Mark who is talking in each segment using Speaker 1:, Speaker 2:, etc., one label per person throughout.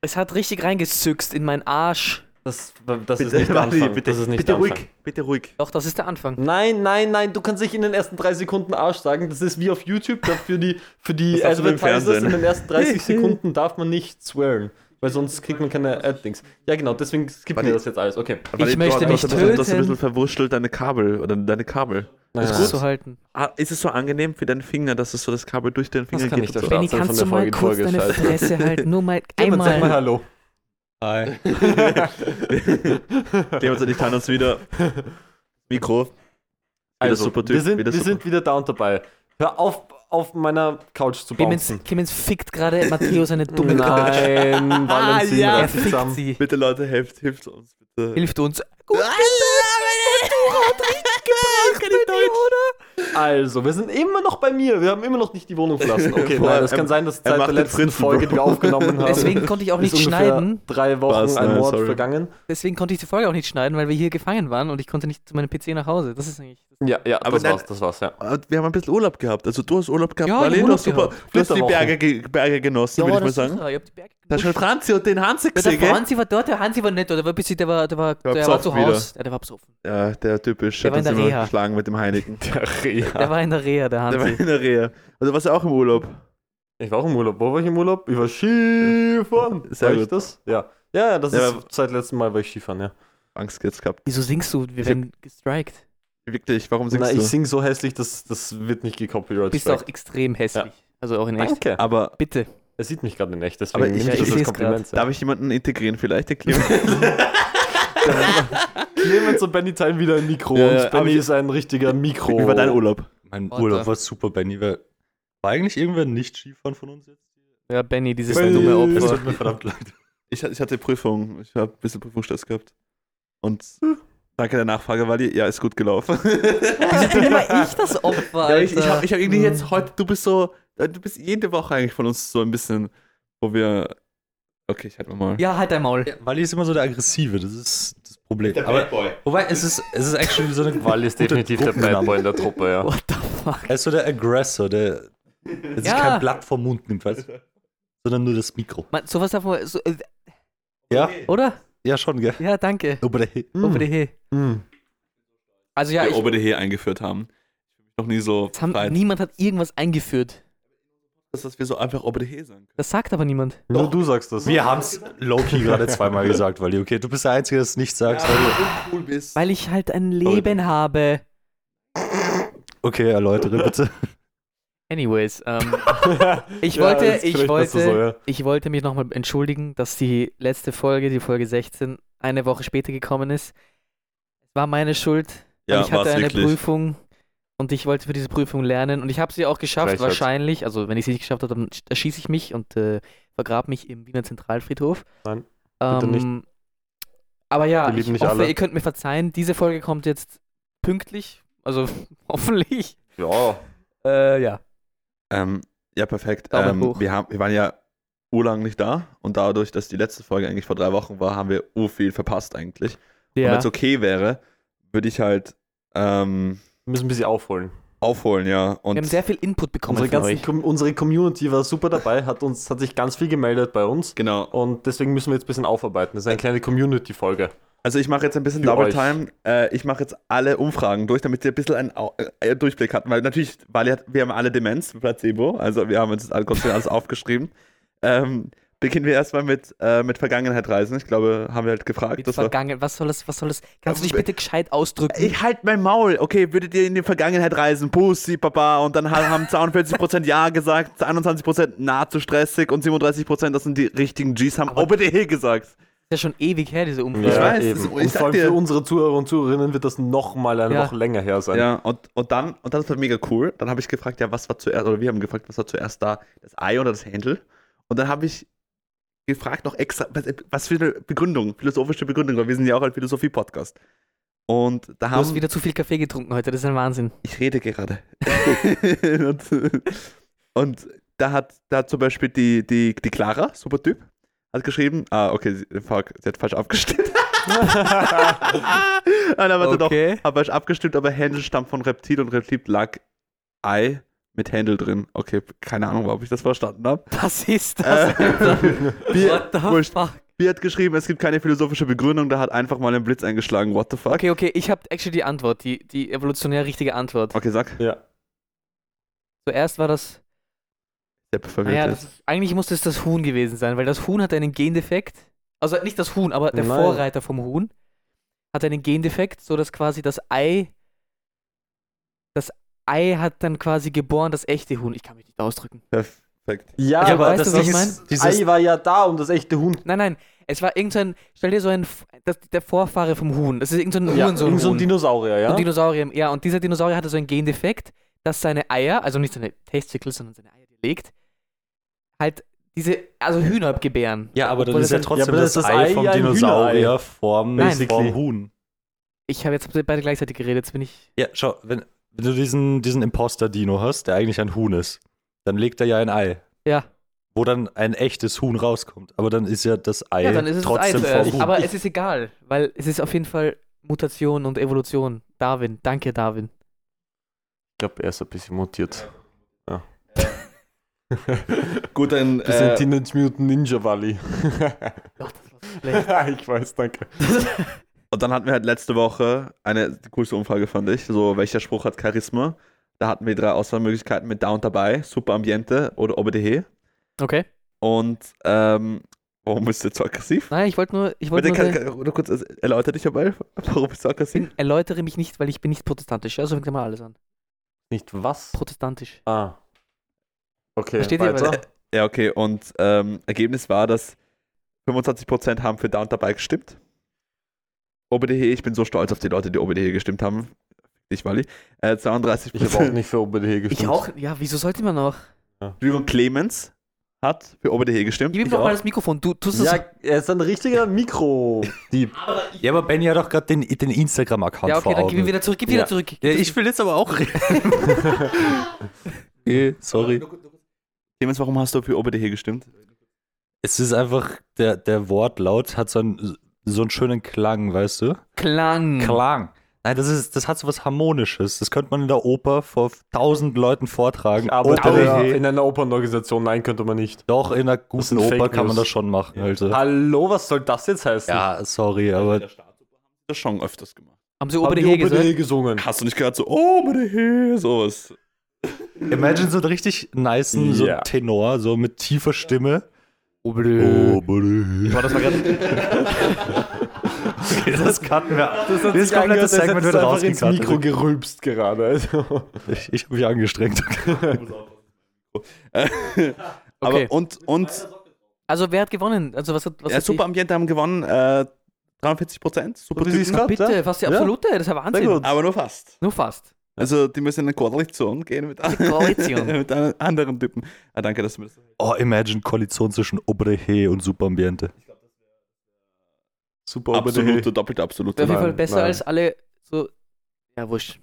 Speaker 1: Es hat richtig reingezückst in meinen Arsch.
Speaker 2: Das, das ist
Speaker 3: Bitte,
Speaker 2: nicht der
Speaker 3: warte,
Speaker 2: Anfang.
Speaker 3: bitte,
Speaker 2: das ist nicht
Speaker 3: bitte
Speaker 2: der Anfang.
Speaker 3: ruhig, bitte ruhig.
Speaker 1: Doch, das ist der Anfang.
Speaker 2: Nein, nein, nein, du kannst nicht in den ersten drei Sekunden Arsch sagen. Das ist wie auf YouTube, da für die, für die
Speaker 3: Das darfst du nur im
Speaker 2: Advertisers in
Speaker 3: Fernsehen.
Speaker 2: den ersten 30 Sekunden darf man nicht swearen. Weil sonst kriegt man keine Ad-Dings. Ja, genau, deswegen skippen
Speaker 3: Warte.
Speaker 2: wir das jetzt alles. Okay.
Speaker 3: Aber
Speaker 1: Ich
Speaker 3: du-
Speaker 1: möchte
Speaker 3: du
Speaker 1: mich
Speaker 3: hast- du hast- Du hast ein
Speaker 1: töten.
Speaker 3: bisschen verwurschtelt deine Kabel oder deine Kabel.
Speaker 2: Naja.
Speaker 3: gut.
Speaker 1: zu halten.
Speaker 3: Ah, ist es so angenehm für deinen Finger, dass es so das Kabel durch den Finger
Speaker 2: kann
Speaker 3: geht?
Speaker 2: ich
Speaker 3: und so?
Speaker 2: verstehen.
Speaker 1: Benny,
Speaker 2: Startseite also von
Speaker 1: kannst du mal
Speaker 2: der
Speaker 1: kurz
Speaker 2: Folge Folge
Speaker 1: deine
Speaker 2: schalten.
Speaker 1: Fresse halten? Nur mal
Speaker 2: Jemand sagt mal
Speaker 1: einmal.
Speaker 2: Hallo.
Speaker 4: Hi.
Speaker 3: Clemens und ich teilen uns wieder Mikro.
Speaker 2: Also,
Speaker 3: super Typ,
Speaker 2: wir sind,
Speaker 3: wieder
Speaker 2: wir
Speaker 3: super.
Speaker 2: sind wieder da und dabei. Hör auf, auf meiner Couch zu
Speaker 1: Clemens,
Speaker 2: bouncen.
Speaker 1: Clemens fickt gerade Matteo seine dumme Couch.
Speaker 2: Nein, Valentin
Speaker 1: Ah, ja.
Speaker 2: reißt
Speaker 1: Er
Speaker 2: sich
Speaker 1: fickt
Speaker 2: zusammen.
Speaker 1: sie.
Speaker 3: Bitte Leute, helft, hilft uns bitte.
Speaker 1: Hilft uns. Gut, oder?
Speaker 2: Also, wir sind immer noch bei mir. Wir haben immer noch nicht die Wohnung verlassen. Okay,
Speaker 3: Boah,
Speaker 2: nein, das
Speaker 3: er-
Speaker 2: kann sein, dass
Speaker 3: er
Speaker 2: seit
Speaker 3: macht
Speaker 2: der
Speaker 3: den
Speaker 2: letzten
Speaker 3: Prinzen,
Speaker 2: Folge, die wir
Speaker 3: Bro.
Speaker 2: aufgenommen haben,
Speaker 1: Deswegen konnte ich auch
Speaker 2: ist
Speaker 1: nicht
Speaker 2: ungefähr
Speaker 1: schneiden.
Speaker 2: drei Wochen
Speaker 3: Was?
Speaker 2: ein
Speaker 3: Nein,
Speaker 2: Mord
Speaker 3: sorry.
Speaker 2: vergangen.
Speaker 1: Deswegen konnte ich die Folge auch nicht schneiden, weil wir hier gefangen waren und ich konnte nicht zu meinem PC nach Hause. Das ist eigentlich.
Speaker 2: Ja, ja,
Speaker 3: Aber
Speaker 2: das
Speaker 3: nein-
Speaker 2: war's, das war's, ja.
Speaker 3: Ah, Wir haben ein bisschen Urlaub gehabt. Also du hast Urlaub gehabt,
Speaker 1: Ja, ich hab
Speaker 3: Marlene, du
Speaker 1: Urlaub
Speaker 3: hast super. Du hast die
Speaker 2: Flitterwochen.
Speaker 3: Berge, ge- Berge genossen, würde ich mal sagen.
Speaker 1: Ich hab die Berge
Speaker 3: Da ist schon Franzi und den Hansi
Speaker 1: Ja, der
Speaker 3: gesehen.
Speaker 1: Franzi war dort, der Hansi war nicht, dort, der war bisschen, der war, der war,
Speaker 3: Der war
Speaker 1: der war zu
Speaker 3: besoffen
Speaker 1: Hause. Ja, der war besoffen.
Speaker 3: Ja, der typisch.
Speaker 1: Der war
Speaker 3: Der hat
Speaker 1: in
Speaker 3: uns
Speaker 1: der Reha.
Speaker 3: immer geschlagen mit dem Heinigen.
Speaker 1: Der war in der Reha, der
Speaker 3: Der war
Speaker 1: Hansi.
Speaker 3: in der Rehe. Also warst du auch im Urlaub?
Speaker 2: Ich war auch im Urlaub. Wo war ich im Urlaub? Ich war Skifahren.
Speaker 3: Sehr
Speaker 2: war ich
Speaker 3: gut.
Speaker 2: das? Ja. Ja, ja, das
Speaker 3: Ja,
Speaker 2: ist seit letztem Mal war ich Skifahren, ja.
Speaker 3: Angst jetzt gehabt.
Speaker 1: Wieso singst du? Wir
Speaker 3: Ich
Speaker 1: werden gestrikt.
Speaker 3: Wirklich, warum singst
Speaker 2: Na,
Speaker 3: du?
Speaker 2: ich sing so hässlich, das, das wird nicht
Speaker 1: Du
Speaker 2: gecopyrighted.
Speaker 1: bist auch extrem hässlich. Also auch in echt.
Speaker 2: Danke.
Speaker 3: aber
Speaker 1: Bitte.
Speaker 2: Er sieht mich gerade nicht, deswegen
Speaker 3: Aber ich-
Speaker 2: nehme das
Speaker 3: ich- ich
Speaker 2: als
Speaker 1: seh's
Speaker 2: Kompliment. Ja.
Speaker 3: darf ich jemanden integrieren? Vielleicht der Clemens?
Speaker 2: Clemens und Benny teilen wieder ein Mikro
Speaker 3: Ja, ja,
Speaker 2: und
Speaker 3: aber
Speaker 2: Benny
Speaker 3: ich-
Speaker 2: ist ein richtiger Mikro.
Speaker 3: Wie war dein Urlaub?
Speaker 4: Mein
Speaker 1: Warte.
Speaker 4: Urlaub war super, Benny. War, war eigentlich irgendwer nicht Skifahren von uns jetzt?
Speaker 1: Ja, Benny, dieses
Speaker 2: Benny.
Speaker 1: dumme
Speaker 4: Es
Speaker 1: Opfer.
Speaker 4: tut mir verdammt leid.
Speaker 3: Ich, hatte- ich hatte Prüfung. Ich habe ein bisschen Prüfungsstress gehabt. Und danke der Nachfrage, Wally. Ja, ist gut gelaufen.
Speaker 1: Wieso bin immer ich das Opfer,
Speaker 3: Ja, ich ich
Speaker 1: Alter?
Speaker 3: habe ich hab irgendwie jetzt heute, du bist so, äh, du bist jede Woche eigentlich von uns so ein bisschen, wo wir. Okay, ich halte mal.
Speaker 1: Ja, halt dein Maul.
Speaker 4: Wally ist immer so der Aggressive, das ist das Problem. Aber,
Speaker 3: Boy.
Speaker 4: wobei, es ist, es ist actually so eine.
Speaker 2: Wally ist definitiv der Bad Boy in der Truppe, ja.
Speaker 1: What the fuck?
Speaker 4: Er ist so der Aggressor, der, der sich
Speaker 1: Ja.
Speaker 4: kein Blatt vom Mund nimmt, weißt du? Sondern nur das Mikro.
Speaker 1: Man, sowas darf man, so, äh,
Speaker 4: Ja,
Speaker 1: oder?
Speaker 4: ja, schon, gell?
Speaker 1: Ja, danke.
Speaker 4: Aber der-
Speaker 1: Opa, hey.
Speaker 2: Mm.
Speaker 1: Also ja,
Speaker 3: Ja, um
Speaker 1: ich,
Speaker 3: ich, ob wir die hier eingeführt haben. Ich hab mich noch nie so
Speaker 1: es haben,
Speaker 3: frei,
Speaker 1: niemand hat irgendwas eingeführt.
Speaker 3: dass wir so einfach ob wir die hier sagen können.
Speaker 1: Das sagt aber niemand.
Speaker 2: Nur du sagst das.
Speaker 4: Wir haben es Loki gerade zweimal gesagt, Wally. Okay, du bist der Einzige, der es nicht sagt. Wally.
Speaker 3: du cool bist.
Speaker 1: Weil ich halt ein Leben habe.
Speaker 4: Okay, erläutere bitte.
Speaker 1: Anyways, ähm, ich
Speaker 2: Ja,
Speaker 1: wollte,
Speaker 2: das ist
Speaker 1: ich
Speaker 2: vielleicht
Speaker 1: wollte,
Speaker 2: besser so, ja.
Speaker 1: ich wollte mich nochmal entschuldigen, dass die letzte Folge, die Folge 16, eine Woche später gekommen ist. Es war meine Schuld. weil
Speaker 3: Ja,
Speaker 1: ich hatte
Speaker 3: war's
Speaker 1: eine
Speaker 3: wirklich.
Speaker 1: Prüfung und ich wollte für diese Prüfung lernen und ich habe sie auch geschafft,
Speaker 2: Frechheit.
Speaker 1: wahrscheinlich. Also wenn ich sie nicht geschafft habe, dann sch- erschieße ich mich und äh, vergrabe mich im Wiener Zentralfriedhof.
Speaker 2: Nein, bitte
Speaker 1: ähm, Aber ja,
Speaker 2: Wir
Speaker 1: ich
Speaker 2: lieben dich
Speaker 1: hoffe,
Speaker 2: alle.
Speaker 1: ihr könnt mir verzeihen. Diese Folge kommt jetzt pünktlich, also hoffentlich.
Speaker 2: Ja.
Speaker 1: Äh, ja.
Speaker 3: Ähm, ja, perfekt.
Speaker 1: Daumen
Speaker 3: Ähm,
Speaker 1: hoch.
Speaker 3: wir, haben, wir waren ja urlang nicht da und dadurch, dass die letzte Folge eigentlich vor drei Wochen war, haben wir ur viel verpasst eigentlich. Und wenn
Speaker 1: Ja.
Speaker 3: es okay wäre, würde ich halt ähm,
Speaker 2: Wir müssen ein bisschen aufholen.
Speaker 3: aufholen, ja. Und
Speaker 1: Wir haben sehr viel Input bekommen
Speaker 2: Unsere,
Speaker 1: von
Speaker 2: ganzen,
Speaker 1: euch.
Speaker 2: Com unsere Community war super dabei, hat, uns, hat sich ganz viel gemeldet bei uns.
Speaker 3: genau.
Speaker 2: Und deswegen müssen wir jetzt ein bisschen aufarbeiten. Das ist eine kleine Community-Folge.
Speaker 3: Also ich mache jetzt ein bisschen
Speaker 2: Für
Speaker 3: Double
Speaker 2: euch.
Speaker 3: Time. Äh, ich mache jetzt alle Umfragen durch, damit ihr ein bisschen einen Au äh, Durchblick hatten. Weil natürlich, weil hat, wir haben alle Demenz, Placebo. Also wir haben uns das alle- kurz alles aufgeschrieben. Ähm, beginnen wir erstmal mit, äh, mit Vergangenheit reisen. Ich glaube, haben wir halt gefragt.
Speaker 1: Mit
Speaker 3: Das war-
Speaker 1: Vergangen, was soll das, was soll das? Kannst du dich
Speaker 3: Aber-
Speaker 1: bitte gescheit ausdrücken?
Speaker 3: Ich halt mein Maul. Okay, würdet ihr in die Vergangenheit reisen? Pussy, Papa. Und dann ha- haben 42% Ja gesagt, 21% Na zu stressig und 37% das sind die richtigen Gs, haben
Speaker 1: Aber-
Speaker 3: OBDE gesagt.
Speaker 1: Das ist ja schon ewig her, diese Umfrage.
Speaker 3: Ich weiß,
Speaker 2: eben.
Speaker 3: das ist- ich
Speaker 2: und
Speaker 3: sag
Speaker 2: vor allem
Speaker 3: dir-
Speaker 2: für unsere Zuhörer und Zuhörerinnen wird das nochmal eine
Speaker 1: Ja.
Speaker 2: Woche länger her sein.
Speaker 3: Ja, und, und dann, und das war mega cool. Dann habe ich gefragt, ja, was war zuerst, oder wir haben gefragt, was war zuerst da, das Ei oder das Händel? Und dann habe ich gefragt noch extra, was, was für eine Begründung, philosophische Begründung, weil wir sind ja auch ein Philosophie-Podcast. Und da
Speaker 1: Du hast
Speaker 3: haben
Speaker 1: wieder zu viel Kaffee getrunken heute, das ist ein Wahnsinn.
Speaker 3: ich rede gerade. und, und da hat da hat zum Beispiel die, die, die Clara, super Typ, hat geschrieben, ah, okay, sie- fuck, sie hat falsch abgestimmt. Nein, aber okay. doch,
Speaker 1: Okay.
Speaker 3: hat falsch abgestimmt, aber Händel stammt von Reptil und Reptil lag Ei mit Handle drin. Okay, keine Ahnung, ob ich das verstanden habe.
Speaker 1: Was ist das? What the
Speaker 3: Äh, wurscht.
Speaker 1: fuck?
Speaker 3: Wie hat geschrieben, es gibt keine philosophische Begründung, da hat einfach mal ein Blitz eingeschlagen. What the fuck?
Speaker 1: Okay, okay, ich habe actually die Antwort, die, die evolutionär richtige Antwort.
Speaker 3: Okay, sag.
Speaker 2: Ja.
Speaker 1: Zuerst war das.
Speaker 3: Der verwirrt
Speaker 1: Naja,
Speaker 3: ist.
Speaker 1: das, eigentlich musste es das Huhn gewesen sein, weil das Huhn hat einen Gendefekt. Also nicht das Huhn, aber der
Speaker 2: Nein.
Speaker 1: Vorreiter vom Huhn hat einen Gendefekt, sodass quasi das Ei. Das Ei hat dann quasi geboren das echte Huhn. Ich kann mich nicht ausdrücken.
Speaker 3: Perfekt.
Speaker 2: Ja,
Speaker 1: Ja,
Speaker 2: aber
Speaker 1: weißt
Speaker 2: das
Speaker 1: du, was ich
Speaker 2: dieses- Ei war ja da und das echte Huhn.
Speaker 1: Nein, nein, es war irgendein. Stell dir so ein. F- Das, der Vorfahre vom Huhn. Das ist irgendein
Speaker 2: Ja,
Speaker 1: Hurensohn.
Speaker 2: irgend so ein
Speaker 1: Huhn.
Speaker 2: Dinosaurier, ja?
Speaker 1: Und Dinosaurier, ja, und dieser Dinosaurier hatte so einen Gendefekt, dass seine Eier, also nicht seine Testicles, sondern seine Eier, die er legt, halt diese, also Hühner gebären.
Speaker 4: Ja, aber dann
Speaker 1: Obwohl
Speaker 4: ist ja
Speaker 1: das-
Speaker 4: trotzdem
Speaker 2: Ja, aber
Speaker 4: das,
Speaker 2: das ist
Speaker 4: Ei
Speaker 2: Ei
Speaker 4: vom
Speaker 2: ja ein
Speaker 4: Dinosaurier
Speaker 2: Hühnerei.
Speaker 4: vom,
Speaker 1: Nein.
Speaker 4: vom Huhn.
Speaker 1: Ich habe jetzt beide gleichzeitig geredet, jetzt bin ich.
Speaker 4: Ja, schau, wenn, wenn du diesen, diesen Imposter-Dino hast, der eigentlich ein Huhn ist, dann legt er ja ein Ei,
Speaker 1: Ja,
Speaker 4: wo dann ein echtes Huhn rauskommt. Aber dann ist ja das Ei
Speaker 1: ja dann ist es
Speaker 4: trotzdem
Speaker 1: das Ei zuerst.
Speaker 4: vom Huhn.
Speaker 1: Aber es ist egal, weil es ist auf jeden Fall Mutation und Evolution. Darwin, danke Darwin.
Speaker 2: Ich glaube, er ist ein bisschen mutiert.
Speaker 3: Gut, dann.
Speaker 2: Bisschen
Speaker 3: Äh,
Speaker 2: Teenage Mutant Ninja Valley.
Speaker 1: Doch, das war schlecht.
Speaker 2: ich weiß, danke.
Speaker 3: und dann hatten wir halt letzte Woche eine die coolste Umfrage, fand ich. So, welcher Spruch hat Charisma? Da hatten wir drei Auswahlmöglichkeiten mit Down dabei, Super Ambiente oder OBDH.
Speaker 1: Okay.
Speaker 3: Und, ähm, warum bist du jetzt so aggressiv?
Speaker 1: Nein, ich wollte nur, ich wollte Mhm.
Speaker 3: Bitte,
Speaker 1: nur
Speaker 3: kann,
Speaker 1: sagen,
Speaker 3: kann, oder kurz erläuter dich dabei, warum bist du aggressiv?
Speaker 1: bin, erläutere mich nicht, weil ich bin nicht protestantisch. Also fängt mal alles an.
Speaker 2: Nicht was?
Speaker 1: Protestantisch.
Speaker 2: Ah. Okay,
Speaker 1: Versteht ihr,
Speaker 2: weiter.
Speaker 1: weil-
Speaker 3: Ja, okay. Und ähm, Ergebnis war, dass 25% haben für Down dabei gestimmt. OBDH, ich bin so stolz auf die Leute, die OBDH gestimmt haben. Ich, Wally. Äh, 32%.
Speaker 2: Ich habe auch nicht für OBD gestimmt.
Speaker 1: Ich auch, ja, wieso sollte man auch?
Speaker 3: Entschuldigung, Clemens hat für OBDH gestimmt.
Speaker 1: Gib ihm
Speaker 3: Ich
Speaker 1: doch
Speaker 3: auch.
Speaker 1: mal das Mikrofon. Du tust es
Speaker 2: Ja, er ist ein richtiger Mikro. Die
Speaker 4: ja, aber Benny hat doch gerade den, den Instagram-Account
Speaker 1: Ja, okay,
Speaker 4: vor
Speaker 1: dann
Speaker 4: Augen.
Speaker 1: gib ihn wieder zurück, gib ihn
Speaker 4: Ja.
Speaker 1: wieder zurück. Gib
Speaker 4: ja,
Speaker 1: das-
Speaker 4: ich will jetzt aber auch reden. Eh, Sorry.
Speaker 3: Clemens, warum hast du für OBDH gestimmt?
Speaker 4: Es ist einfach, der, der Wortlaut hat so einen, so einen schönen Klang, weißt du?
Speaker 1: Klang.
Speaker 4: Klang. Nein, das, ist, das hat so was Harmonisches. Das könnte man in der Oper vor tausend Leuten vortragen.
Speaker 2: ich arbeite
Speaker 4: Oper-
Speaker 2: in einer- in einer Opernorganisation. Nein, könnte man nicht.
Speaker 4: Doch, in einer guten
Speaker 2: sind
Speaker 4: Oper
Speaker 2: Fake
Speaker 4: kann man
Speaker 2: News.
Speaker 4: das schon machen, also.
Speaker 2: Hallo, was soll das jetzt heißen?
Speaker 4: Ja, sorry, aber
Speaker 3: Das schon öfters gemacht.
Speaker 1: Haben sie
Speaker 2: Haben
Speaker 1: oben
Speaker 2: die
Speaker 1: die
Speaker 2: OBD
Speaker 1: gesagt?
Speaker 2: gesungen?
Speaker 3: Hast du nicht gehört so OBDH, sowas?
Speaker 4: imagine so einen richtig nicen so
Speaker 2: Ja.
Speaker 4: Tenor, so mit tiefer Stimme.
Speaker 1: Obel.
Speaker 4: Boah, das war grad- okay, das cutten wir. Das,
Speaker 2: hat
Speaker 4: das
Speaker 2: sich angehört,
Speaker 4: komplette
Speaker 2: als
Speaker 4: Segment
Speaker 2: hättest
Speaker 4: wird
Speaker 2: du einfach ins Mikro
Speaker 4: rausgecutet.
Speaker 2: gerülpst gerade. Also.
Speaker 4: Ich, ich habe mich angestrengt.
Speaker 3: Aber
Speaker 1: Okay.
Speaker 3: und, und
Speaker 1: Also wer hat gewonnen? Also was hat was
Speaker 3: äh,
Speaker 1: hat
Speaker 3: Super Ambiente haben gewonnen, äh, 43%. Super
Speaker 2: wie sie es
Speaker 3: Typen.
Speaker 1: die, Bitte, fast die
Speaker 2: Ja.
Speaker 1: absolute, das ist ja Wahnsinn.
Speaker 2: gut.
Speaker 3: Aber nur fast.
Speaker 1: Nur fast.
Speaker 3: Also, die müssen in eine Koalition gehen mit,
Speaker 1: Genau.
Speaker 3: an
Speaker 1: Koalition.
Speaker 3: mit an- anderen Typen. Ah, danke, dass du mir das
Speaker 4: Oh, imagine Koalition zwischen Obrehe und Superambiente.
Speaker 2: Super
Speaker 3: absolute, doppelte absolute.
Speaker 1: Wäre auf jeden Fall
Speaker 2: Nein,
Speaker 1: besser
Speaker 2: nein.
Speaker 1: als alle so. Ja, wurscht.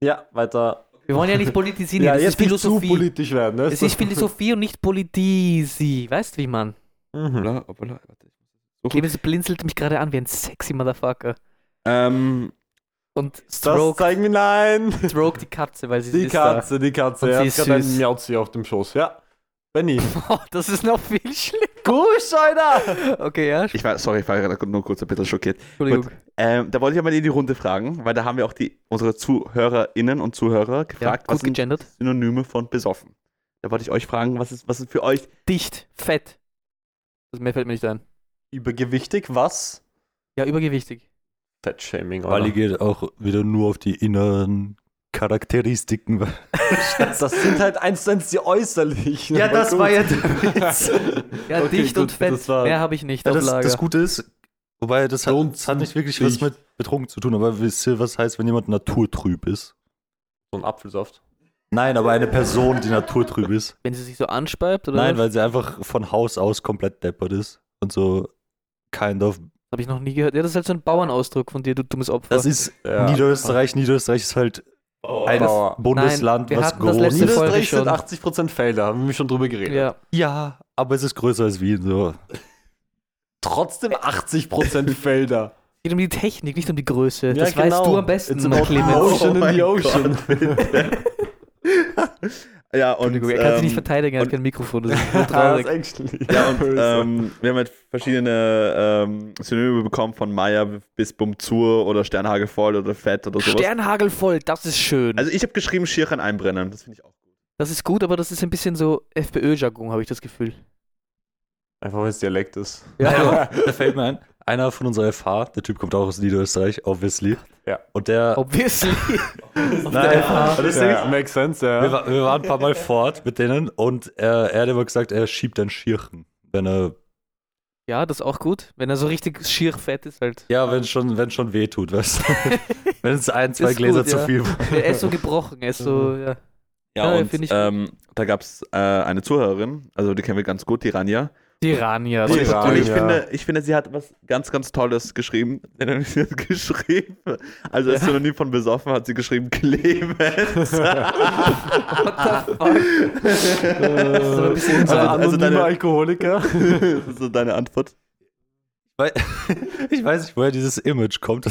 Speaker 2: Ja, weiter.
Speaker 1: Wir wollen ja nicht politisieren,
Speaker 2: Ja,
Speaker 1: das ist
Speaker 2: jetzt nicht zu
Speaker 1: Philosophie.
Speaker 2: politisch werden. Ne?
Speaker 1: Es ist Philosophie und nicht Politisi. Weißt du, wie man?
Speaker 2: Mhm.
Speaker 3: Hoppala, hoppala, warte.
Speaker 1: Clemens blinzelt mich gerade an wie ein sexy Motherfucker.
Speaker 3: Ähm,
Speaker 1: Und
Speaker 2: Das
Speaker 1: stroke,
Speaker 2: zeigen wir nein.
Speaker 1: stroke die Katze, weil sie
Speaker 2: Die
Speaker 1: ist
Speaker 2: Katze, die Katze.
Speaker 1: Und
Speaker 2: Er
Speaker 1: sie
Speaker 2: hat
Speaker 1: ist
Speaker 2: gerade einen
Speaker 1: süß.
Speaker 2: Miauzi auf dem Schoß. Ja. Benny.
Speaker 1: da. Oh, das ist noch viel schlimmer.
Speaker 2: Gusch, Alter!
Speaker 1: Okay, ja,
Speaker 3: ich war, sorry, ich war gerade nur kurz ein bisschen schockiert.
Speaker 1: Entschuldigung.
Speaker 3: Ähm, da wollte ich aber in die Runde fragen, weil da haben wir auch die, unsere ZuhörerInnen und Zuhörer
Speaker 1: Ja,
Speaker 3: gefragt,
Speaker 1: gut
Speaker 3: was sind
Speaker 1: gegendert.
Speaker 3: Synonyme von besoffen? Da wollte ich euch fragen, was ist, was ist für euch
Speaker 1: Dicht, fett. Das mehr fällt mir nicht ein.
Speaker 2: Übergewichtig, was?
Speaker 1: Ja, übergewichtig.
Speaker 2: Fettshaming,
Speaker 4: Wally
Speaker 2: Alter.
Speaker 4: geht auch wieder nur auf die inneren Charakteristiken.
Speaker 2: Das sind halt eins zu eins die äußerlichen. aber gut.
Speaker 1: Ja,
Speaker 2: Okay,
Speaker 1: dicht
Speaker 2: gut,
Speaker 1: und fett.
Speaker 2: das war-
Speaker 1: mehr habe ich nicht
Speaker 4: Ja,
Speaker 1: auf
Speaker 4: das,
Speaker 1: Lager.
Speaker 4: das Gute ist, wobei das hat,
Speaker 2: Und
Speaker 4: das hat nicht wirklich was
Speaker 2: dicht.
Speaker 4: mit Betrug zu tun, aber wisst ihr, was heißt, wenn jemand naturtrüb ist?
Speaker 2: So ein Apfelsaft.
Speaker 4: Nein, aber eine Person, die naturtrüb ist.
Speaker 1: Wenn sie sich so anspeibt, oder?
Speaker 4: Nein,
Speaker 1: was?
Speaker 4: weil sie einfach von Haus aus komplett deppert ist und so kind of.
Speaker 1: Habe ich noch nie gehört. Ja, das ist halt so ein Bauernausdruck von dir, du dummes Opfer.
Speaker 4: Das ist
Speaker 2: Ja.
Speaker 4: Niederösterreich. Niederösterreich ist halt
Speaker 2: Oh.
Speaker 4: ein
Speaker 2: Bauer.
Speaker 1: Nein,
Speaker 4: Bundesland,
Speaker 1: wir
Speaker 4: was
Speaker 1: hatten das
Speaker 4: groß
Speaker 1: letzte
Speaker 4: ist.
Speaker 1: Folge
Speaker 2: Niederösterreich sind
Speaker 1: schon.
Speaker 2: 80% Felder, haben wir schon drüber geredet.
Speaker 1: ja.
Speaker 4: Ja, aber es ist größer als Wien. So.
Speaker 2: Trotzdem 80% Felder.
Speaker 1: geht um die Technik, nicht um die Größe.
Speaker 2: Ja,
Speaker 1: das
Speaker 2: genau.
Speaker 1: weißt du am besten,
Speaker 2: Oh It's about
Speaker 1: Clemens.
Speaker 2: Ocean in the
Speaker 3: mein
Speaker 2: Ocean.
Speaker 3: Gott, bitte. Ja, und.
Speaker 1: Entschuldigung, er kann sich nicht
Speaker 3: ähm,
Speaker 1: verteidigen, er hat
Speaker 3: und-
Speaker 1: kein Mikrofon. Das ist so
Speaker 2: Das
Speaker 1: traurig.
Speaker 2: ist eigentlich.
Speaker 3: Ja, und ähm, wir haben halt verschiedene ähm, Synonyme bekommen von Maya bis Bumzur oder Sternhage voll oder Fett oder sowas.
Speaker 1: Sternhagel voll, das ist schön.
Speaker 3: Also ich habe geschrieben, Schirchen einbrennen. Das finde ich auch gut.
Speaker 1: das ist gut, aber das ist ein bisschen so FPÖ-Jargon, habe ich das Gefühl.
Speaker 2: Einfach weil es Dialekt ist.
Speaker 4: Ja, da fällt mir ein, Also, einer von unserer FH, der Typ kommt auch aus Niederösterreich, obviously.
Speaker 2: Ja.
Speaker 4: Und der,
Speaker 1: Obviously.
Speaker 4: Nein,
Speaker 2: Ja, das
Speaker 3: Ja,
Speaker 2: ja, makes sense,
Speaker 4: wir,
Speaker 2: ja.
Speaker 4: wa- wir waren ein paar Mal fort mit denen und er, er hat immer gesagt, er schiebt dann Schirchen. Wenn er,
Speaker 1: ja, das ist auch gut. Wenn er so richtig schier fett ist, halt.
Speaker 4: ja, wenn schon, wenn schon weh tut, weißt du. wenn es ein, zwei
Speaker 1: Ist
Speaker 4: Gläser
Speaker 1: gut,
Speaker 4: zu
Speaker 1: ja.
Speaker 4: viel
Speaker 1: Er ist so gebrochen, er ist so, ja.
Speaker 3: Ja,
Speaker 1: Ja,
Speaker 3: und
Speaker 1: finde ich gut.
Speaker 3: ähm, da gab es äh, eine Zuhörerin, also die kennen wir ganz gut, die Ranja.
Speaker 1: Tirania.
Speaker 3: Und ich, und ich,
Speaker 2: Ranja.
Speaker 3: finde, ich finde, sie hat was ganz, ganz Tolles geschrieben. Sie hat geschrieben. Also als Synonym von besoffen hat sie geschrieben, Clemens.
Speaker 1: What the fuck? Das ist aber ein bisschen
Speaker 3: Also-
Speaker 1: unser.
Speaker 3: also deine-
Speaker 2: Alkoholiker.
Speaker 3: das ist so deine Antwort.
Speaker 4: Ich weiß nicht, woher dieses Image kommt.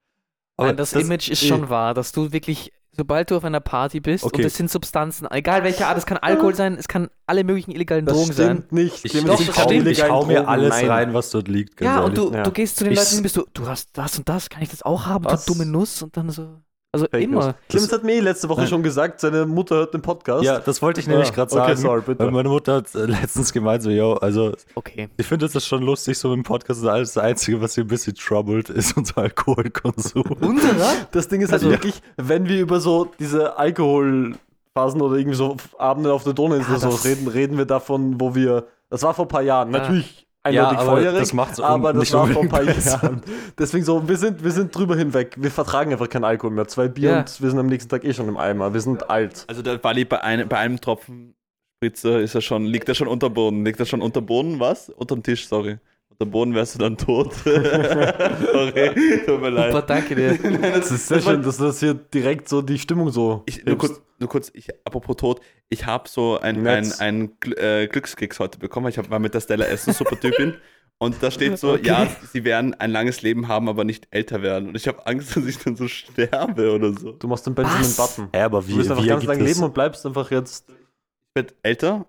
Speaker 1: Nein, das, eh. Image ist schon wahr, dass du wirklich, sobald du auf einer Party bist
Speaker 4: Okay.
Speaker 1: und es sind Substanzen, egal welche Art, es kann Alkohol sein, es kann alle möglichen illegalen
Speaker 2: Das
Speaker 1: Drogen sein.
Speaker 2: stimmt nicht.
Speaker 4: Ich,
Speaker 2: Clemens,
Speaker 1: doch,
Speaker 2: sind
Speaker 4: ich, hau,
Speaker 2: keine
Speaker 4: ich
Speaker 2: illegalen
Speaker 4: hau mir
Speaker 2: Drogen.
Speaker 4: alles
Speaker 2: Nein.
Speaker 4: rein, was dort liegt. Ganz
Speaker 1: Ja, und
Speaker 4: ehrlich.
Speaker 1: du,
Speaker 2: Ja.
Speaker 1: du gehst zu den
Speaker 4: Ich-
Speaker 1: Leuten und bist du, du hast das und das, kann ich das auch haben,
Speaker 4: Was?
Speaker 1: du dumme Nuss und dann so. Also
Speaker 2: Fake
Speaker 1: immer.
Speaker 2: Clemens hat mir eh letzte Woche
Speaker 4: Nein.
Speaker 2: schon gesagt, seine Mutter hört den Podcast.
Speaker 4: Ja, das wollte ich nämlich
Speaker 2: Ja,
Speaker 4: gerade
Speaker 2: okay,
Speaker 4: sagen.
Speaker 2: sorry, bitte.
Speaker 4: weil meine Mutter hat äh, letztens gemeint, so, yo, also
Speaker 1: Okay.
Speaker 4: ich finde das schon lustig, so mit dem Podcast ist alles das Einzige, was hier ein bisschen troubled, ist unser Alkoholkonsum.
Speaker 1: Unserer?
Speaker 2: Das Ding ist halt
Speaker 1: Also-
Speaker 2: wirklich, wenn wir über so diese Alkoholphasen oder irgendwie so Abende auf der Donauinsel
Speaker 1: Ah,
Speaker 2: oder
Speaker 1: das-
Speaker 2: so reden, reden wir davon, wo wir. Das war vor ein paar Jahren,
Speaker 1: Ah.
Speaker 2: natürlich
Speaker 4: Ja,
Speaker 2: eindeutig
Speaker 4: aber
Speaker 2: feuerig,
Speaker 4: das macht's un-
Speaker 2: aber das
Speaker 4: nicht
Speaker 2: war vor ein paar
Speaker 4: unbedingt besser.
Speaker 2: Jahren. Deswegen so, wir sind, wir sind drüber hinweg. Wir vertragen einfach keinen Alkohol mehr. Zwei Bier
Speaker 1: Ja.
Speaker 2: und wir sind am nächsten Tag eh schon im Eimer. Wir sind alt.
Speaker 3: Also der Bali bei, einem- bei einem Tropfen Spritze ist er schon, liegt er schon unter Boden. Liegt er schon unter Boden, was? Unterm Tisch, sorry. Unter Boden wärst du dann tot. sorry, tut mir leid.
Speaker 1: Super, danke dir.
Speaker 2: Das ist sehr schön, dass du das hier direkt so die Stimmung so.
Speaker 3: Ich, nur,
Speaker 2: hebst.
Speaker 3: kurz, nur kurz, ich, apropos tot, ich habe so einen ein,
Speaker 2: Netz.
Speaker 3: ein Gl äh, Glückskeks heute bekommen. weil Ich hab, war mit der Stella Essen, super Typin. Und da steht so, ja, sie werden ein langes Leben haben, aber nicht älter werden. Und ich habe Angst, dass ich dann so sterbe oder so.
Speaker 2: du machst den Benjamin
Speaker 1: Was?
Speaker 2: Button.
Speaker 4: Ja, aber
Speaker 2: Du
Speaker 4: Äh, wie,
Speaker 2: wirst einfach
Speaker 4: wie
Speaker 2: ganz
Speaker 4: ergibt
Speaker 2: lang
Speaker 4: das?
Speaker 2: leben und bleibst einfach jetzt.
Speaker 3: Ich werde älter.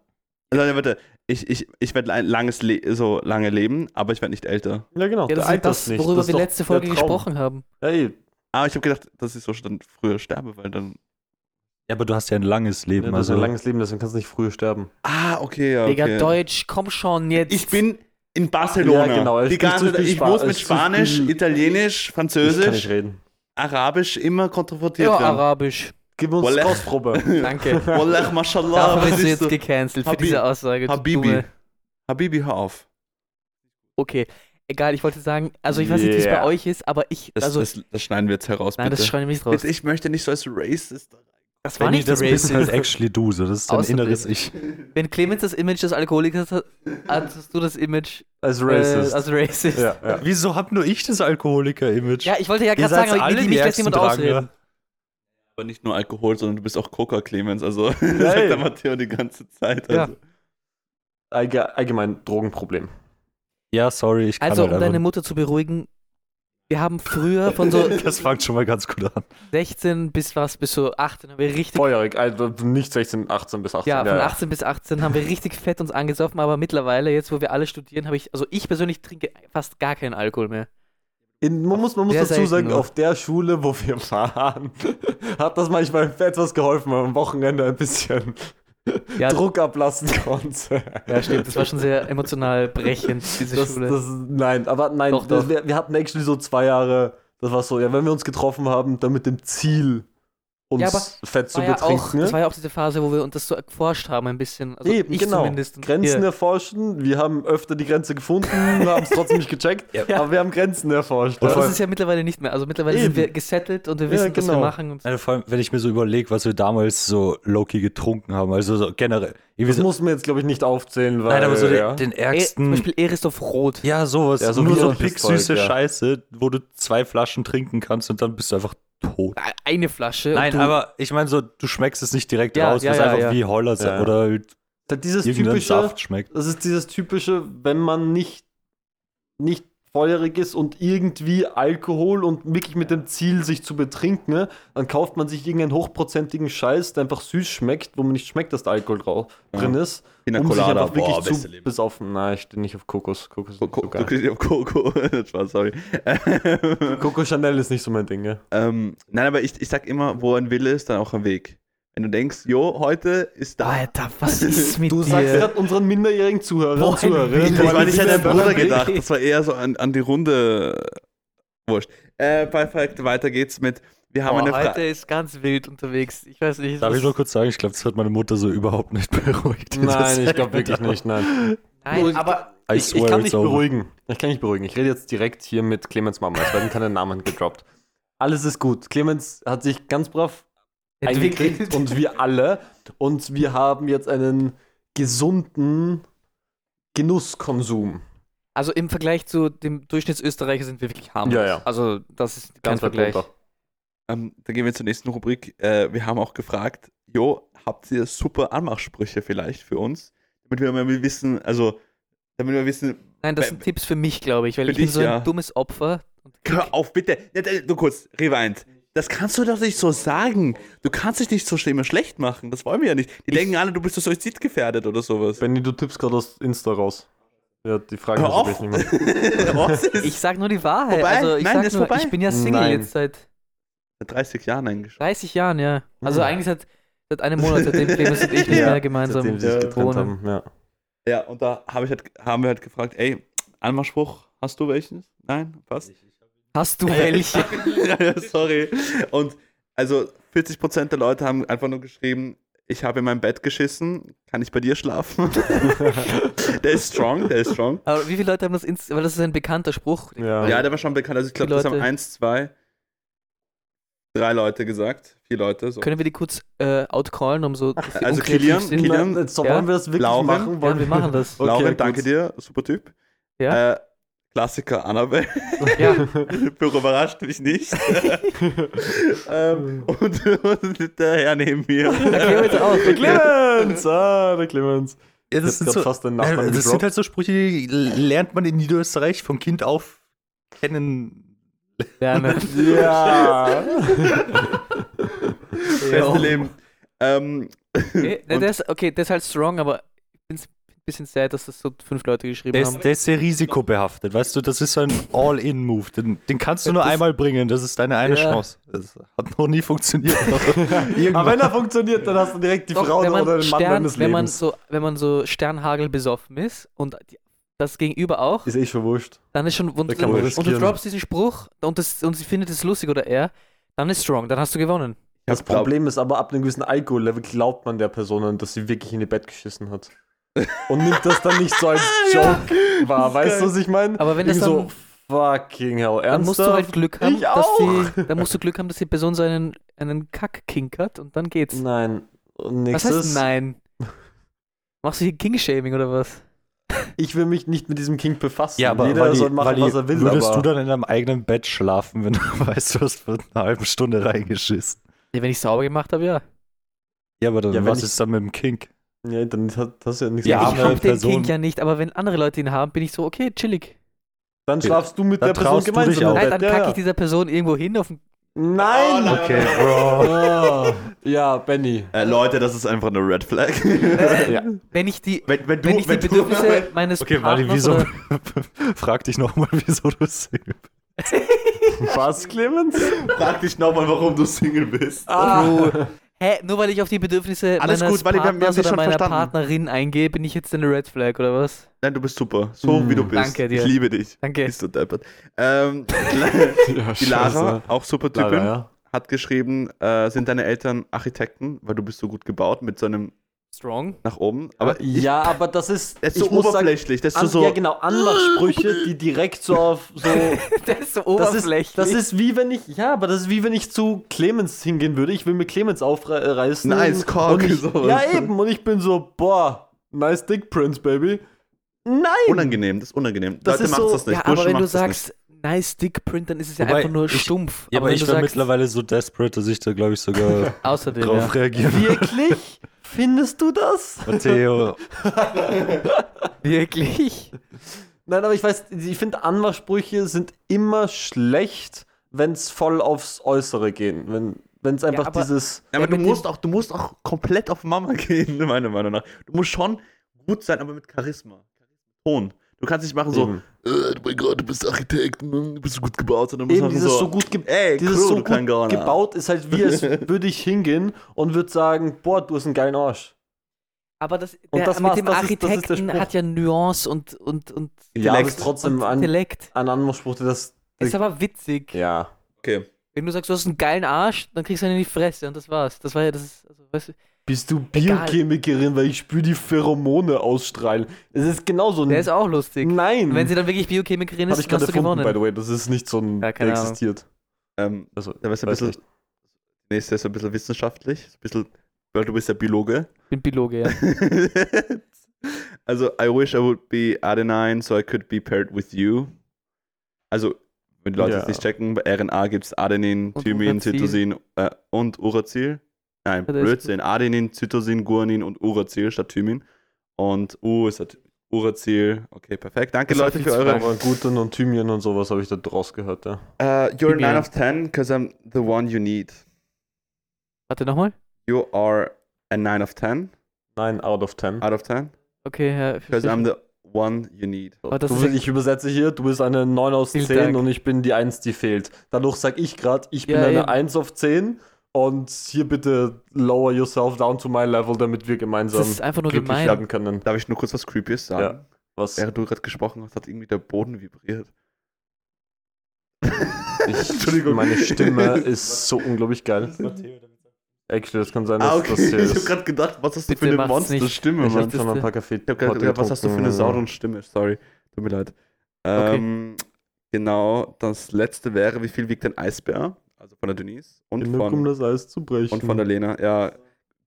Speaker 3: Äh, Nein, warte, ich, ich, ich werde ein langes Le so lange leben, aber ich werde nicht älter.
Speaker 2: Ja, genau.
Speaker 1: Ja,
Speaker 2: du
Speaker 1: das ist
Speaker 2: alterst
Speaker 1: das,
Speaker 2: nicht.
Speaker 1: worüber
Speaker 2: Das ist
Speaker 1: wir
Speaker 2: doch
Speaker 1: letzte
Speaker 2: der
Speaker 1: Folge
Speaker 2: Traum.
Speaker 1: gesprochen haben.
Speaker 2: Ja, ey,
Speaker 3: Aber Ah, ich habe gedacht, dass ich so dann früher sterbe, weil dann.
Speaker 4: Ja, aber du hast ja ein langes Leben.
Speaker 2: Ja, das ist
Speaker 4: also,
Speaker 2: ein langes Leben, deswegen kannst du nicht früher sterben.
Speaker 3: Ah, okay, ja.
Speaker 1: Digga,
Speaker 3: Okay.
Speaker 1: Deutsch, komm schon jetzt.
Speaker 3: Ich bin in Barcelona.
Speaker 2: Ja, genau, es
Speaker 3: Die
Speaker 2: ist zu
Speaker 3: ganze,
Speaker 2: viel
Speaker 3: ich
Speaker 2: Spa-
Speaker 3: muss
Speaker 2: es
Speaker 3: mit
Speaker 2: ist zu
Speaker 3: Spanisch,
Speaker 2: viel-
Speaker 3: Italienisch,
Speaker 2: Ich kann
Speaker 3: Französisch.
Speaker 2: nicht reden.
Speaker 3: Arabisch immer kontrovertiert
Speaker 1: ja,
Speaker 3: werden.
Speaker 1: Arabisch.
Speaker 2: Gib uns
Speaker 3: Wallah.
Speaker 2: Kostprobe.
Speaker 1: Danke.
Speaker 3: Wallah, mashallah,
Speaker 1: Dafür
Speaker 3: was
Speaker 1: bist du
Speaker 3: ist
Speaker 1: jetzt
Speaker 3: das?
Speaker 1: gecancelt für
Speaker 3: Habibi.
Speaker 1: diese Aussage. du
Speaker 3: Habibi.
Speaker 1: Dumme.
Speaker 3: Habibi, hör auf.
Speaker 1: Okay. Egal, ich wollte sagen, also ich weiß nicht, wie es bei
Speaker 2: Yeah.
Speaker 1: euch ist, aber ich,
Speaker 3: Das,
Speaker 1: also,
Speaker 3: das, das schneiden wir jetzt heraus,
Speaker 1: nein, das
Speaker 3: bitte.
Speaker 1: schreien wir nicht raus.
Speaker 3: bitte. Ich möchte nicht so als Racist.
Speaker 1: Das war
Speaker 4: Benny,
Speaker 1: nicht
Speaker 4: das bist
Speaker 1: racist.
Speaker 4: jetzt actually du, so, das ist dein
Speaker 1: Außer
Speaker 4: inneres
Speaker 1: Bild.
Speaker 4: Ich.
Speaker 1: Wenn Clemens das Image des Alkoholikers hat, hattest du das Image
Speaker 2: Als
Speaker 1: Äh,
Speaker 2: Racist.
Speaker 1: als Racist.
Speaker 2: ja,
Speaker 1: Ja.
Speaker 2: ja.
Speaker 4: Wieso hab nur ich das Alkoholiker-Image?
Speaker 1: ich wollte ja
Speaker 4: Ihr
Speaker 1: gerade sagen,
Speaker 4: seid
Speaker 1: aber ich
Speaker 4: alle
Speaker 1: will
Speaker 4: die
Speaker 1: nicht, dass
Speaker 4: ärgsten
Speaker 1: jemand ausredet.
Speaker 4: Drangler.
Speaker 3: Aber nicht nur Alkohol, sondern du bist auch Coca Clemens. Also sagt der Matteo die ganze Zeit.
Speaker 1: Ja.
Speaker 3: Also.
Speaker 2: Allge allgemein Drogenproblem.
Speaker 4: Ja, sorry, ich kann
Speaker 1: Also,
Speaker 4: halt
Speaker 1: um deine
Speaker 4: einfach.
Speaker 1: Mutter zu beruhigen, wir haben früher von so
Speaker 4: Das fängt schon mal ganz gut an.
Speaker 1: 16 bis was, bis so 18, haben wir richtig,
Speaker 2: Feuerig, also nicht 16, 18 bis 18.
Speaker 1: ja, von 18 bis 18 haben wir richtig fett uns angesoffen, aber mittlerweile, jetzt wo wir alle studieren, habe ich, also ich persönlich trinke fast gar keinen Alkohol mehr.
Speaker 2: In, man muss, man muss
Speaker 1: Sehr
Speaker 2: dazu sagen,
Speaker 1: selten nur.
Speaker 2: auf der Schule, wo wir waren, hat das manchmal etwas geholfen, weil man am Wochenende ein bisschen
Speaker 1: Ja,
Speaker 2: Druck ablassen konnte.
Speaker 1: ja, stimmt, das war schon sehr emotional brechend, diese
Speaker 2: Das,
Speaker 1: Schule.
Speaker 2: das, nein, aber nein,
Speaker 1: Doch,
Speaker 2: das,
Speaker 1: doch.
Speaker 2: Wir, wir hatten actually so zwei Jahre, das war so, ja, wenn wir uns getroffen haben, dann mit dem Ziel, uns
Speaker 1: Ja, aber
Speaker 2: fett zu
Speaker 1: war ja auch,
Speaker 2: betrinken. ne?
Speaker 1: das war ja auch diese Phase, wo wir uns das so erforscht haben ein bisschen. Also
Speaker 2: Eben,
Speaker 1: ich
Speaker 2: genau.
Speaker 1: zumindest. und
Speaker 2: Grenzen
Speaker 1: ihr.
Speaker 2: erforschen. Wir haben öfter die Grenze gefunden, haben es trotzdem nicht gecheckt,
Speaker 4: Ja.
Speaker 2: aber wir haben Grenzen erforscht.
Speaker 1: Aber
Speaker 2: Ja.
Speaker 1: das ist ja mittlerweile nicht mehr. Also mittlerweile
Speaker 2: Eben.
Speaker 1: sind wir gesettelt und wir
Speaker 2: Ja,
Speaker 1: wissen, was wir
Speaker 2: genau.
Speaker 1: machen. E- Und
Speaker 4: Nein, Also, vor allem, wenn ich mir so überlege, was wir damals so low-key getrunken haben, also so generell. Irgendwie
Speaker 2: das
Speaker 4: so,
Speaker 2: muss man jetzt, glaube ich, nicht aufzählen, weil.
Speaker 4: nein, aber so
Speaker 2: ja.
Speaker 4: den, den
Speaker 1: Eh, zum
Speaker 4: ärgsten.
Speaker 1: Beispiel Eristoff Rot.
Speaker 4: äh, ja, sowas.
Speaker 2: Ja, so
Speaker 4: Nur so
Speaker 2: widerliches Zeug,
Speaker 4: picksüße
Speaker 2: ja.
Speaker 4: Scheiße, wo du zwei Flaschen trinken kannst und dann bist du einfach tot.
Speaker 1: E- Eine Flasche. und
Speaker 4: Nein,
Speaker 1: du,
Speaker 4: aber ich meine so, du schmeckst es nicht direkt
Speaker 1: Ja,
Speaker 4: raus,
Speaker 1: ja,
Speaker 4: was
Speaker 1: ja,
Speaker 4: einfach
Speaker 1: ja.
Speaker 4: wie Holler
Speaker 2: Ja.
Speaker 4: oder halt
Speaker 2: Da- dieses
Speaker 4: irgendein
Speaker 2: typische,
Speaker 4: Saft schmeckt.
Speaker 2: das ist dieses typische, wenn man nicht, nicht volljährig ist und irgendwie Alkohol und wirklich mit dem Ziel, sich zu betrinken, ne, dann kauft man sich irgendeinen hochprozentigen Scheiß, der einfach süß schmeckt, wo man nicht schmeckt, dass da Alkohol drau-
Speaker 3: Ja.
Speaker 2: drin ist.
Speaker 3: Pina
Speaker 2: um sich
Speaker 3: Colada,
Speaker 2: einfach wirklich
Speaker 3: boah, beste
Speaker 2: zu
Speaker 3: Leben.
Speaker 2: besoffen. Nein, ich stehe nicht auf Kokos. Kokos ist
Speaker 3: Co-
Speaker 2: nicht
Speaker 3: Co-
Speaker 2: so
Speaker 3: Du
Speaker 2: geil.
Speaker 3: kriegst ja Coco. Spaß, sorry.
Speaker 2: Coco Chanel ist nicht so mein Ding, ja.
Speaker 3: ähm, nein, aber ich, ich sag immer, wo ein Wille ist, dann auch ein Weg. Wenn du denkst, jo, heute ist
Speaker 2: Ah,
Speaker 3: da.
Speaker 1: Alter, was ist mit
Speaker 2: Du sagst
Speaker 1: dir?
Speaker 2: gerade unseren minderjährigen Zuhörern
Speaker 1: Boah,
Speaker 2: und Zuhörerinnen.
Speaker 1: ein
Speaker 3: Das war nicht an deinen
Speaker 1: Wille.
Speaker 3: Bruder gedacht, das war eher so an, an die Runde. Wurscht. Äh, perfekt, weiter geht's mit. Wir haben
Speaker 1: Boah,
Speaker 3: eine
Speaker 1: heute
Speaker 3: Frage.
Speaker 1: ist ganz wild unterwegs. Ich weiß nicht.
Speaker 4: Darf
Speaker 1: das-
Speaker 4: ich nur kurz sagen, ich glaube, das hat meine Mutter so überhaupt nicht beruhigt. die das
Speaker 2: Nein, ich
Speaker 4: sagt.
Speaker 2: glaube wirklich nicht, nein.
Speaker 1: Nein, aber
Speaker 4: I
Speaker 2: ich, ich
Speaker 4: swear
Speaker 2: kann
Speaker 4: it's
Speaker 2: dich
Speaker 4: over.
Speaker 2: beruhigen. Ich kann dich beruhigen. Ich rede jetzt direkt hier mit Clemens Mama. Es werden keine Namen gedroppt. Alles ist gut. Clemens hat sich ganz brav eingekriegt und wir alle. Und wir haben jetzt einen gesunden Genusskonsum.
Speaker 1: Also im Vergleich zu dem Durchschnittsösterreicher sind wir wirklich harmlos.
Speaker 2: Ja, ja.
Speaker 1: Also das ist kein
Speaker 2: Ganz weit
Speaker 1: Vergleich.
Speaker 2: runter.
Speaker 3: Ähm, dann gehen wir zur nächsten Rubrik. Äh, wir haben auch gefragt, jo, habt ihr super Anmachsprüche vielleicht für uns? Damit wir mal wissen, also, damit wir wissen,
Speaker 1: Nein, das
Speaker 3: Bei-
Speaker 1: sind Tipps für mich, glaube ich, weil
Speaker 3: Für
Speaker 1: ich bin
Speaker 3: dich,
Speaker 1: so ein
Speaker 3: ja.
Speaker 1: dummes Opfer. Und
Speaker 3: Hör auf, bitte. Ja, da- Nur kurz, Rewind. Das kannst du doch nicht so sagen. Du kannst dich nicht so immer schlecht machen. Das wollen wir ja nicht. Die denken alle, du bist so suizidgefährdet oder sowas.
Speaker 2: Benny, du tippst gerade aus Insta raus. Ja, die Frage
Speaker 3: Hör
Speaker 2: ist
Speaker 3: auf.
Speaker 2: wirklich nicht mehr.
Speaker 3: Was ist-
Speaker 1: ich sag nur die Wahrheit.
Speaker 3: Vorbei?
Speaker 1: Also ich
Speaker 3: Nein,
Speaker 1: sag
Speaker 3: ist
Speaker 1: nur,
Speaker 3: vorbei.
Speaker 1: ich bin ja Single
Speaker 2: Nein.
Speaker 1: jetzt seit
Speaker 3: Seit 30 Jahren eingeschrieben.
Speaker 1: 30 Jahren, ja. Also
Speaker 2: Hm.
Speaker 1: eigentlich seit, seit einem Monat, seitdem Clemens und ich nicht
Speaker 3: Ja,
Speaker 1: mehr gemeinsam
Speaker 2: Seitdem sie sich
Speaker 3: Ja.
Speaker 2: getrennt
Speaker 1: wohnen.
Speaker 2: haben. Ja.
Speaker 3: Ja, und da hab ich halt, haben wir halt gefragt, ey, Anmachspruch, hast du welchen? Nein, passt.
Speaker 1: Hast du welche?
Speaker 3: Sorry. Und also 40% der Leute haben einfach nur geschrieben, ich habe in meinem Bett geschissen, kann ich bei dir schlafen? der ist strong, der ist strong.
Speaker 1: Aber wie viele Leute haben das Inst Weil das ist ein bekannter Spruch.
Speaker 2: Ja.
Speaker 3: Ja, der war schon bekannt. Also ich glaube,
Speaker 1: Viele
Speaker 3: das haben
Speaker 1: Leute.
Speaker 3: eins, zwei, drei Leute gesagt. Vier Leute. So.
Speaker 1: Können wir die kurz äh, outcallen, um so. dass sie
Speaker 3: also
Speaker 1: unkreativ
Speaker 3: Kilian-
Speaker 1: sind?
Speaker 3: Kilian-
Speaker 2: Kilian, jetzt wollen
Speaker 1: Ja.
Speaker 2: wir das wirklich
Speaker 3: Lauren?
Speaker 2: machen? Wollen
Speaker 1: Ja, wir machen das.
Speaker 2: Okay,
Speaker 3: Lauren,
Speaker 2: gut.
Speaker 3: danke dir, super Typ.
Speaker 1: Ja.
Speaker 3: Äh, Klassiker Annabelle.
Speaker 1: Ja.
Speaker 3: Büro überrascht mich nicht. ähm, und, und der Herr neben mir.
Speaker 1: Da gehen wir jetzt auf.
Speaker 2: Der Clemens! Ah, der Clemens.
Speaker 4: Ja,
Speaker 2: das sind so- Nein,
Speaker 4: das sind halt so Sprüche, die lernt man in Niederösterreich vom Kind auf kennen.
Speaker 1: Gerne.
Speaker 2: Ja.
Speaker 3: Beste
Speaker 4: Genau.
Speaker 3: Leben. Ähm,
Speaker 1: Okay, ne, der ist, okay, der ist halt strong, aber ich bin ein bisschen sad, dass das so fünf Leute geschrieben
Speaker 4: Der
Speaker 1: haben.
Speaker 4: ist, der ist sehr risikobehaftet, weißt du, das ist so ein All-In-Move. Den, den kannst du nur
Speaker 1: Das-
Speaker 4: einmal bringen, das ist deine eine
Speaker 1: Ja.
Speaker 4: Chance. Das hat noch nie funktioniert. Irgendwann-
Speaker 2: Aber wenn er funktioniert, dann hast du direkt die
Speaker 1: Doch,
Speaker 2: Frau
Speaker 1: wenn man
Speaker 2: oder den Mann
Speaker 1: Stern,
Speaker 2: deines
Speaker 1: wenn man
Speaker 2: Lebens.
Speaker 1: so, wenn man so Sternhagel besoffen ist und die, das Gegenüber auch,
Speaker 2: Ist eh schon wurscht.
Speaker 1: dann ist schon und,
Speaker 2: Da kann
Speaker 1: und
Speaker 2: man
Speaker 1: du
Speaker 2: riskieren.
Speaker 1: droppst diesen Spruch und, das, und sie findet es lustig oder er, dann ist strong, dann hast du gewonnen.
Speaker 2: Das
Speaker 3: glaub-
Speaker 2: Problem ist aber, ab einem gewissen Alkohollevel glaubt man der Person an, dass sie wirklich in ihr Bett geschissen hat. Und nimmt das dann nicht so als Joke wahr. Weißt du, was ich meine?
Speaker 1: Aber wenn das dann-
Speaker 2: Irgendwie so fucking hell ernsthaft.
Speaker 1: Dann musst du halt Glück haben,
Speaker 2: Ich
Speaker 1: dass
Speaker 2: auch.
Speaker 1: die, dann musst du Glück haben, dass die Person so einen, einen Kack-Kink hat und dann geht's.
Speaker 2: Nein. Und
Speaker 1: was
Speaker 2: nächstes.
Speaker 1: heißt nein? Machst du hier King-Shaming oder was?
Speaker 2: Ich will mich nicht mit diesem King befassen.
Speaker 4: Ja, aber
Speaker 2: Jeder
Speaker 4: Wally,
Speaker 2: soll machen,
Speaker 4: Wally,
Speaker 2: was er will.
Speaker 4: würdest
Speaker 2: aber
Speaker 4: du dann in deinem eigenen Bett schlafen, wenn du weißt, du hast für eine halbe Stunde reingeschissen?
Speaker 1: Ja, wenn ich sauber gemacht habe, ja.
Speaker 4: Ja, aber dann,
Speaker 2: Ja, wenn
Speaker 4: was
Speaker 2: ich-
Speaker 4: ist dann mit dem Kink?
Speaker 2: Ja, dann hat, hast du ja nichts
Speaker 4: Ja,
Speaker 2: gesagt.
Speaker 1: ich
Speaker 4: aber-
Speaker 1: hab den
Speaker 4: Person-
Speaker 1: Kink ja nicht, aber wenn andere Leute ihn haben, bin ich so, okay, chillig.
Speaker 2: Dann schlafst du mit
Speaker 4: Dann
Speaker 2: der Person
Speaker 4: traust du dich
Speaker 2: gemeinsam.
Speaker 4: auch.
Speaker 2: im
Speaker 1: Nein,
Speaker 2: Bett.
Speaker 1: dann
Speaker 2: Oh, Ja,
Speaker 1: kacke
Speaker 2: ja.
Speaker 1: ich dieser Person irgendwo hin auf den
Speaker 2: Nein!
Speaker 3: Okay,
Speaker 4: Bro.
Speaker 2: Ah, ja, Benny.
Speaker 3: äh, Leute, das ist einfach eine Red Flag.
Speaker 2: Ja.
Speaker 1: Wenn ich die,
Speaker 3: Wenn, wenn
Speaker 1: wenn ich die Bedürfnisse meines
Speaker 4: Okay, Wally,
Speaker 1: Partners
Speaker 4: wieso?
Speaker 1: oder-
Speaker 4: Frag dich nochmal, wieso du Single bist.
Speaker 2: Was, Clemens?
Speaker 3: frag dich nochmal, warum du Single bist.
Speaker 1: Bro. Hä, nur weil ich auf die Bedürfnisse
Speaker 3: Alles
Speaker 1: meines
Speaker 3: gut, Wally, wir haben- wir
Speaker 1: Partners
Speaker 3: haben dich
Speaker 1: oder
Speaker 3: schon
Speaker 1: meiner
Speaker 3: verstanden.
Speaker 1: Partnerin eingehe, bin ich jetzt eine Red Flag oder was?
Speaker 3: Nein, du bist super. So
Speaker 2: Mm.
Speaker 3: wie du bist.
Speaker 1: Danke dir.
Speaker 3: Ich liebe dich.
Speaker 1: Danke.
Speaker 3: Bist du deppert. Ähm,
Speaker 2: Ja,
Speaker 3: die Lara, auch super Typin,
Speaker 2: Lara, ja.
Speaker 3: hat geschrieben, äh, sind deine Eltern Architekten, weil du bist so gut gebaut mit so einem
Speaker 1: Strong.
Speaker 3: nach oben. Aber ich,
Speaker 2: ja, aber das ist.
Speaker 3: das ist so
Speaker 2: ich muss sagen,
Speaker 3: oberflächlich. das
Speaker 2: an,
Speaker 3: ist so,
Speaker 2: Ja, genau, Anmachsprüche, die direkt so auf so.
Speaker 1: Das ist so
Speaker 2: Das ist,
Speaker 1: oberflächlich.
Speaker 2: das ist wie wenn ich, ja, aber das ist wie wenn ich zu Clemens hingehen würde. Ich will mir Clemens aufreißen.
Speaker 3: Nice cock,
Speaker 2: und ich,
Speaker 3: sowas.
Speaker 2: Ja, eben. Und ich bin so, boah, nice dick Prince, baby. Nein!
Speaker 3: unangenehm. Das ist unangenehm.
Speaker 2: Das
Speaker 3: Leute,
Speaker 2: ist
Speaker 3: macht
Speaker 2: so-
Speaker 3: das nicht.
Speaker 1: ja, aber
Speaker 3: Bursche,
Speaker 1: wenn du
Speaker 3: macht das nicht.
Speaker 1: sagst, nice dick print, dann ist es ja
Speaker 4: Wobei,
Speaker 1: einfach nur
Speaker 4: ich-
Speaker 1: stumpf.
Speaker 4: Ja, aber
Speaker 1: wenn
Speaker 4: ich
Speaker 1: du
Speaker 4: wäre
Speaker 1: sagst,
Speaker 4: mittlerweile so desperate, dass ich da, glaube ich, sogar
Speaker 1: außerdem,
Speaker 4: drauf reagieren würde.
Speaker 2: Wirklich? Findest du das?
Speaker 4: Matteo,
Speaker 1: ja. Wirklich?
Speaker 2: Nein, aber ich weiß, ich finde Anmachsprüche sind immer schlecht, wenn es voll aufs Äußere gehen. Wenn es einfach
Speaker 1: aber-
Speaker 2: dieses.
Speaker 3: Ja, aber
Speaker 1: Ey,
Speaker 3: du
Speaker 1: mit
Speaker 3: musst, auch, du musst auch komplett auf Mama gehen, meiner Meinung nach. Du musst schon gut sein, aber mit Charisma. Ton. Du kannst nicht machen so,
Speaker 2: eben,
Speaker 3: äh, mein Gott, du bist Architekt, hm, du bist so gut gebaut. Sondern du musst
Speaker 2: eben
Speaker 3: einfach
Speaker 2: dieses so gut gebaut.
Speaker 3: ey,
Speaker 2: Dieses
Speaker 3: Crow,
Speaker 2: so
Speaker 3: du
Speaker 2: gut
Speaker 3: kleiner Gauner.
Speaker 2: gebaut ist halt wie, als würde ich hingehen und würde sagen, boah, du hast einen geilen Arsch.
Speaker 1: Aber das, der,
Speaker 2: Und das
Speaker 1: mit
Speaker 2: war's,
Speaker 1: dem
Speaker 2: das ist- das ist der
Speaker 1: Architekten
Speaker 2: Spruch.
Speaker 1: hat ja Nuance und, und, und,
Speaker 2: Ja, aber es ist
Speaker 3: Relaxed.
Speaker 2: trotzdem
Speaker 1: und
Speaker 2: ein,
Speaker 1: Intellekt.
Speaker 2: ein Anmachspruch, der das.
Speaker 1: Ist aber witzig.
Speaker 2: Ja.
Speaker 3: Okay.
Speaker 1: Wenn du sagst, du hast einen geilen Arsch, dann kriegst du einen in die Fresse und das war's. Das war ja das. Ist, also, weißt du,
Speaker 2: Hm. Bist du
Speaker 1: Egal.
Speaker 2: Biochemikerin, weil ich spüre die Pheromone ausstrahlen. Es ist genauso
Speaker 1: der ist auch lustig.
Speaker 2: Nein.
Speaker 1: Und wenn sie dann wirklich Biochemikerin ist,
Speaker 2: Habe Hm. ich
Speaker 1: hast
Speaker 2: gerade
Speaker 1: du
Speaker 2: erfunden, by
Speaker 1: gewonnen.
Speaker 2: the way. Das ist nicht so ein,
Speaker 1: Ja,
Speaker 2: der
Speaker 1: keine Ahnung.
Speaker 2: existiert.
Speaker 3: Ähm,
Speaker 2: Also,
Speaker 3: da wirst du ein
Speaker 2: Weiß
Speaker 3: bisschen. Nächste ist ein bisschen wissenschaftlich, ein bisschen, weil du bist ja Biologe.
Speaker 1: Ich bin Biologe, ja.
Speaker 3: also, I wish I would be adenine, so I could be paired with you. Also, wenn die Leute
Speaker 2: Ja.
Speaker 3: es nicht checken, bei RNA gibt es Adenin,
Speaker 1: Und
Speaker 3: Thymin,
Speaker 1: Uracil.
Speaker 3: Cytosin äh, und Uracil. Nein,
Speaker 1: Ja, das ist
Speaker 3: Blödsinn. Adenin, Cytosin, Guanin und Uracil statt Thymin. Und U ist halt Uracil. Okay, perfekt. Danke,
Speaker 2: Das war
Speaker 3: Leute,
Speaker 2: viel
Speaker 3: für
Speaker 2: zu
Speaker 3: eure.
Speaker 2: Aber Guten und Thymian und sowas habe ich da draus gehört, ja.
Speaker 3: Uh, you're
Speaker 1: Thymian.
Speaker 3: 9 of 10, because I'm the one you need.
Speaker 1: Warte nochmal.
Speaker 3: You are a 9 of 10,
Speaker 2: Nein, out of 10.
Speaker 3: out of 10,
Speaker 1: Okay, ja.
Speaker 3: because
Speaker 1: verstehe.
Speaker 3: I'm the one you need.
Speaker 1: Aber das
Speaker 2: du,
Speaker 1: ist
Speaker 2: bist-
Speaker 1: ja-
Speaker 2: ich übersetze hier, du bist eine 9 aus
Speaker 1: Vielen
Speaker 2: 10
Speaker 1: Dank.
Speaker 2: und ich bin die 1, die fehlt. Dadurch sage ich gerade, ich bin
Speaker 1: Ja,
Speaker 2: eine
Speaker 1: eben.
Speaker 2: 1 auf 10 und hier bitte lower yourself down to my level, damit wir gemeinsam
Speaker 1: Das ist einfach nur
Speaker 2: glücklich
Speaker 1: gemein.
Speaker 2: werden können.
Speaker 3: Darf ich nur kurz was Creepyes sagen?
Speaker 2: Was?
Speaker 3: Während du gerade gesprochen hast, hat irgendwie der Boden vibriert.
Speaker 2: Ich,
Speaker 3: Entschuldigung.
Speaker 2: Meine Stimme ist so unglaublich geil. Actually, das kann sein, dass
Speaker 3: Ah, okay.
Speaker 2: das hier
Speaker 3: Ich
Speaker 2: ist.
Speaker 3: hab grad gedacht, was hast du
Speaker 1: Bitte
Speaker 3: für eine
Speaker 1: macht's nicht.
Speaker 3: Monsterstimme,
Speaker 2: ich
Speaker 3: Mann?
Speaker 2: hab schon mal ein paar Kaffee.
Speaker 3: Ich hab grad gedacht, was hast du für eine sauren Stimme? Sorry, tut mir leid. Ähm, Genau, das letzte wäre, wie viel wiegt ein Eisbär? Also von der Denise und
Speaker 2: Genug, um
Speaker 3: von,
Speaker 2: das Eis zu brechen.
Speaker 3: und von der Lena. Ja,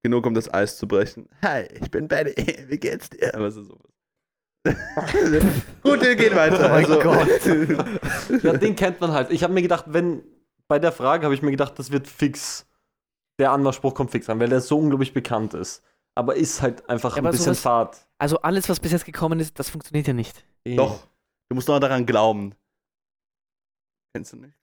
Speaker 3: genug, um das Eis zu brechen. Hi, ich bin Benny, wie geht's dir? Was ist sowas? Gut, wir gehen weiter.
Speaker 2: Oh mein
Speaker 3: also,
Speaker 2: Ja, den kennt man halt. Ich habe mir gedacht, wenn bei der Frage habe ich mir gedacht, das wird fix. Der Anmachspruch kommt fix an, weil der so unglaublich bekannt ist. Aber ist halt einfach
Speaker 1: Ja,
Speaker 2: ein
Speaker 1: aber
Speaker 2: bisschen
Speaker 1: sowas-
Speaker 2: fad.
Speaker 1: Also alles, was bis jetzt gekommen ist, das funktioniert ja nicht.
Speaker 3: Doch, du musst noch daran glauben. Kennst du nicht?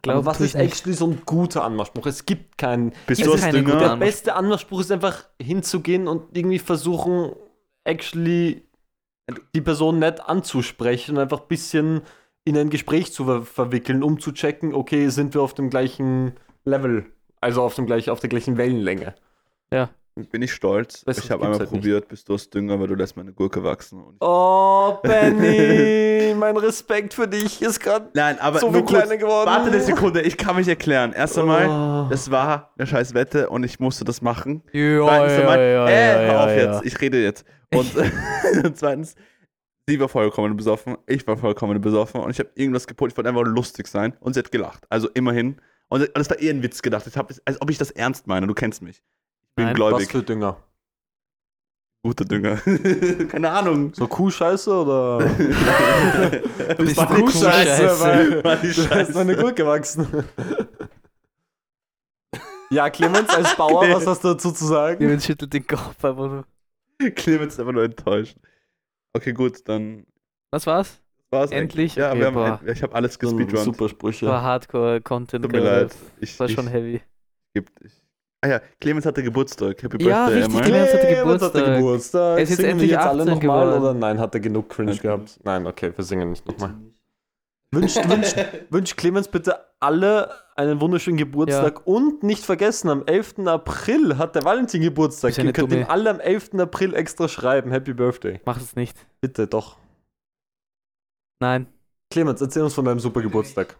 Speaker 1: Glaub,
Speaker 2: Aber was
Speaker 1: tu
Speaker 2: ist
Speaker 1: ich nicht.
Speaker 2: actually so ein guter Anmachspruch? Es gibt keinen.
Speaker 3: Bist
Speaker 1: Gibt es
Speaker 3: du das
Speaker 1: keine
Speaker 3: Dünger?
Speaker 1: gute
Speaker 2: Der
Speaker 1: Anmachspruch.
Speaker 2: beste Anmachspruch ist einfach hinzugehen und irgendwie versuchen, actually die Person nett anzusprechen und einfach ein bisschen in ein Gespräch zu ver verwickeln, um zu checken, okay, sind wir auf dem gleichen Level, also auf, dem gleich, auf der gleichen Wellenlänge.
Speaker 3: Bin ich stolz.
Speaker 2: Besseres
Speaker 3: ich habe
Speaker 2: gibt's
Speaker 3: einmal
Speaker 2: halt nicht.
Speaker 3: probiert, bist du das Dünger, weil du lässt meine Gurke wachsen. Und
Speaker 2: Oh, Benny, mein Respekt für dich ist gerade
Speaker 3: Nein, aber
Speaker 2: so
Speaker 3: nur
Speaker 2: viel
Speaker 3: kurz.
Speaker 2: kleiner geworden.
Speaker 3: Warte eine Sekunde, ich kann mich erklären. Erst einmal,
Speaker 2: Oh.
Speaker 3: das war eine scheiß Wette und ich musste das machen.
Speaker 1: Ja,
Speaker 3: Zweitens einmal, äh, hör auf
Speaker 1: ja.
Speaker 3: jetzt, ich rede jetzt. Und, und zweitens, sie war vollkommen besoffen, ich war vollkommen besoffen und ich habe irgendwas gepolt, ich wollte einfach lustig sein und sie hat gelacht. Also immerhin. Und und das war eher ein Witz gedacht. Ich hab, als ob ich das ernst meine, du kennst mich. Ich bin
Speaker 1: Nein,
Speaker 2: Was
Speaker 3: gläubig.
Speaker 2: für Dünger?
Speaker 3: Guter Dünger. Keine Ahnung.
Speaker 2: So Kuhscheiße oder?
Speaker 3: Oh. das
Speaker 1: bist
Speaker 3: war
Speaker 1: eine
Speaker 3: die
Speaker 1: Kuhscheiße.
Speaker 3: Scheiße. War die
Speaker 2: Da ist
Speaker 3: Scheiße.
Speaker 2: meine Gurke gewachsen. ja, Clemens, als Bauer, was hast du dazu zu sagen?
Speaker 1: Jemand schüttelt den Kopf einfach nur.
Speaker 3: Clemens ist einfach nur enttäuscht. Okay, gut, dann
Speaker 1: Was war's?
Speaker 3: war's.
Speaker 1: Endlich?
Speaker 3: Ja,
Speaker 1: Okay,
Speaker 3: wir haben,
Speaker 1: boah.
Speaker 3: ich habe alles
Speaker 2: So
Speaker 3: gespeedrunnt.
Speaker 2: Super Sprüche.
Speaker 1: War Hardcore-Content.
Speaker 3: Tut mir
Speaker 1: gerade.
Speaker 3: leid. Ich,
Speaker 1: Das war
Speaker 3: ich,
Speaker 1: schon heavy.
Speaker 3: geb- ich, ah ja, Clemens hatte Geburtstag. Happy
Speaker 1: Ja,
Speaker 3: Birthday,
Speaker 1: richtig,
Speaker 3: Emma.
Speaker 1: Clemens. hatte
Speaker 2: Clemens hatte
Speaker 1: Geburtstag.
Speaker 2: Geburtstag.
Speaker 1: Er ist jetzt
Speaker 2: singen
Speaker 1: endlich
Speaker 2: wir jetzt alle
Speaker 1: 18
Speaker 2: nochmal
Speaker 1: geworden.
Speaker 2: oder nein, hat er genug Cringe gehabt? Nein, okay, wir singen nicht nochmal. Wünscht wünsch, wünsch Clemens bitte alle einen wunderschönen Geburtstag und nicht vergessen, am 11. April hat der Valentin Geburtstag.
Speaker 1: Ist ja
Speaker 2: Ihr
Speaker 1: eine
Speaker 2: könnt
Speaker 1: dumme-
Speaker 2: ihm alle am 11. April extra schreiben. Happy Birthday.
Speaker 1: Mach es nicht.
Speaker 2: Bitte doch.
Speaker 1: Nein.
Speaker 2: Clemens, erzähl uns von deinem super Geburtstag.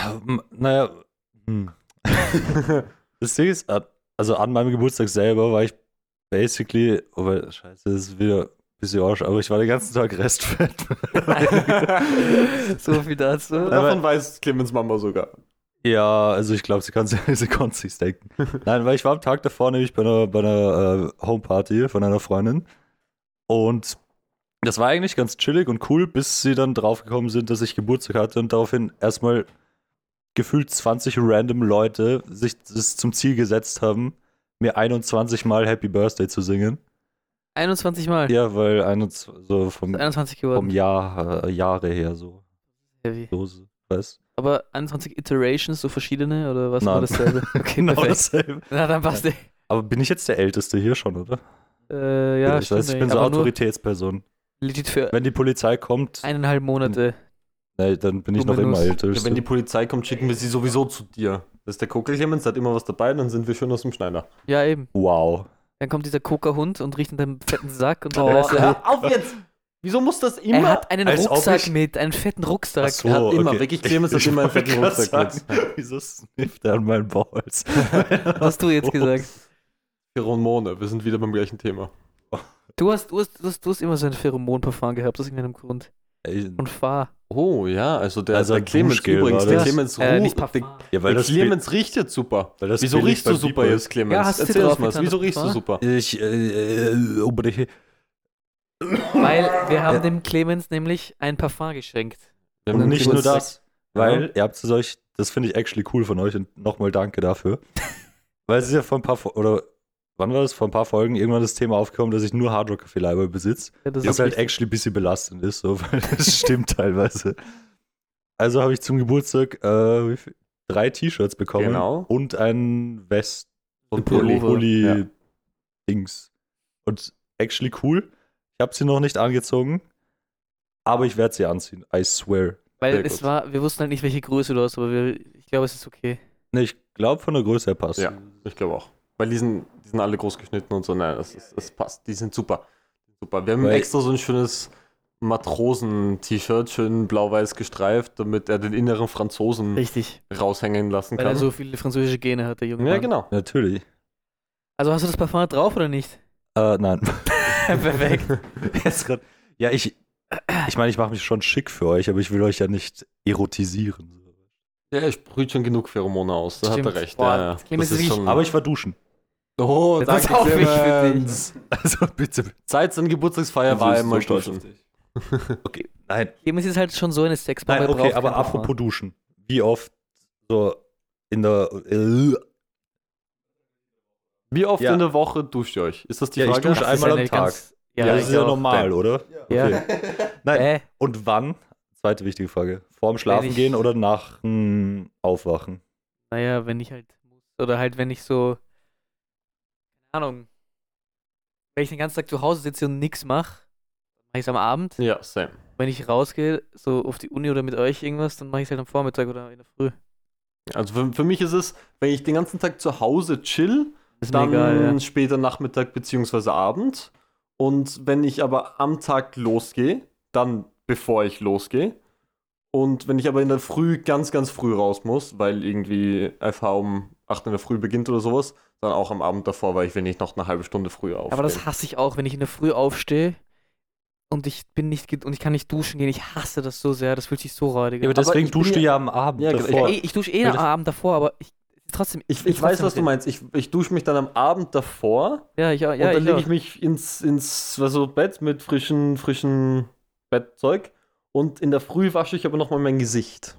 Speaker 4: Ähm, Naja, hm. das Ding ist, an- also an meinem Geburtstag selber war ich basically, aber scheiße, das ist wieder ein bisschen Arsch, aber ich war den ganzen Tag restfett.
Speaker 1: so viel dazu.
Speaker 2: Davon weiß Clemens Mama sogar.
Speaker 4: Ja, also ich glaube, sie kann sie konnte sich's denken. Nein, weil ich war am Tag davor nämlich bei einer, bei einer äh, Homeparty von einer Freundin und das war eigentlich ganz chillig und cool, bis sie dann draufgekommen sind, dass ich Geburtstag hatte und daraufhin erstmal gefühlt 20 random Leute sich das zum Ziel gesetzt haben, mir 21 Mal Happy Birthday zu singen.
Speaker 1: 21 Mal.
Speaker 4: Ja, weil 21, so vom,
Speaker 1: Ist 21
Speaker 4: vom
Speaker 1: geworden.
Speaker 4: Jahr, äh, Jahre her so.
Speaker 1: Heavy.
Speaker 4: Dose, was?
Speaker 1: Aber 21 Iterations, so verschiedene oder was war
Speaker 4: Nein.
Speaker 1: dasselbe? Okay,
Speaker 4: Genau
Speaker 1: perfekt.
Speaker 4: dasselbe.
Speaker 1: Na, dann passt eh.
Speaker 4: Aber bin ich jetzt der Älteste hier schon, oder?
Speaker 1: Äh, ja,
Speaker 4: ich, weiß, ich
Speaker 1: stimmt
Speaker 4: bin
Speaker 1: eigentlich.
Speaker 4: so
Speaker 1: Aber nur
Speaker 4: Autoritätsperson.
Speaker 1: legit für
Speaker 4: Wenn Hm. die Polizei kommt,
Speaker 1: eineinhalb Monate.
Speaker 4: nein, dann bin ich noch immer
Speaker 1: Dominus.
Speaker 4: älter.
Speaker 2: Wenn die Polizei kommt, schicken wir sie sowieso zu dir. Das ist der Kokel Clemens, der hat immer was dabei, dann sind wir schon aus dem Schneider.
Speaker 1: Ja, eben.
Speaker 4: Wow.
Speaker 1: Dann kommt dieser Coca-Hund und riecht in deinem fetten Sack und dann
Speaker 2: Oh,
Speaker 1: weißt du,
Speaker 2: hör auf jetzt! Wieso muss das immer?
Speaker 1: er hat einen
Speaker 4: als ob
Speaker 1: Rucksack
Speaker 4: ich-
Speaker 1: mit, einen fetten Rucksack.
Speaker 4: Ach so,
Speaker 2: Er hat immer,
Speaker 4: okay.
Speaker 2: wirklich Clemens hat
Speaker 4: Ich
Speaker 2: immer einen
Speaker 4: wollte
Speaker 2: fetten
Speaker 4: grad
Speaker 2: Rucksack
Speaker 4: sagen, Wieso snifft er an meinen Balls?
Speaker 1: Hast du jetzt gesagt.
Speaker 2: Pheromone, wir sind wieder beim gleichen Thema.
Speaker 1: Du hast, du hast, du hast, du hast immer so ein Pheromon-Parfum gehabt, aus irgendeinem Grund.
Speaker 4: Ey,
Speaker 1: Und Fahr.
Speaker 2: Oh ja, also der,
Speaker 4: Also
Speaker 2: der
Speaker 4: ein
Speaker 2: Clemens
Speaker 4: Duschgel
Speaker 2: übrigens,
Speaker 4: war
Speaker 2: der
Speaker 4: das.
Speaker 2: Clemens
Speaker 1: Äh, nicht
Speaker 2: Ruhe,
Speaker 1: Parfum.
Speaker 4: ja, weil
Speaker 2: Weil
Speaker 4: das
Speaker 2: Clemens riecht jetzt super.
Speaker 4: Weil das
Speaker 2: wieso
Speaker 4: billig
Speaker 2: riechst du
Speaker 4: beim
Speaker 2: super
Speaker 4: Bieber
Speaker 2: jetzt, Clemens?
Speaker 1: Ja, hast du
Speaker 2: Erzähl
Speaker 1: drauf
Speaker 2: uns mal,
Speaker 1: getan,
Speaker 2: wieso
Speaker 1: das
Speaker 2: riechst du
Speaker 1: war?
Speaker 2: super?
Speaker 4: Ich, äh, äh, unbedingt.
Speaker 1: Weil wir haben dem Clemens nämlich ein Parfum geschenkt.
Speaker 2: Wir haben
Speaker 4: Und
Speaker 2: einen
Speaker 4: nicht nur
Speaker 2: Geburtstag.
Speaker 4: das, weil ihr habt zu solch, das finde ich actually cool von euch und nochmal danke dafür. weil es ist ja vor ein paar, Fo- oder wann war das? Vor ein paar Folgen irgendwann das Thema aufgekommen, dass ich nur hardrock leiber besitze.
Speaker 1: Ja, das
Speaker 4: Das
Speaker 1: ist
Speaker 4: halt
Speaker 1: richtig.
Speaker 4: actually ein bisschen belastend ist, so, weil das stimmt teilweise. Also habe ich zum Geburtstag äh, wie viel? drei T-Shirts bekommen
Speaker 2: Genau.
Speaker 4: und ein West
Speaker 2: Und
Speaker 4: Pulli,
Speaker 2: Pullover.
Speaker 4: Pulli
Speaker 2: Ja.
Speaker 4: Dings. Und actually cool. Ich habe sie noch nicht angezogen, aber ich werde sie anziehen. I swear.
Speaker 1: Weil
Speaker 2: Sehr
Speaker 1: es
Speaker 2: gut.
Speaker 1: war, wir wussten halt nicht, welche Größe du hast, aber wir, ich glaube, es ist okay.
Speaker 4: Ne, ich glaube von der Größe her passt.
Speaker 2: Ja, ich glaube auch. Weil die sind, die sind alle groß geschnitten und so. Nein, das, ist, das passt. Die sind super. Super. Wir haben
Speaker 4: Weil-
Speaker 2: extra so ein schönes Matrosen-T-Shirt, schön blau-weiß gestreift, damit er den inneren
Speaker 4: Hm.
Speaker 2: Franzosen
Speaker 1: Richtig.
Speaker 2: raushängen lassen
Speaker 1: Weil
Speaker 2: kann.
Speaker 1: er so ne? viele französische Gene hat, der junge
Speaker 2: ja,
Speaker 1: Mann.
Speaker 2: genau.
Speaker 4: Natürlich.
Speaker 1: Also hast du das Parfum drauf oder nicht?
Speaker 4: Äh, nein.
Speaker 1: Perfekt.
Speaker 4: Jetzt grad- ja, ich, ich meine, ich mache mich schon schick für euch, aber ich will euch ja nicht erotisieren.
Speaker 2: Ja, er sprüht schon genug Pheromone aus. Da hat
Speaker 1: Stimmt.
Speaker 2: er recht.
Speaker 1: Boah,
Speaker 2: ja, ja.
Speaker 1: Clemens ist wirklich-
Speaker 2: schon,
Speaker 4: Aber ich war duschen.
Speaker 2: oh,
Speaker 1: Das
Speaker 2: danke,
Speaker 1: ist auch wichtig für dich.
Speaker 2: Clemens.
Speaker 4: Also bitte.
Speaker 2: Seit seiner Geburtstagsfeier war er immer duschen.
Speaker 4: Okay, nein.
Speaker 1: Clemens ist halt schon so eine Sexbombe.
Speaker 4: Nein,
Speaker 1: er
Speaker 4: okay,
Speaker 1: braucht
Speaker 4: aber
Speaker 1: kein Parfum.
Speaker 4: apropos Duschen. Wie oft so in der. Äh,
Speaker 2: Wie oft
Speaker 4: Ja.
Speaker 2: in der Woche duscht ihr euch? Ist das die
Speaker 4: Ja, ich
Speaker 2: Frage?
Speaker 4: dusche
Speaker 1: Das
Speaker 4: einmal
Speaker 1: ist
Speaker 4: am
Speaker 1: eine
Speaker 4: Tag.
Speaker 1: ganz-
Speaker 4: ja, das
Speaker 1: ich
Speaker 4: ist ja
Speaker 1: auch.
Speaker 4: normal, oder?
Speaker 1: Ja.
Speaker 4: Okay. Nein.
Speaker 1: Äh,
Speaker 4: Und wann? Zweite wichtige Frage. Vorm Schlafen
Speaker 1: ich-
Speaker 4: gehen oder nach dem Aufwachen?
Speaker 1: naja, wenn ich halt muss. Oder halt, wenn ich so. Keine Ahnung. Wenn ich den ganzen Tag zu Hause sitze und nichts mache, dann mache ich es am Abend.
Speaker 2: Ja, same.
Speaker 1: Wenn ich rausgehe, so auf die Uni oder mit euch irgendwas, dann mache ich es halt am Vormittag oder in der Früh.
Speaker 2: Also für, für mich ist es, wenn ich den ganzen Tag zu Hause chill,
Speaker 1: Ist
Speaker 2: dann
Speaker 1: mir egal, ja.
Speaker 2: später Nachmittag beziehungsweise Abend. Und wenn ich aber am Tag losgehe, dann bevor ich losgehe. Und wenn ich aber in der Früh ganz, ganz früh raus muss, weil irgendwie FH um 8 in der Früh beginnt oder sowas, dann auch am Abend davor, weil ich will nicht noch eine halbe Stunde früher aufstehen.
Speaker 1: Aber das hasse ich auch, wenn ich in der Früh aufstehe und ich bin nicht ge- und ich kann nicht duschen gehen. Ich hasse das so sehr. Das fühlt sich so räudig
Speaker 4: Ja, aber deswegen
Speaker 2: ich bin
Speaker 4: duschst du
Speaker 2: ja-
Speaker 4: ja am Abend
Speaker 2: Ja, genau.
Speaker 4: davor.
Speaker 1: Ja, eh, ich dusche eh
Speaker 4: Weil
Speaker 1: am
Speaker 4: das-
Speaker 1: Abend davor, aber ich trotzdem.
Speaker 2: ich,
Speaker 1: find's
Speaker 2: ich weiß,
Speaker 1: trotzdem
Speaker 2: was du
Speaker 1: okay.
Speaker 2: meinst. Ich, ich dusche mich dann am Abend davor
Speaker 1: Ja, ich, ja,
Speaker 2: und dann lege
Speaker 1: ich,
Speaker 2: ich
Speaker 1: auch.
Speaker 2: mich ins, ins also Bett mit frischem, frischem Bettzeug. Und in der Früh wasche ich aber nochmal mein Gesicht.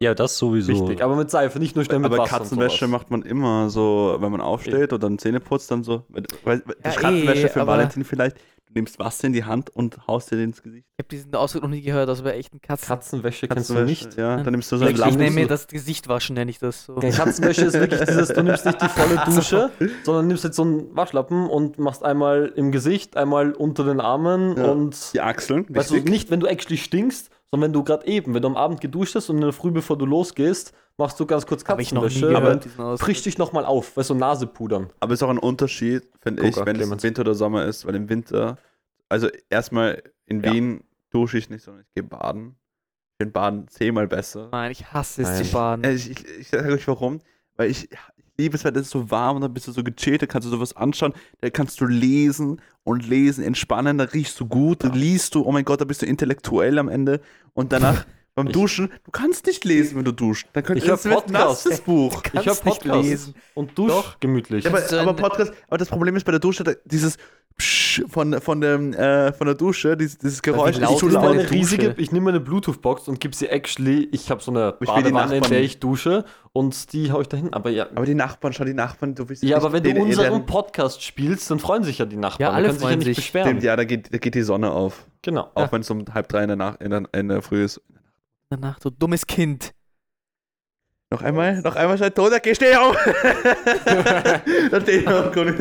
Speaker 4: Ja, das sowieso.
Speaker 2: Wichtig, aber mit Seife, nicht nur schnell mit
Speaker 3: Aber
Speaker 2: Wasser.
Speaker 3: Katzenwäsche
Speaker 2: und sowas.
Speaker 3: macht man immer so, wenn man aufsteht und dann Zähne putzt, dann so. Weil, weil, das
Speaker 1: eh,
Speaker 3: Katzenwäsche für
Speaker 1: aber-
Speaker 3: Valentin vielleicht. Du nimmst Wasser in die Hand und haust dir den ins Gesicht.
Speaker 1: ich habe diesen Ausdruck noch nie gehört, also bei echten Katzen.
Speaker 2: Katzenwäsche kennst du
Speaker 3: Katzenwäsche,
Speaker 2: nicht.
Speaker 3: Ja, dann nimmst du so
Speaker 1: ich,
Speaker 3: ein
Speaker 1: ich nehme mir
Speaker 3: Lappen.
Speaker 1: das Gesicht waschen, nenne ich das so.
Speaker 2: Ja, Katzenwäsche ist wirklich dieses, du nimmst nicht die volle Dusche, sondern nimmst jetzt so einen Waschlappen und machst einmal im Gesicht, einmal unter den Armen
Speaker 3: Ja.
Speaker 2: und
Speaker 3: Die Achseln.
Speaker 2: weißt du,
Speaker 3: wichtig.
Speaker 2: nicht, wenn du actually stinkst, sondern wenn du gerade eben, wenn du am Abend geduscht hast und in der Früh, bevor du losgehst, machst du ganz kurz
Speaker 1: Hab ich noch nie
Speaker 2: Katzenwäsche, aber
Speaker 1: gehört, diesen Ausdruck.
Speaker 2: frisch dich nochmal auf, weißt du, Nase pudern.
Speaker 3: Aber es ist auch ein Unterschied, finde
Speaker 2: Guck
Speaker 3: ich,
Speaker 2: an,
Speaker 3: wenn
Speaker 2: Clemens.
Speaker 3: es Winter oder Sommer ist, weil im Winter, also erstmal in
Speaker 2: Ja.
Speaker 3: Wien dusche ich nicht, sondern ich gehe baden. Ich finde Baden zehnmal besser.
Speaker 1: Nein, ich hasse es
Speaker 2: Nein.
Speaker 1: zu baden.
Speaker 3: Äh, Ich, ich, ich sage euch warum, weil ich, ich liebe es, weil es ist so warm und dann bist du so gechillt, da kannst du sowas anschauen, da kannst du lesen und lesen, entspannen, da riechst du gut, da liest du, oh mein Gott, da bist du intellektuell am Ende und danach Beim
Speaker 2: Ich-
Speaker 3: Duschen, du kannst nicht lesen, wenn du duschst. Dann könnt
Speaker 2: Ich hab
Speaker 3: wird nass,
Speaker 2: Podcast.
Speaker 3: das Buch.
Speaker 1: Kannst
Speaker 2: ich hab
Speaker 1: nicht
Speaker 2: Podcasts
Speaker 1: lesen.
Speaker 2: und dusch
Speaker 1: Doch.
Speaker 2: gemütlich.
Speaker 3: Ja, aber,
Speaker 1: so
Speaker 3: aber
Speaker 1: ein-
Speaker 3: Podcast, aber das Problem ist bei der Dusche, da- dieses Psch von, von, dem, äh, von der Dusche, dieses, dieses Geräusch,
Speaker 1: laut
Speaker 3: das
Speaker 2: ich
Speaker 1: ist
Speaker 3: zu
Speaker 2: tue
Speaker 1: denn
Speaker 2: mir
Speaker 1: deine
Speaker 2: eine riesige,
Speaker 1: Dusche?
Speaker 2: ich nehme eine Bluetooth-Box und gebe sie actually, ich habe so eine
Speaker 3: Ich will die
Speaker 2: Badewanne, in der
Speaker 3: Nachbarn-
Speaker 2: ich dusche und die hau ich dahin. Aber ja,
Speaker 3: Aber die Nachbarn, schau, die Nachbarn, du willst
Speaker 2: ja
Speaker 3: nicht
Speaker 2: aber wenn du
Speaker 3: denen-
Speaker 2: unseren
Speaker 3: denen-
Speaker 2: Podcast spielst, dann freuen sich ja die Nachbarn.
Speaker 1: Ja, alle
Speaker 2: die können sich ja
Speaker 1: freuen
Speaker 2: nicht
Speaker 1: sich.
Speaker 2: beschweren.
Speaker 3: Stimmt, ja, da geht, da geht die Sonne auf.
Speaker 2: Genau.
Speaker 3: Auch wenn es um halb drei in der, Nacht, in, der, in der Früh ist.
Speaker 1: Danach, du dummes Kind.
Speaker 3: Noch einmal, noch einmal schreit Tod, geh, steh auf! da steh ich auf, Conny.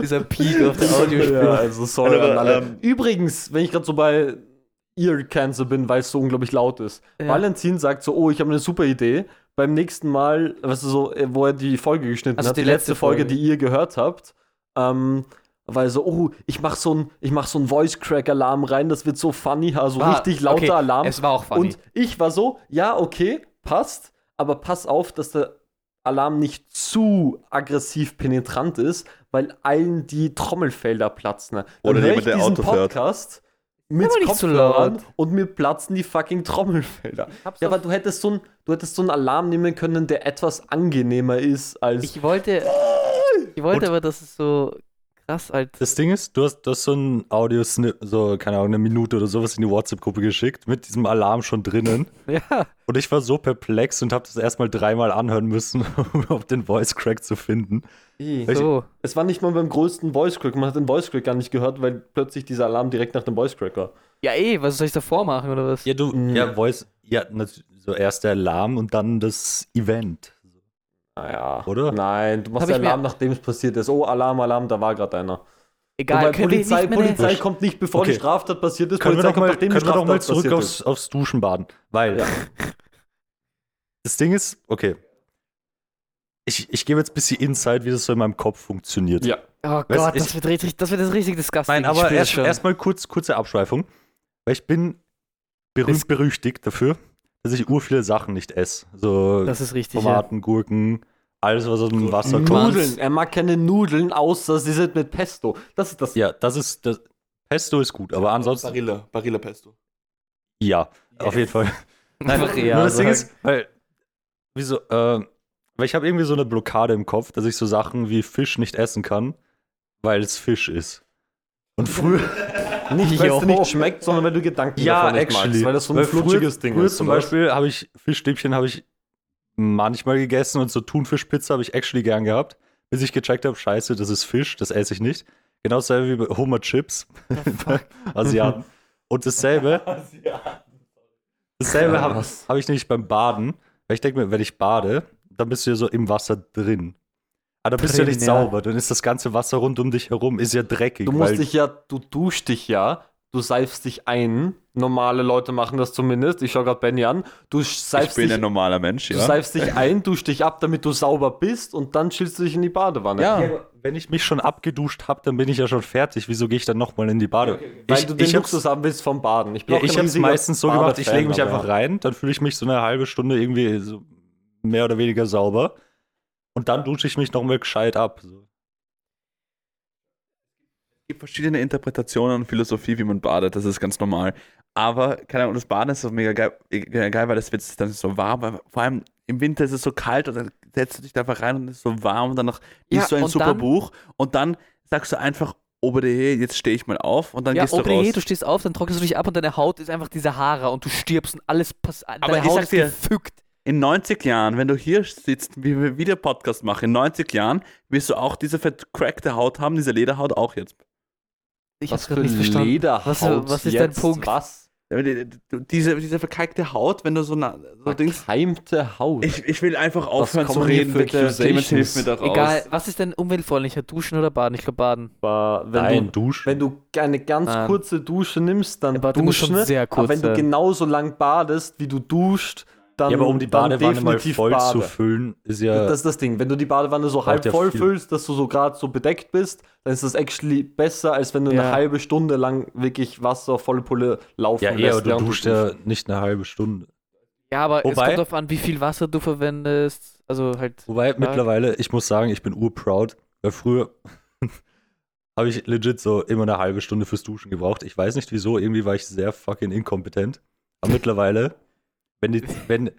Speaker 1: Dieser Peak auf der Audiospur.
Speaker 2: Ja, also sorry
Speaker 3: Aber,
Speaker 2: an alle.
Speaker 3: ähm,
Speaker 2: Übrigens, wenn ich gerade so bei Ear Cancer bin, weil es so unglaublich laut ist.
Speaker 1: Ja.
Speaker 2: Valentin sagt so, oh, ich habe eine super Idee. Beim nächsten Mal, weißt du so, äh, wo er die Folge geschnitten
Speaker 1: Also
Speaker 2: hat,
Speaker 1: die
Speaker 2: die letzte
Speaker 1: letzte
Speaker 2: Folge,
Speaker 1: Folge.
Speaker 2: die ihr gehört habt, ähm, weil so, oh, ich mache so ein, ich mach so ein Voice Crack Alarm rein, das wird so funny, also
Speaker 1: War-
Speaker 2: richtig lauter
Speaker 1: okay,
Speaker 2: Alarm.
Speaker 1: Es war auch funny.
Speaker 2: Und ich war so, ja, okay, passt, aber pass auf, dass der Alarm nicht zu aggressiv penetrant ist, weil allen die Trommelfelder platzen. Dann
Speaker 3: Oder
Speaker 2: hör
Speaker 3: jemand,
Speaker 2: ich
Speaker 3: der
Speaker 2: diesen
Speaker 3: Auto fährt.
Speaker 2: Podcast mit
Speaker 1: Aber nicht zu
Speaker 2: Kopfhörern
Speaker 1: laut.
Speaker 2: und mir platzen die fucking Trommelfelder. Ja, aber du hättest so einen, du hättest so einen Alarm nehmen können, der etwas angenehmer ist als
Speaker 1: ich wollte, ich wollte aber, dass es so krass halt.
Speaker 4: Das Ding ist, du hast, du hast so ein audio so, keine Ahnung, eine Minute oder sowas in die WhatsApp-Gruppe geschickt, mit diesem Alarm schon drinnen.
Speaker 1: Ja.
Speaker 4: Und ich war so perplex und habe das erstmal dreimal anhören müssen, um überhaupt den Voice-Crack zu finden.
Speaker 2: I.
Speaker 1: So.
Speaker 2: Es war nicht mal beim größten Voice Crack. Man hat den Voice Crack gar nicht gehört, weil plötzlich dieser Alarm direkt nach dem Voice Crack war.
Speaker 1: Ja, eh, was soll ich davor machen oder was?
Speaker 4: Ja, du,
Speaker 2: Mhm.
Speaker 4: ja, Voice, ja, nat- so erst der Alarm und dann das Event.
Speaker 2: Naja.
Speaker 4: Oder?
Speaker 2: Nein, du
Speaker 1: Hab
Speaker 2: machst
Speaker 1: ich
Speaker 2: den Alarm,
Speaker 1: mir-
Speaker 2: nachdem es passiert ist. Oh, Alarm, Alarm, da war gerade einer.
Speaker 1: Egal,
Speaker 2: Wobei
Speaker 1: können wir nicht
Speaker 2: Polizei,
Speaker 1: mehr
Speaker 2: Polizei
Speaker 1: eine-
Speaker 2: kommt nicht, bevor die
Speaker 4: Okay.
Speaker 2: Straftat passiert ist.
Speaker 4: Können wir
Speaker 2: Polizei
Speaker 4: doch mal,
Speaker 2: kommt, nachdem
Speaker 4: können
Speaker 2: die
Speaker 4: wir doch
Speaker 2: Straftat
Speaker 4: mal zurück
Speaker 2: passiert
Speaker 4: aufs, aufs Duschen baden, weil
Speaker 2: Ja.
Speaker 4: das Ding ist, okay, ich, ich gebe jetzt ein bisschen Insight, wie das so in meinem Kopf funktioniert.
Speaker 2: ist. Ja.
Speaker 1: Oh
Speaker 4: Weißt
Speaker 1: Gott,
Speaker 4: du,
Speaker 1: das
Speaker 4: ich-
Speaker 1: wird richtig, das wird jetzt richtig disgusting.
Speaker 4: Nein,
Speaker 1: ich
Speaker 4: aber
Speaker 1: spür's
Speaker 4: erst-
Speaker 1: schon.
Speaker 4: erstmal kurz, kurze Abschweifung, weil ich bin berühmt
Speaker 1: Das-
Speaker 4: berüchtigt dafür, dass ich ur viele Sachen nicht esse. So
Speaker 1: Das ist richtig. Ja.
Speaker 4: Tomaten, Gurken, alles, was aus dem Wasser kommt.
Speaker 2: Mhm. Nudeln. Er mag keine Nudeln, außer sie sind mit Pesto. Das ist das.
Speaker 4: Ja, das ist, das, Pesto ist gut, aber ansonsten,
Speaker 3: Barilla, Barilla Pesto.
Speaker 4: ja, auf jeden Fall.
Speaker 1: Einfach
Speaker 2: also
Speaker 1: eher
Speaker 4: Nur das Ding
Speaker 2: halt
Speaker 1: sagen.
Speaker 4: ist, weil, wieso, äh, weil ich habe irgendwie so eine Blockade im Kopf, dass ich so Sachen wie Fisch nicht essen kann, weil es Fisch ist. Und früher,
Speaker 2: Nicht, weil es dir
Speaker 1: Jo.
Speaker 2: nicht schmeckt, sondern weil du Gedanken davon nicht magst. Weil das so ein
Speaker 4: Weil
Speaker 2: flutschiges
Speaker 4: früher,
Speaker 2: Ding
Speaker 4: früher
Speaker 2: ist.
Speaker 4: Zum
Speaker 2: oder?
Speaker 4: Beispiel habe ich Fischstäbchen habe ich manchmal gegessen und so Thunfischpizza habe ich actually gern gehabt, bis ich gecheckt habe, scheiße, das ist Fisch, das esse ich nicht. Genau dasselbe wie bei Homer Chips. Asiaten. Und dasselbe. Dasselbe habe
Speaker 2: was?
Speaker 4: hab ich nicht beim Baden. Weil ich denke mir, wenn ich bade, dann bist du ja so im Wasser drin. Aber dann bist du ja
Speaker 1: Drin,
Speaker 4: nicht
Speaker 1: ja.
Speaker 4: sauber, dann ist das ganze Wasser rund um dich herum, ist ja dreckig.
Speaker 2: Du musst
Speaker 4: weil-
Speaker 2: dich ja, du duschst dich ja, du seifst dich ein. Normale Leute machen das zumindest. Ich schaue gerade Benny an. Du
Speaker 3: Ich
Speaker 2: seifst
Speaker 3: bin
Speaker 2: dich
Speaker 3: ein normaler Mensch,
Speaker 2: Du
Speaker 3: ja.
Speaker 2: seifst dich ein, duschst dich ab, damit du sauber bist und dann chillst du dich in die Badewanne.
Speaker 3: Ja.
Speaker 4: Ja, aber wenn ich mich schon abgeduscht habe, dann bin ich ja schon fertig. Wieso gehe ich dann nochmal in die Bade?
Speaker 2: Weil
Speaker 4: ich
Speaker 2: du den
Speaker 4: ich hab's-
Speaker 2: Luxus haben willst vom Baden. Ich, bin
Speaker 4: ja,
Speaker 2: auch
Speaker 4: ich
Speaker 2: kein
Speaker 4: habe es
Speaker 2: riesiger
Speaker 4: meistens so gemacht, ich
Speaker 2: Badefan,
Speaker 4: lege mich
Speaker 2: aber
Speaker 4: einfach rein, dann fühle ich mich so eine halbe Stunde irgendwie so mehr oder weniger sauber. Und dann dusche ich mich nochmal gescheit ab. So.
Speaker 3: Es gibt verschiedene Interpretationen und Philosophie, wie man badet, das ist ganz normal. Aber, keine Ahnung, das Baden ist so mega geil, mega geil weil das wird dann so warm, aber vor allem im Winter ist es so kalt und dann setzt du dich da einfach rein und es ist so warm und danach
Speaker 1: Ja,
Speaker 3: liest du ein
Speaker 1: und
Speaker 3: super
Speaker 1: dann-
Speaker 3: Buch und dann sagst du einfach, OBDE, jetzt stehe ich mal auf und dann
Speaker 1: Ja,
Speaker 3: gehst du raus.
Speaker 1: OBDE, du stehst auf, dann trocknest du dich ab und deine Haut ist einfach die Sahara und du stirbst und alles passt.
Speaker 3: Aber
Speaker 1: deine
Speaker 3: ich
Speaker 1: Haut
Speaker 3: sag
Speaker 1: ist
Speaker 3: dir-
Speaker 1: gefügt.
Speaker 3: in 90 Jahren, wenn du hier sitzt, wie wir wieder Podcast machen, in 90 Jahren wirst du auch diese vercrackte Haut haben, diese Lederhaut auch jetzt.
Speaker 1: Ich
Speaker 2: Was
Speaker 1: hab's
Speaker 2: für
Speaker 1: gerade nicht verstanden.
Speaker 2: Lederhaut
Speaker 1: Was- äh, was ist dein
Speaker 2: jetzt?
Speaker 1: Punkt?
Speaker 2: Was?
Speaker 3: Diese, diese verkalkte Haut, wenn du so, na, so Dings
Speaker 2: Verkeimte Haut.
Speaker 3: Ich, ich will einfach aufhören zu
Speaker 2: kommen hier
Speaker 3: reden,
Speaker 2: für
Speaker 3: bitte. Clemens, hilf
Speaker 2: Accusations?
Speaker 3: mir da raus.
Speaker 1: Egal, was ist denn umweltfreundlicher? Duschen oder Baden? Ich glaube Baden.
Speaker 2: Aber wenn
Speaker 4: Nein,
Speaker 2: du,
Speaker 4: duschen.
Speaker 2: wenn du eine ganz
Speaker 1: Ah.
Speaker 2: kurze Dusche nimmst, dann
Speaker 1: Aber du musst
Speaker 2: duschen.
Speaker 1: schon sehr kurz äh,
Speaker 2: aber wenn du
Speaker 1: sein.
Speaker 2: genauso lang badest, wie du duscht, dann
Speaker 4: ja, aber um die
Speaker 2: dann
Speaker 4: Badewanne mal
Speaker 2: definitiv
Speaker 4: voll
Speaker 2: bade.
Speaker 4: zu füllen, ist ja.
Speaker 2: Das ist das Ding. Wenn du die Badewanne so halb
Speaker 4: ja
Speaker 2: voll
Speaker 4: viel.
Speaker 2: füllst, dass du so gerade so bedeckt bist, dann ist das actually besser, als wenn du eine
Speaker 1: Ja.
Speaker 2: halbe Stunde lang wirklich Wasser volle Pulle laufen
Speaker 4: ja, eh, aber du
Speaker 2: während
Speaker 4: duschst ja nicht eine halbe Stunde.
Speaker 1: Ja, aber es
Speaker 4: Wobei-
Speaker 1: kommt darauf an, wie viel Wasser du verwendest. Also halt.
Speaker 4: Wobei mittlerweile, ich muss sagen, ich bin urproud, weil früher habe ich legit so immer eine halbe Stunde fürs Duschen gebraucht. Ich weiß nicht wieso, irgendwie war ich sehr fucking inkompetent. Aber mittlerweile, wenn die, wenn,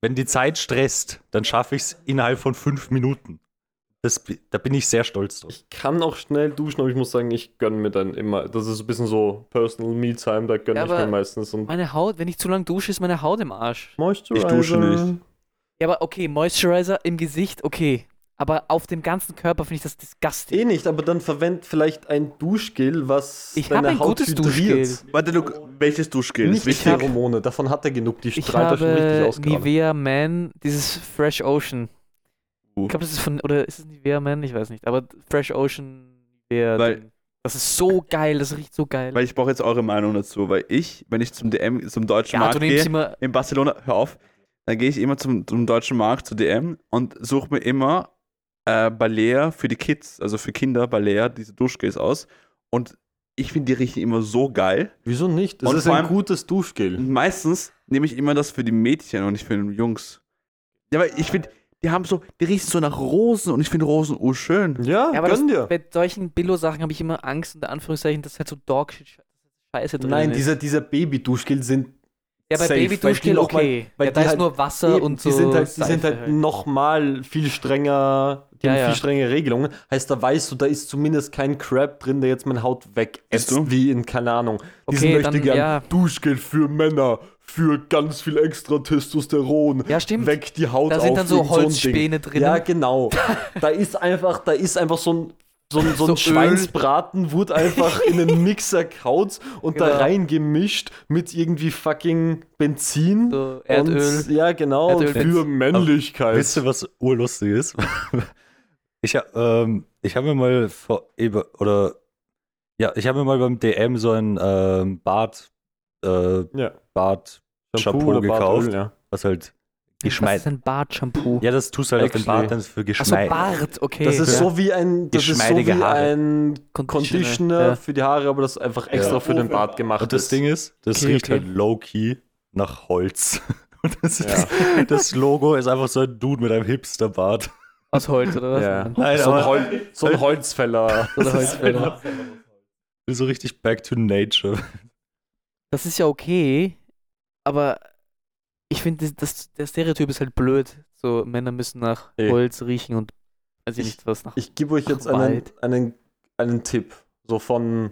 Speaker 4: wenn die Zeit stresst, dann schaffe ich es innerhalb von fünf Minuten. Das, da bin ich sehr stolz drauf.
Speaker 2: Ich kann auch schnell duschen, aber ich muss sagen, ich gönne mir dann immer. Das ist ein bisschen so Personal Me Time, da gönne
Speaker 1: Ja,
Speaker 2: ich mir
Speaker 1: aber-
Speaker 2: meistens. Und
Speaker 1: Meine Haut, wenn ich zu lange dusche, ist meine Haut im Arsch.
Speaker 2: Moisturizer.
Speaker 3: dusche nicht.
Speaker 1: Ja, aber okay, Moisturizer im Gesicht, okay. Aber auf dem ganzen Körper finde ich das disgusting.
Speaker 2: Eh nicht, aber dann verwend vielleicht ein Duschgel, was
Speaker 1: Ich habe
Speaker 2: deine
Speaker 1: ein
Speaker 2: Haut
Speaker 1: gutes
Speaker 2: hydriert.
Speaker 1: Duschgel.
Speaker 3: Warte, Luke, welches Duschgel ist
Speaker 2: Nicht die
Speaker 3: wichtig?
Speaker 2: Pheromone, davon hat er genug, die
Speaker 1: Ich
Speaker 2: strahlt er schon richtig
Speaker 1: habe
Speaker 2: ausgegraben.
Speaker 1: Nivea Man, dieses Fresh Ocean.
Speaker 3: Uh.
Speaker 1: Ich glaube, das ist von, oder ist es Nivea Man? Ich weiß nicht. Aber Fresh Ocean, Nivea.
Speaker 3: Weil-
Speaker 1: Ding. das ist so geil, das riecht so geil.
Speaker 3: Weil ich brauche jetzt eure Meinung dazu, weil ich, wenn ich zum DM, zum deutschen
Speaker 1: ja,
Speaker 3: Markt
Speaker 1: du nimmst
Speaker 3: gehe,
Speaker 1: immer.
Speaker 3: in Barcelona, hör auf, dann gehe ich immer zum, zum deutschen Markt, zu DM und suche mir immer äh, Balea für die Kids, also für Kinder Balea, diese Duschgels aus. Und ich finde, die riechen immer so geil.
Speaker 2: Wieso nicht? Es
Speaker 3: Und
Speaker 2: ist
Speaker 3: vor
Speaker 2: ein
Speaker 3: allem-
Speaker 2: gutes Duschgel.
Speaker 3: Und
Speaker 1: Mhm.
Speaker 3: meistens nehme ich immer das für die Mädchen und nicht für die Jungs. Ja, aber ich finde, die haben so, die riechen so nach Rosen und ich finde Rosen urschön.
Speaker 2: Ja,
Speaker 1: Ja, aber
Speaker 2: Ah, gönn
Speaker 1: das,
Speaker 2: dir.
Speaker 1: bei solchen Billo-Sachen habe ich immer Angst, unter Anführungszeichen, dass halt so Dogshit Scheiße drin ne?
Speaker 2: Nein,
Speaker 1: ist.
Speaker 2: diese, diese Baby-Duschgel sind
Speaker 1: Ja, bei
Speaker 2: safe, weil die
Speaker 1: Baby-Duschgel
Speaker 2: noch mal-
Speaker 1: okay.
Speaker 2: weil
Speaker 1: ja, da
Speaker 2: die
Speaker 1: ist
Speaker 2: halt
Speaker 1: nur Wasser
Speaker 2: Eben,
Speaker 1: und so.
Speaker 2: die sind halt, die
Speaker 1: Seife
Speaker 2: sind halt nochmal viel strenger, die
Speaker 1: Ja,
Speaker 2: haben
Speaker 1: ja.
Speaker 2: viel strengere Regelungen. Heißt, da weißt du, da ist zumindest kein Crap drin, der jetzt meine Haut
Speaker 3: Siehst
Speaker 2: wegätzt,
Speaker 3: du?
Speaker 2: wie in, keine Ahnung, diesen
Speaker 1: Okay,
Speaker 2: möchte
Speaker 1: dann,
Speaker 2: gern
Speaker 1: ja.
Speaker 2: Duschgel für Männer, für ganz viel extra Testosteron,
Speaker 1: Ja, stimmt.
Speaker 2: weg die Haut
Speaker 1: Da sind
Speaker 2: auf,
Speaker 1: dann so
Speaker 2: irgend ein Ding.
Speaker 1: Holzspäne drinnen.
Speaker 2: Ja, genau. da ist einfach, da ist einfach so ein so ein, so ein
Speaker 1: So Öl.
Speaker 2: Schweinsbraten wurde einfach in einen Mixer kaut und da
Speaker 1: Genau.
Speaker 2: reingemischt mit irgendwie fucking Benzin.
Speaker 1: So Erdöl.
Speaker 2: Und, ja, genau.
Speaker 1: Erdöl.
Speaker 2: Für Männlichkeit.
Speaker 4: Wisst ihr, was urlustig ist? ich ha- ähm, ich habe mir mal vor, eben- oder ja, ich habe mir mal beim DM so ein ähm, Bart, äh,
Speaker 2: ja.
Speaker 4: Bart, Shampoo gekauft.
Speaker 2: Bartöl, ja.
Speaker 4: was halt
Speaker 1: Das ist
Speaker 4: geschmeit.
Speaker 1: ein Bart-Shampoo.
Speaker 4: Ja, das tust du halt auf den
Speaker 2: Actually.
Speaker 4: Bart dann für
Speaker 1: Achso,
Speaker 4: geschmeit.
Speaker 1: Bart, okay.
Speaker 2: Das ist
Speaker 1: ja.
Speaker 2: so wie ein, das ist so wie
Speaker 4: Geschmeidige Haare.
Speaker 2: ein
Speaker 1: Conditioner,
Speaker 2: Conditioner
Speaker 1: ja.
Speaker 2: für die Haare, aber das einfach extra
Speaker 4: Ja.
Speaker 2: für den Bart gemacht
Speaker 4: Und das
Speaker 2: ist.
Speaker 4: Ding ist, das
Speaker 1: Okay,
Speaker 4: riecht
Speaker 1: okay.
Speaker 4: halt low-key nach Holz. Und das, ist, das Logo ist einfach so ein Dude mit einem Hipsterbart.
Speaker 1: Aus Holz, oder was?
Speaker 2: Ja.
Speaker 4: Nein,
Speaker 2: so, ein
Speaker 4: aber
Speaker 2: Hol so ein Holzfäller.
Speaker 1: Oder Holz, oder?
Speaker 4: so richtig back to nature.
Speaker 1: Das ist ja okay, aber ich finde, das, das, der Stereotyp ist halt blöd. So, Männer müssen nach
Speaker 2: Eh.
Speaker 1: Holz riechen und weiß ich
Speaker 2: Ich-
Speaker 1: nicht was nach.
Speaker 2: Ich gebe euch jetzt
Speaker 1: Ach,
Speaker 2: einen,
Speaker 1: Wald.
Speaker 2: einen, einen Tipp, so von,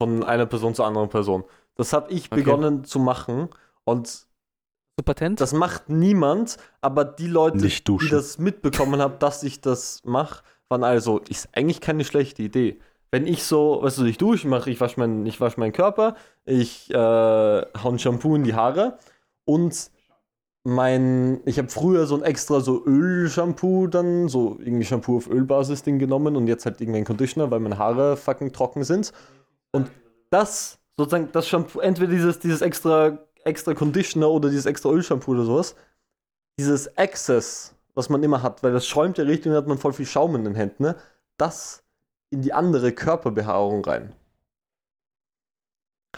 Speaker 2: von einer Person zur anderen Person. Das habe ich
Speaker 1: Okay.
Speaker 2: begonnen zu machen und
Speaker 1: So Patent?
Speaker 2: das macht niemand, aber die Leute,
Speaker 4: Nicht duschen.
Speaker 2: die das mitbekommen haben, dass ich das mache, waren also, ist eigentlich keine schlechte Idee. Wenn ich so, weißt du, ich dusche, mach, ich wasche meinen ich wasch meinen Körper, ich äh, hau ein Shampoo in die Haare und mein, ich habe früher so ein extra so Öl-Shampoo dann, so irgendwie Shampoo auf Ölbasis-Ding genommen und jetzt halt irgendein Conditioner, weil meine Haare fucking trocken sind. Und das, sozusagen, das Shampoo, entweder dieses, dieses extra, extra Conditioner oder dieses extra Öl-Shampoo oder sowas, dieses Access, was man immer hat, weil das schäumt ja richtig und dann hat man voll viel Schaum in den Händen, ne? das in die andere Körperbehaarung rein.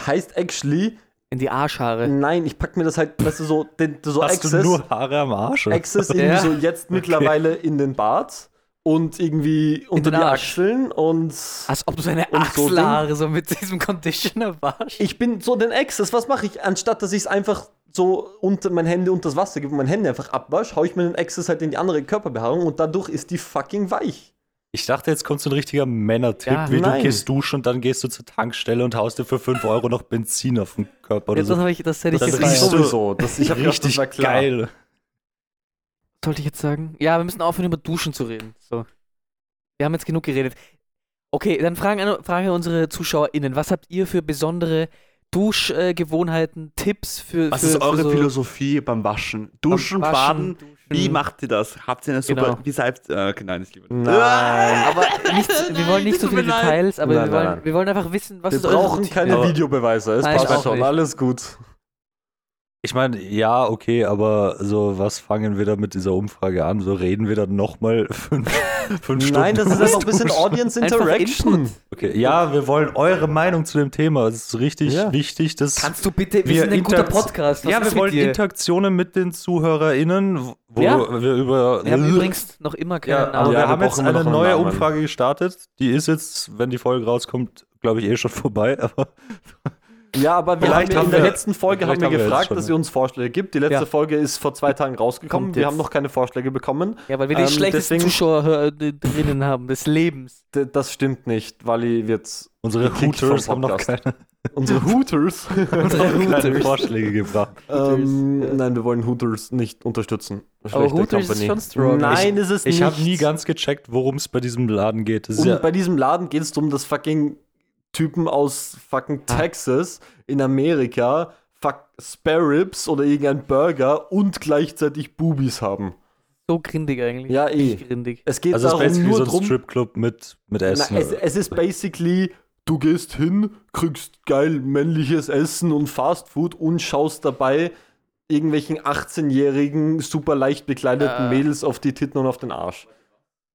Speaker 2: Heißt actually,
Speaker 1: In die Arschhaare.
Speaker 2: nein, ich pack mir das halt, weißt du, so, den, so
Speaker 4: Hast
Speaker 2: Access.
Speaker 4: du nur Haare am Arsch? oder?
Speaker 2: Access irgendwie
Speaker 1: Ja.
Speaker 2: so jetzt mittlerweile in den Bart und irgendwie unter
Speaker 1: den
Speaker 2: die
Speaker 1: Arsch.
Speaker 2: Achseln und
Speaker 1: Als ob du seine
Speaker 2: Und so Ding.
Speaker 1: Achselhaare so mit diesem Conditioner waschst.
Speaker 2: ich bin so den Access, was mache ich? Anstatt dass ich es einfach so unter meine Hände unter das Wasser gebe und meine Hände einfach abwasch, haue ich mir den Access halt in die andere Körperbehaarung und dadurch ist die fucking weich.
Speaker 4: Ich dachte, jetzt kommt so ein richtiger Männertipp,
Speaker 1: Ja,
Speaker 4: wie
Speaker 2: nein.
Speaker 4: du gehst duschen und dann gehst du zur Tankstelle und haust dir für 5 Euro noch Benzin auf den Körper oder
Speaker 1: Jetzt
Speaker 4: so.
Speaker 1: habe ich, das hätte ich
Speaker 4: Das
Speaker 1: jetzt
Speaker 4: riechst
Speaker 1: sagen.
Speaker 4: du-
Speaker 2: Das, ich hab gedacht,
Speaker 4: richtig
Speaker 2: das war klar.
Speaker 4: geil.
Speaker 1: Sollte ich jetzt sagen? Ja, wir müssen aufhören, über Duschen zu reden. So. Wir haben jetzt genug geredet. Okay, dann fragen, an- fragen wir unsere ZuschauerInnen, was habt ihr für besondere Duschgewohnheiten, äh, Gewohnheiten, Tipps für.
Speaker 3: Was
Speaker 1: für,
Speaker 3: ist eure
Speaker 1: für so
Speaker 3: Philosophie beim Waschen?
Speaker 1: beim
Speaker 3: Duschen, Baden,
Speaker 1: Duschen.
Speaker 3: Wie macht ihr das? Habt ihr eine super.
Speaker 1: Genau.
Speaker 3: Wie salbt. Äh, okay, nein, ich liebe Ah,
Speaker 2: Nein.
Speaker 1: Aber nicht, wir wollen nicht so viele Details, aber
Speaker 2: Nein,
Speaker 1: wir,
Speaker 2: nein,
Speaker 1: wollen,
Speaker 2: nein.
Speaker 1: wir wollen einfach wissen, was
Speaker 2: Wir
Speaker 1: ist eure
Speaker 2: brauchen
Speaker 1: Routine?
Speaker 2: keine
Speaker 1: Aber-
Speaker 2: Videobeweise, es
Speaker 1: Nein, ich
Speaker 2: passt
Speaker 1: auch
Speaker 2: schon,
Speaker 1: nicht.
Speaker 2: alles gut.
Speaker 4: Ich meine, ja, okay, aber so, was fangen wir da mit dieser Umfrage an? So reden wir dann nochmal fünf, fünf Stunden.
Speaker 2: Nein, das ist
Speaker 4: über
Speaker 2: einfach ein bisschen
Speaker 4: Duschen.
Speaker 2: Audience
Speaker 1: Einfach
Speaker 2: Interaction.
Speaker 1: Input.
Speaker 4: Okay, ja, wir wollen eure Meinung zu dem Thema. Es ist richtig
Speaker 2: Ja.
Speaker 4: wichtig, dass
Speaker 1: Kannst du bitte, wir,
Speaker 4: Wir
Speaker 1: sind ein guter
Speaker 4: interakt-
Speaker 1: Podcast. Was
Speaker 4: ja,
Speaker 1: ist
Speaker 4: wir
Speaker 1: mit
Speaker 4: wollen
Speaker 1: dir?
Speaker 4: Interaktionen mit den ZuhörerInnen, wo wo
Speaker 1: Ja.
Speaker 4: wir über.
Speaker 1: Wir haben übrigens noch immer keinen
Speaker 4: ja, aber
Speaker 1: Namen.
Speaker 2: Ja,
Speaker 4: wir
Speaker 2: wir
Speaker 4: haben jetzt
Speaker 2: brauchen immer
Speaker 4: eine
Speaker 2: noch einen
Speaker 4: neue
Speaker 2: Namen.
Speaker 4: Umfrage gestartet. Die ist jetzt, wenn die Folge rauskommt, glaube ich, eh schon vorbei. Aber
Speaker 2: Ja, aber wir
Speaker 4: Vielleicht
Speaker 2: haben ja in
Speaker 4: haben
Speaker 2: der
Speaker 4: wir-
Speaker 2: letzten Folge haben
Speaker 4: vielleicht
Speaker 2: wir
Speaker 4: haben wir jetzt
Speaker 2: gefragt,
Speaker 4: schon,
Speaker 2: dass
Speaker 4: ja.
Speaker 2: ihr uns Vorschläge gibt. Die letzte
Speaker 1: Ja.
Speaker 2: Folge ist vor zwei Tagen rausgekommen.
Speaker 1: Kommt
Speaker 2: Wir
Speaker 1: jetzt.
Speaker 2: haben noch keine Vorschläge bekommen.
Speaker 1: Ja, weil wir die
Speaker 2: Ähm,
Speaker 1: schlechtesten
Speaker 2: deswegen-
Speaker 1: Zuschauer äh, drinnen haben, des Lebens.
Speaker 2: D das stimmt nicht, Wally wird
Speaker 4: Unsere
Speaker 2: gekickt vom
Speaker 4: Hooters haben noch
Speaker 2: Podcast.
Speaker 4: keine,
Speaker 2: unsere Hooters.
Speaker 4: keine Vorschläge gebracht.
Speaker 2: ähm, Nein, wir wollen Hooters nicht unterstützen. Schlechte
Speaker 1: Hooters ist
Speaker 2: Company.
Speaker 1: schon strong.
Speaker 2: Nein, ist es
Speaker 4: Ich
Speaker 2: nicht.
Speaker 4: habe nie ganz gecheckt, worum es bei diesem Laden geht. Das ist
Speaker 2: Und
Speaker 4: ja,
Speaker 2: bei diesem Laden geht es darum, dass fucking Typen aus fucking Texas in Amerika fuck Spare Ribs oder irgendein Burger und gleichzeitig Boobies haben.
Speaker 1: So grindig eigentlich.
Speaker 2: Ja, eh.
Speaker 1: Richtig grindig.
Speaker 2: Es geht
Speaker 4: also es ist
Speaker 2: darum
Speaker 4: basically
Speaker 2: nur
Speaker 4: so ein
Speaker 2: drum.
Speaker 4: Stripclub mit, mit
Speaker 2: Na,
Speaker 4: Essen.
Speaker 2: es, es ist basically, du gehst hin, kriegst geil männliches Essen und Fastfood und schaust dabei irgendwelchen 18-jährigen, super leicht bekleideten
Speaker 1: Äh.
Speaker 2: Mädels auf die Titten und auf den Arsch.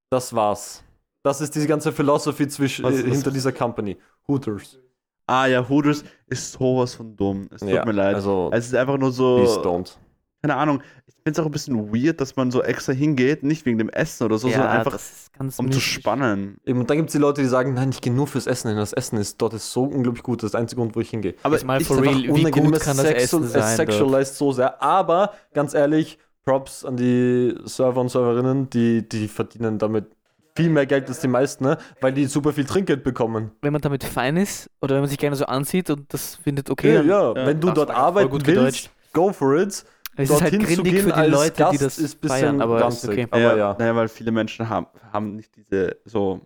Speaker 2: Das war's. Das ist diese ganze Philosophy zwischen,
Speaker 3: Was-
Speaker 2: äh,
Speaker 3: was-
Speaker 2: hinter dieser Company. Hooters.
Speaker 3: Ah ja, Hooters ist sowas von dumm. Es tut
Speaker 2: Ja,
Speaker 3: mir leid.
Speaker 2: Also,
Speaker 3: es ist einfach nur
Speaker 2: please
Speaker 3: so,
Speaker 2: don't.
Speaker 3: keine Ahnung. Ich finde es auch ein bisschen weird, dass man so extra hingeht, nicht wegen dem Essen oder so,
Speaker 1: ja,
Speaker 3: sondern einfach
Speaker 1: das ist ganz
Speaker 3: um zu
Speaker 1: mystisch.
Speaker 3: spannen.
Speaker 2: Eben, Und dann gibt es die Leute, die sagen, nein, ich gehe nur fürs Essen hin. Das Essen ist dort ist so unglaublich gut. Das ist der einzige Grund, wo ich hingehe.
Speaker 3: Aber
Speaker 1: Jetzt mal
Speaker 3: ich
Speaker 1: for
Speaker 3: einfach
Speaker 1: real, wie
Speaker 2: unangenehm,
Speaker 1: gut
Speaker 2: es
Speaker 1: kann das
Speaker 2: sexu-
Speaker 1: Essen
Speaker 2: es
Speaker 1: sein? dort?
Speaker 2: äh, sexualized so sehr. Aber ganz ehrlich, Props an die Server und Serverinnen, die, die verdienen damit viel mehr Geld als die meisten, ne? weil die super viel Trinkgeld bekommen.
Speaker 1: Wenn man damit fein ist oder wenn man sich gerne so anzieht und das findet okay,
Speaker 2: ja,
Speaker 1: dann
Speaker 2: ja.
Speaker 3: ja,
Speaker 2: wenn du
Speaker 1: das
Speaker 2: dort
Speaker 1: war jetzt voll
Speaker 2: arbeiten
Speaker 1: gut
Speaker 2: willst,
Speaker 1: gedeutscht.
Speaker 2: go for it.
Speaker 1: es ist halt
Speaker 2: dorthin zu
Speaker 1: grindig
Speaker 2: gehen
Speaker 1: für die
Speaker 2: als
Speaker 1: Leute, die
Speaker 2: Gast
Speaker 1: das
Speaker 2: ist bisschen
Speaker 1: feiern, aber ist
Speaker 2: ranzig.
Speaker 1: okay.
Speaker 2: Aber
Speaker 3: ja,
Speaker 2: ja.
Speaker 3: Naja, weil viele Menschen haben, haben nicht diese, so,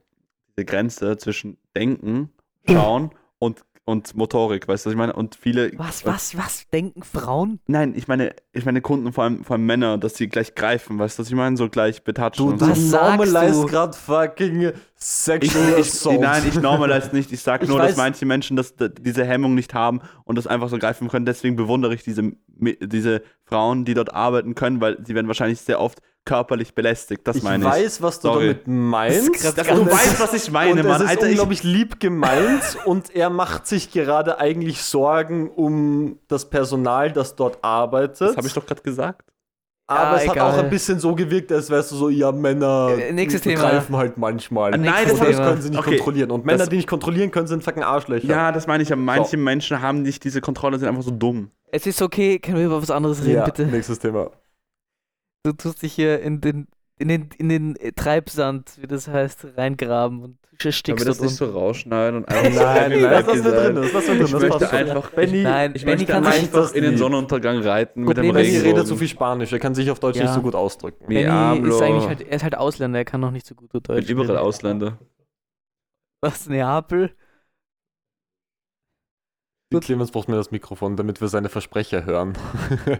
Speaker 3: diese Grenze zwischen Denken, Schauen und, und Motorik, weißt du, was ich meine? Und viele. äh,
Speaker 1: Was, was, was denken Frauen?
Speaker 3: Nein, ich meine, ich meine Kunden, vor allem, vor allem Männer, dass sie gleich greifen, weißt du, was ich meine? So gleich betatschen
Speaker 2: Du,
Speaker 3: und
Speaker 2: du
Speaker 3: so.
Speaker 1: Was sagst
Speaker 2: normalized
Speaker 1: du?
Speaker 2: gerade fucking
Speaker 3: Ich,
Speaker 2: Sexual
Speaker 3: ich,
Speaker 2: Assault.
Speaker 3: nein, ich normalize nicht. Ich sage
Speaker 2: Ich
Speaker 3: nur,
Speaker 2: weiß-
Speaker 3: dass manche Menschen das, d- diese Hemmung nicht haben und das einfach so greifen können. Deswegen bewundere ich diese, Mi- diese Frauen, die dort arbeiten können, weil sie werden wahrscheinlich sehr oft körperlich belästigt. Das
Speaker 2: Ich
Speaker 3: meine ich.
Speaker 2: weiß, was du
Speaker 3: Sorry.
Speaker 2: damit meinst.
Speaker 1: grad
Speaker 3: Dass
Speaker 1: ganz-
Speaker 3: du
Speaker 2: Und es
Speaker 3: weißt,
Speaker 2: ist-
Speaker 3: was ich meine,
Speaker 2: und
Speaker 3: Mann.
Speaker 2: Es ist
Speaker 3: Alter, ich,
Speaker 2: unglaublich lieb gemeint und er macht sich gerade eigentlich Sorgen um das Personal, das dort arbeitet.
Speaker 3: das habe ich doch gerade gesagt.
Speaker 2: Aber
Speaker 1: Ja,
Speaker 2: es hat
Speaker 1: Ah, egal.
Speaker 2: auch ein bisschen so gewirkt, als wärst du so, ja, Männer
Speaker 1: Äh, nächstes Thema.
Speaker 2: greifen halt manchmal.
Speaker 3: Äh, Nein,
Speaker 1: das
Speaker 2: und
Speaker 1: hab ich-
Speaker 2: das können sie nicht
Speaker 3: okay.
Speaker 2: kontrollieren. Und Männer,
Speaker 3: Das-
Speaker 2: die nicht kontrollieren können, sind fucking Arschlöcher.
Speaker 3: Ja, das meine ich ja. Manche
Speaker 2: So.
Speaker 3: Menschen haben nicht diese Kontrolle, sind einfach so dumm.
Speaker 1: Es ist okay, können wir über was anderes reden,
Speaker 2: Ja,
Speaker 1: bitte?
Speaker 2: nächstes Thema.
Speaker 1: Du tust dich hier in den, in den, in den äh, Treibsand, wie das heißt, reingraben und erstickst dort unten.
Speaker 3: so rausschneiden und
Speaker 2: Nein, nein,
Speaker 1: Nein,
Speaker 2: das lassen wir drin. Das lassen wir drin.
Speaker 3: Ich
Speaker 2: das
Speaker 3: möchte
Speaker 2: passt schon.
Speaker 3: einfach,
Speaker 2: Benny,
Speaker 1: Nein,
Speaker 3: ich
Speaker 1: Benny
Speaker 3: möchte
Speaker 1: kann sich
Speaker 3: einfach in den
Speaker 2: nicht.
Speaker 3: Sonnenuntergang reiten mit
Speaker 1: Gut,
Speaker 3: dem
Speaker 1: nee,
Speaker 2: Benny
Speaker 1: Regenbogen.
Speaker 2: redet zu
Speaker 3: Regenbogen.
Speaker 2: viel Spanisch. Er kann sich auf Deutsch
Speaker 1: Ja.
Speaker 2: nicht so gut ausdrücken.
Speaker 1: Benny
Speaker 3: Diablo.
Speaker 1: ist eigentlich halt, er ist halt Ausländer, er kann noch nicht so gut Deutsch.
Speaker 3: Mit überall
Speaker 1: reden.
Speaker 3: Äh, Ausländer.
Speaker 1: Was, Neapel?
Speaker 2: Die Clemens braucht mir das Mikrofon, damit wir seine Versprecher hören.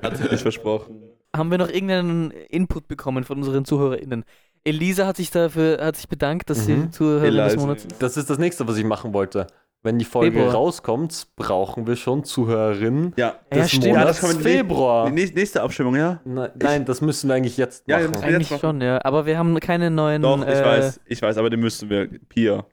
Speaker 3: Hat sich nicht Äh, versprochen.
Speaker 1: Haben wir noch irgendeinen Input bekommen von unseren ZuhörerInnen? Elisa hat sich dafür hat sich bedankt, dass
Speaker 2: Mhm.
Speaker 1: sie Zuhörerin des
Speaker 3: Elisa.
Speaker 1: Monats ist.
Speaker 2: Das ist das nächste, was ich machen wollte. Wenn die Folge
Speaker 1: Februar.
Speaker 2: rauskommt, brauchen wir schon Zuhörerinnen
Speaker 3: Ja.
Speaker 1: Ja,
Speaker 2: des
Speaker 1: stimmt.
Speaker 2: Monats
Speaker 1: Ja,
Speaker 3: das kann man nicht-
Speaker 2: Februar.
Speaker 3: Die nächst- Nächste Abstimmung, ja?
Speaker 2: Ne- Nein, das müssen wir eigentlich jetzt
Speaker 3: Ja, wir
Speaker 2: machen.
Speaker 3: müssen-
Speaker 1: Eigentlich
Speaker 3: jetzt machen.
Speaker 1: schon, ja. Aber wir haben keine neuen.
Speaker 3: Doch, ich
Speaker 1: äh,
Speaker 3: weiß, ich weiß, aber den müssen wir. Pia.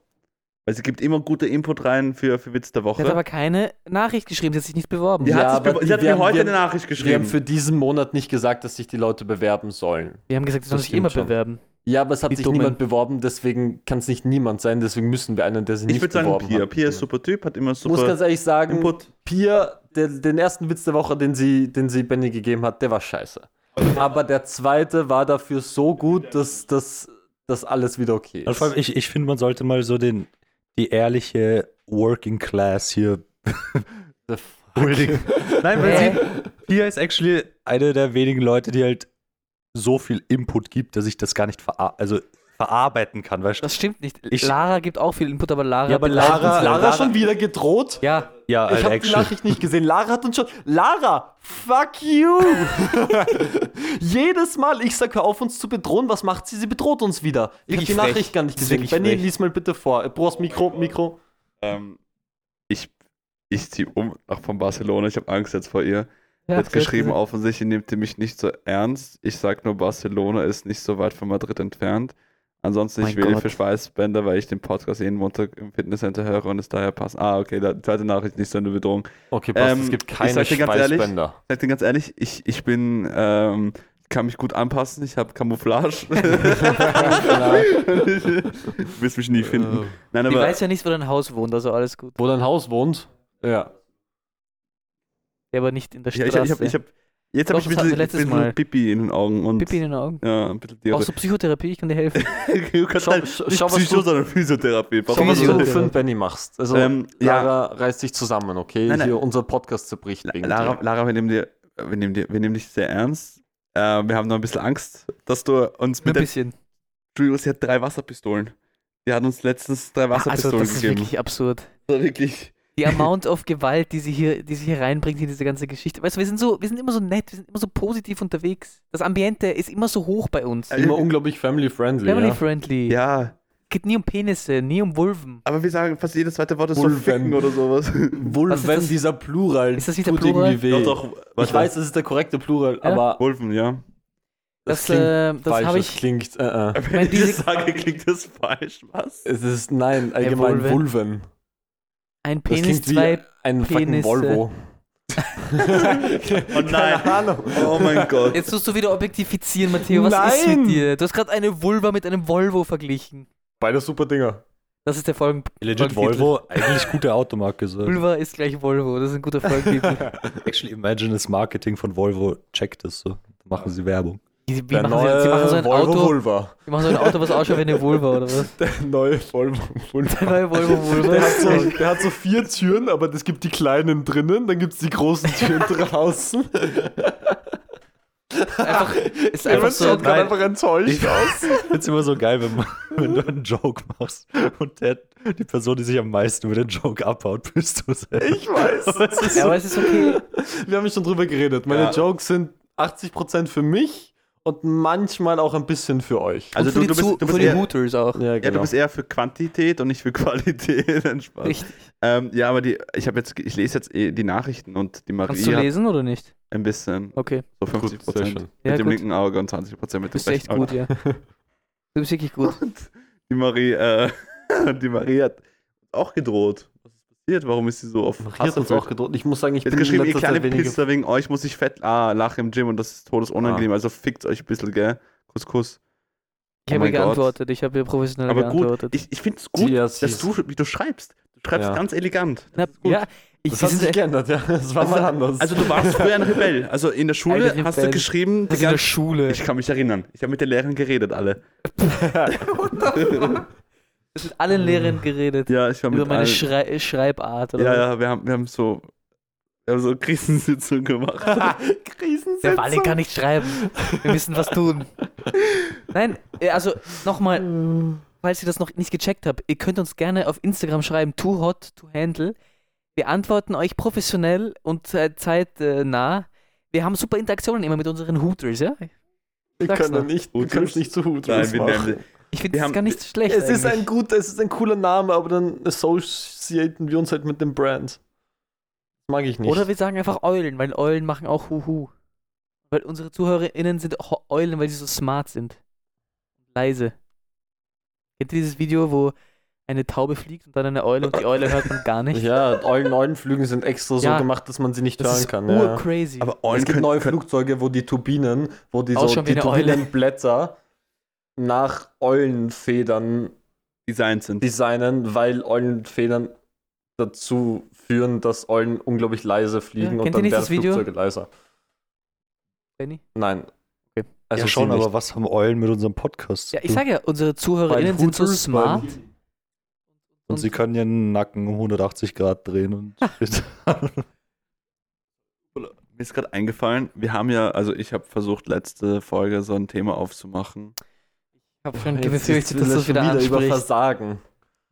Speaker 3: Weil sie gibt immer gute Input rein für, für Witz der
Speaker 1: Sie hat
Speaker 3: Woche.
Speaker 1: aber keine Nachricht geschrieben, sie hat sich nicht beworben.
Speaker 3: Die
Speaker 2: Ja,
Speaker 3: hat, sich
Speaker 2: aber
Speaker 3: bewo- sie hat
Speaker 2: wir
Speaker 3: mir
Speaker 2: haben-
Speaker 3: heute
Speaker 2: wir-
Speaker 3: eine Nachricht
Speaker 2: wir haben
Speaker 3: geschrieben.
Speaker 2: für diesen Monat nicht gesagt, dass sich die Leute bewerben sollen.
Speaker 1: Wir haben gesagt, sie sollen
Speaker 2: Das
Speaker 1: sich immer
Speaker 2: stimmt schon.
Speaker 1: bewerben.
Speaker 2: Ja, aber es hat
Speaker 1: Die
Speaker 2: sich
Speaker 1: Dummen.
Speaker 2: niemand beworben, deswegen kann es nicht niemand sein, deswegen müssen wir einen, der sich
Speaker 3: ich
Speaker 2: nicht
Speaker 3: würde sagen,
Speaker 2: beworben
Speaker 3: Pia.
Speaker 2: hat.
Speaker 3: Pia ist super Typ, hat immer
Speaker 2: Ich muss ganz
Speaker 3: super
Speaker 2: ehrlich sagen,
Speaker 3: Input.
Speaker 2: Pia, der, den ersten Witz der Woche, den sie, den sie Benny gegeben hat, der war scheiße. Aber der zweite war dafür so gut, dass, dass, dass alles wieder okay
Speaker 4: Und
Speaker 2: ist.
Speaker 4: Also vor allem, ich, ich finde, man sollte mal so den, die ehrliche Working Class hier Äh.
Speaker 2: The fuck?
Speaker 4: Holding. Nein, weil
Speaker 1: Hä?
Speaker 4: sie, Pia ist actually eine der wenigen Leute, die halt so viel Input gibt, dass ich das gar nicht verar also verarbeiten kann, weißt du?
Speaker 1: Das stimmt nicht.
Speaker 4: Ich-
Speaker 1: Lara gibt auch viel Input, aber Lara.
Speaker 4: Ja, aber
Speaker 1: beleidigt
Speaker 4: Lara-
Speaker 1: uns
Speaker 2: Lara,
Speaker 1: alle.
Speaker 2: Lara schon wieder gedroht?
Speaker 1: Ja,
Speaker 4: Ja, halt
Speaker 2: Ich habe die Nachricht nicht gesehen. Lara hat uns schon. Lara, fuck you! Jedes Mal, ich sag, hör auf uns zu bedrohen. Was macht sie? Sie bedroht uns wieder. Ich habe
Speaker 1: Wirklich
Speaker 2: die
Speaker 1: frech.
Speaker 2: Nachricht gar nicht
Speaker 1: Das ist
Speaker 2: gesehen.
Speaker 1: wirklich
Speaker 2: Benny,
Speaker 1: frech.
Speaker 2: lies mal bitte vor. Äh, Prost, Mikro, Mikro.
Speaker 3: Ähm, ich ich ziehe um nach von Barcelona. Ich habe Angst jetzt vor ihr.
Speaker 1: ja.
Speaker 3: Wird geschrieben, offensichtlich nehmt ihr mich nicht so ernst. Ich sag nur, Barcelona ist nicht so weit von Madrid entfernt. Ansonsten, ich
Speaker 1: Mein
Speaker 3: wähle
Speaker 1: Gott.
Speaker 3: für Schweißbänder, weil ich den Podcast jeden Montag im Fitnesscenter höre und es daher passt. Ah, okay, da, zweite Nachricht, nicht so eine Bedrohung.
Speaker 2: Okay,
Speaker 3: passt, Ähm, es gibt ich keine sag dir ganz ehrlich,
Speaker 2: Schweißbänder.
Speaker 3: Ich sag dir ganz ehrlich, ich, ich bin, ähm, kann mich gut anpassen, ich habe Camouflage. du wirst
Speaker 2: Äh,
Speaker 3: mich nie finden. Nein,
Speaker 1: Äh, Die
Speaker 3: aber
Speaker 1: weiß ja nicht, wo dein Haus wohnt, also alles gut.
Speaker 2: Wo dein Haus wohnt? Ja.
Speaker 1: Der war nicht in der
Speaker 3: Ja,
Speaker 1: Straße.
Speaker 3: ich, ich hab, ich hab, jetzt habe
Speaker 1: Doch,
Speaker 3: ich
Speaker 1: das hatten
Speaker 3: ein
Speaker 1: wir
Speaker 3: bisschen,
Speaker 1: letztes
Speaker 3: bisschen
Speaker 1: Mal.
Speaker 3: Pipi in den Augen und
Speaker 1: Pipi in den Augen.
Speaker 3: ja, ein bisschen Diarrhö.
Speaker 1: Brauchst du Psychotherapie? Ich kann dir helfen.
Speaker 3: du kannst
Speaker 2: Schau-
Speaker 3: halt
Speaker 2: schau-
Speaker 3: nicht
Speaker 2: schau, was du-
Speaker 3: Psycho, sondern Physiotherapie.
Speaker 2: Schau, was
Speaker 1: Physio-
Speaker 2: du
Speaker 3: Warum-
Speaker 2: für einen Benny machst. Also,
Speaker 3: Ähm, ja.
Speaker 2: Lara, reiß dich zusammen, okay?
Speaker 3: Nein, nein.
Speaker 2: Hier, unser Podcast zerbricht wegen
Speaker 3: Lara, Lara wir, nehmen dir, wir, nehmen dir, wir nehmen dich sehr ernst. Äh, wir haben noch ein bisschen Angst, dass du uns
Speaker 1: Ein
Speaker 3: mit der
Speaker 1: bisschen.
Speaker 3: Julius, sie hat drei Wasserpistolen. Die hat uns letztens drei
Speaker 1: Also,
Speaker 3: Wasserpistolen
Speaker 1: das ist
Speaker 3: gegeben.
Speaker 1: wirklich absurd.
Speaker 3: Also wirklich.
Speaker 1: Die Amount of Gewalt, die sie hier, die sie hier reinbringt in diese ganze Geschichte. Weißt du, wir sind so, wir sind immer so nett, wir sind immer so positiv unterwegs. Das Ambiente ist immer so hoch bei uns.
Speaker 3: Ja,
Speaker 2: dir. Immer unglaublich family-friendly.
Speaker 1: Family
Speaker 2: Äh, Ja.
Speaker 1: friendly.
Speaker 3: Ja,
Speaker 1: Geht nie um Penisse, nie um Vulven.
Speaker 3: aber wir sagen fast jedes zweite Wort ist so
Speaker 2: Vulven.
Speaker 3: ficken oder sowas.
Speaker 1: Was
Speaker 2: Wohl,
Speaker 1: ist
Speaker 2: wenn
Speaker 1: das?
Speaker 2: dieser Plural
Speaker 1: Ist das nicht der
Speaker 2: tut
Speaker 1: Plural?
Speaker 2: irgendwie weh. ich weiß, das ist der korrekte Plural,
Speaker 1: Ja.
Speaker 2: aber
Speaker 3: Wolfen, ja.
Speaker 1: Das,
Speaker 2: das klingt
Speaker 1: äh, das
Speaker 2: falsch.
Speaker 1: habe
Speaker 2: Das
Speaker 1: ich.
Speaker 2: klingt, äh, äh.
Speaker 3: Wenn Oh ich
Speaker 1: diese-
Speaker 3: das sage, klingt das falsch, was?
Speaker 2: Es ist, nein, allgemein
Speaker 1: Vulven.
Speaker 2: Vulven.
Speaker 1: Ein
Speaker 2: Das
Speaker 1: Penis,
Speaker 2: klingt wie
Speaker 1: zwei.
Speaker 2: ein fucking
Speaker 1: Penisse.
Speaker 2: Volvo.
Speaker 3: Oh nein.
Speaker 2: Keine Ahnung.
Speaker 3: Oh mein Gott.
Speaker 1: Jetzt tust du wieder objektifizieren, Matteo. Was ist
Speaker 2: Nein!
Speaker 1: mit dir? Du hast gerade eine Vulva mit einem Volvo verglichen.
Speaker 2: Beide super Dinger.
Speaker 1: Das ist der Folgen.
Speaker 4: Legit
Speaker 1: Folgentitel.
Speaker 4: Volvo, eigentlich gute Automarke. So.
Speaker 1: Vulva ist gleich Volvo. Das ist ein guter Folgentitel.
Speaker 4: Actually, imagine das Marketing von Volvo checkt das so. Machen sie Werbung.
Speaker 1: Wie, wie
Speaker 2: Der
Speaker 1: machen sie das? Sie machen so ein
Speaker 2: Volvo
Speaker 1: Auto,
Speaker 2: Vulva.
Speaker 1: sie machen so ein Auto, was ausschaut wie eine Vulva oder was?
Speaker 2: Der neue Volvo Vulva.
Speaker 1: Der neue Volvo
Speaker 2: Der hat, so,
Speaker 1: Vulva.
Speaker 2: der hat so vier Türen, aber es gibt die kleinen drinnen, dann gibt es die großen Türen draußen.
Speaker 1: Einfach, ist
Speaker 2: Der
Speaker 1: einfach
Speaker 2: Mensch
Speaker 1: so.
Speaker 2: schaut gerade
Speaker 4: nein.
Speaker 2: einfach enttäuscht.
Speaker 4: Ich Find's immer so geil, wenn, man, wenn du einen Joke machst und der, die Person, die sich am meisten über den Joke abhaut, bist du selbst.
Speaker 2: Ich weiß.
Speaker 1: Ja, aber es ist okay.
Speaker 2: Wir haben schon drüber geredet. Meine
Speaker 3: Ja.
Speaker 2: Jokes sind 80% für mich und manchmal auch ein bisschen für euch.
Speaker 1: Und
Speaker 3: Also
Speaker 1: um für
Speaker 3: du-
Speaker 1: die
Speaker 3: du bist-
Speaker 1: Zu-
Speaker 3: du bist
Speaker 1: für die
Speaker 3: eher-
Speaker 1: Hooters auch.
Speaker 2: Ja, genau.
Speaker 3: Ja, du bist eher für Quantität und nicht für Qualität. Entspannt.
Speaker 1: Richtig.
Speaker 3: Ähm, ja, aber die, ich habe jetzt, ich lese jetzt eh die Nachrichten und die
Speaker 1: Kannst du
Speaker 3: Marie hat
Speaker 1: lesen oder nicht?
Speaker 3: ein bisschen,
Speaker 1: Okay.
Speaker 3: so 50
Speaker 2: Gut, sehr
Speaker 3: Prozent
Speaker 2: schön.
Speaker 3: mit
Speaker 1: Ja,
Speaker 3: dem
Speaker 1: gut.
Speaker 3: linken Auge und 20 Prozent
Speaker 1: Du
Speaker 3: mit dem
Speaker 1: bist echt
Speaker 3: rechten
Speaker 1: gut,
Speaker 3: Auge.
Speaker 1: ja. Du bist wirklich gut.
Speaker 3: Und die Marie, äh, die Marie hat auch gedroht. Was ist passiert? Warum ist sie so auf
Speaker 2: Maria hat uns auch gedroht. Ich muss sagen, ich
Speaker 3: Sie
Speaker 2: bin
Speaker 3: hat geschrieben,
Speaker 2: in
Speaker 3: ihr
Speaker 2: letzter
Speaker 3: kleine
Speaker 2: Zeit weniger.
Speaker 3: Pisser, wegen euch muss ich fett ah, lachen im Gym und das ist
Speaker 1: Ah.
Speaker 3: todesunangenehm, also fickt euch ein bisschen, gell? Kuss, Kuss.
Speaker 1: Ich
Speaker 3: Oh
Speaker 1: habe
Speaker 3: mein Gott.
Speaker 1: geantwortet. Ich habe ihr professionell
Speaker 3: Aber gut,
Speaker 1: geantwortet.
Speaker 3: ich, ich finde es gut,
Speaker 2: Ja,
Speaker 3: dass
Speaker 2: süß.
Speaker 3: du, wie du schreibst. Du schreibst
Speaker 2: Ja.
Speaker 3: ganz elegant.
Speaker 1: Na,
Speaker 3: gut.
Speaker 1: ja, ich
Speaker 2: Das
Speaker 1: wir
Speaker 2: hat
Speaker 1: sind
Speaker 2: sich
Speaker 1: echt-
Speaker 2: geändert, ja. Das war mal anders.
Speaker 3: Also du warst früher ein Rebell. Also in der Schule
Speaker 1: Eine
Speaker 3: hast du
Speaker 1: Rebell.
Speaker 3: geschrieben,
Speaker 1: das ist in
Speaker 3: die
Speaker 1: der
Speaker 3: ganze
Speaker 1: Schule.
Speaker 3: ich kann mich erinnern. Ich habe mit der Lehrerin geredet, alle.
Speaker 1: Ich habe mit allen Lehrern geredet.
Speaker 3: Ja, ich war mit
Speaker 1: über meine
Speaker 3: allen-
Speaker 1: Schrei Schreibart oder
Speaker 3: Ja,
Speaker 1: was.
Speaker 3: ja, wir haben, wir haben so, wir haben so Krisensitzung gemacht.
Speaker 1: Der Walle kann nicht schreiben. Wir müssen was tun. Nein, äh, also nochmal, falls ihr das noch nicht gecheckt habt, ihr könnt uns gerne auf Instagram schreiben, too hot to handle. Wir antworten euch professionell und äh, zeitnah. Wir haben super Interaktionen immer mit unseren Hooters, ja?
Speaker 2: Wir
Speaker 1: sag's noch.
Speaker 2: können nicht, wir
Speaker 3: Hutus?
Speaker 2: können es nicht zu Hutus
Speaker 3: Nein, wir
Speaker 2: machen.
Speaker 3: nennen
Speaker 1: Ich finde
Speaker 3: Wir
Speaker 1: das
Speaker 3: haben-
Speaker 1: gar nicht so schlecht.
Speaker 2: äh, Es ist,
Speaker 1: eigentlich.
Speaker 2: ein gut, es ist ein cooler Name, aber dann associaten wir uns halt mit dem Brand. Das mag ich nicht.
Speaker 1: Oder wir sagen einfach Eulen, weil Eulen machen auch Huhu. Weil unsere ZuhörerInnen sind auch Eulen, weil sie so smart sind. Leise. Kennt ihr dieses Video, wo eine Taube fliegt und dann eine Eule und die Eule hört man gar nicht?
Speaker 2: ja, Eulen, Eulenflügen sind extra
Speaker 1: Ja.
Speaker 2: so gemacht, dass man sie nicht
Speaker 1: das
Speaker 2: hören
Speaker 1: ist
Speaker 2: kann. Ja.
Speaker 1: urcrazy.
Speaker 3: Aber
Speaker 2: Es
Speaker 3: Eulen
Speaker 2: gibt
Speaker 3: können-
Speaker 2: neue
Speaker 3: können-
Speaker 2: Flugzeuge, wo die Turbinen, wo die so
Speaker 1: Ausschauen wie
Speaker 2: die
Speaker 1: eine Eule.
Speaker 2: Turbinenblätter nach Eulenfedern
Speaker 3: Design sind.
Speaker 2: designen, weil Eulenfedern dazu führen, dass Eulen unglaublich leise fliegen
Speaker 1: Ja,
Speaker 2: und
Speaker 1: kennt ihr
Speaker 2: dann
Speaker 1: nicht
Speaker 2: werden
Speaker 1: das Video?
Speaker 2: Flugzeuge leiser.
Speaker 1: Benny?
Speaker 2: Nein.
Speaker 1: Okay.
Speaker 2: Also
Speaker 4: ja, schon,
Speaker 2: sie nicht.
Speaker 4: aber was haben Eulen mit unserem Podcast? zu
Speaker 1: Ja, ich
Speaker 4: tun?
Speaker 1: sage ja, unsere
Speaker 2: Bei
Speaker 1: ZuhörerInnen sind so
Speaker 2: Hooters,
Speaker 1: smart.
Speaker 2: bei-
Speaker 4: und sie können ihren Nacken um 180 Grad drehen und
Speaker 3: Mir ist gerade eingefallen, wir haben ja, also ich habe versucht, letzte Folge so ein Thema aufzumachen.
Speaker 1: ich habe schon
Speaker 2: Jetzt
Speaker 1: befürchtet,
Speaker 2: ist-
Speaker 1: dass du
Speaker 2: will
Speaker 1: es
Speaker 2: er
Speaker 1: wieder
Speaker 2: schon über
Speaker 1: ansprichst.
Speaker 2: Versagen.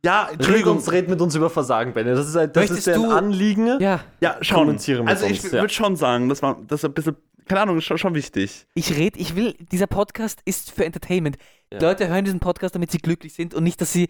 Speaker 3: Ja,
Speaker 2: Red, uns, red mit uns über Versagen, Benny. Das ist, ein- das
Speaker 1: Möchtest
Speaker 2: ist ja ein
Speaker 1: du-
Speaker 2: Anliegen.
Speaker 1: Ja,
Speaker 3: Ja, schon.
Speaker 2: Kommuniziere mit
Speaker 3: Also ich
Speaker 2: uns, ja.
Speaker 3: würde schon sagen, das war das ist ein bisschen, keine Ahnung, ist schon, schon wichtig.
Speaker 1: ich rede, ich will, dieser Podcast ist für Entertainment.
Speaker 2: Ja.
Speaker 1: Leute hören diesen Podcast, damit sie glücklich sind und nicht, dass sie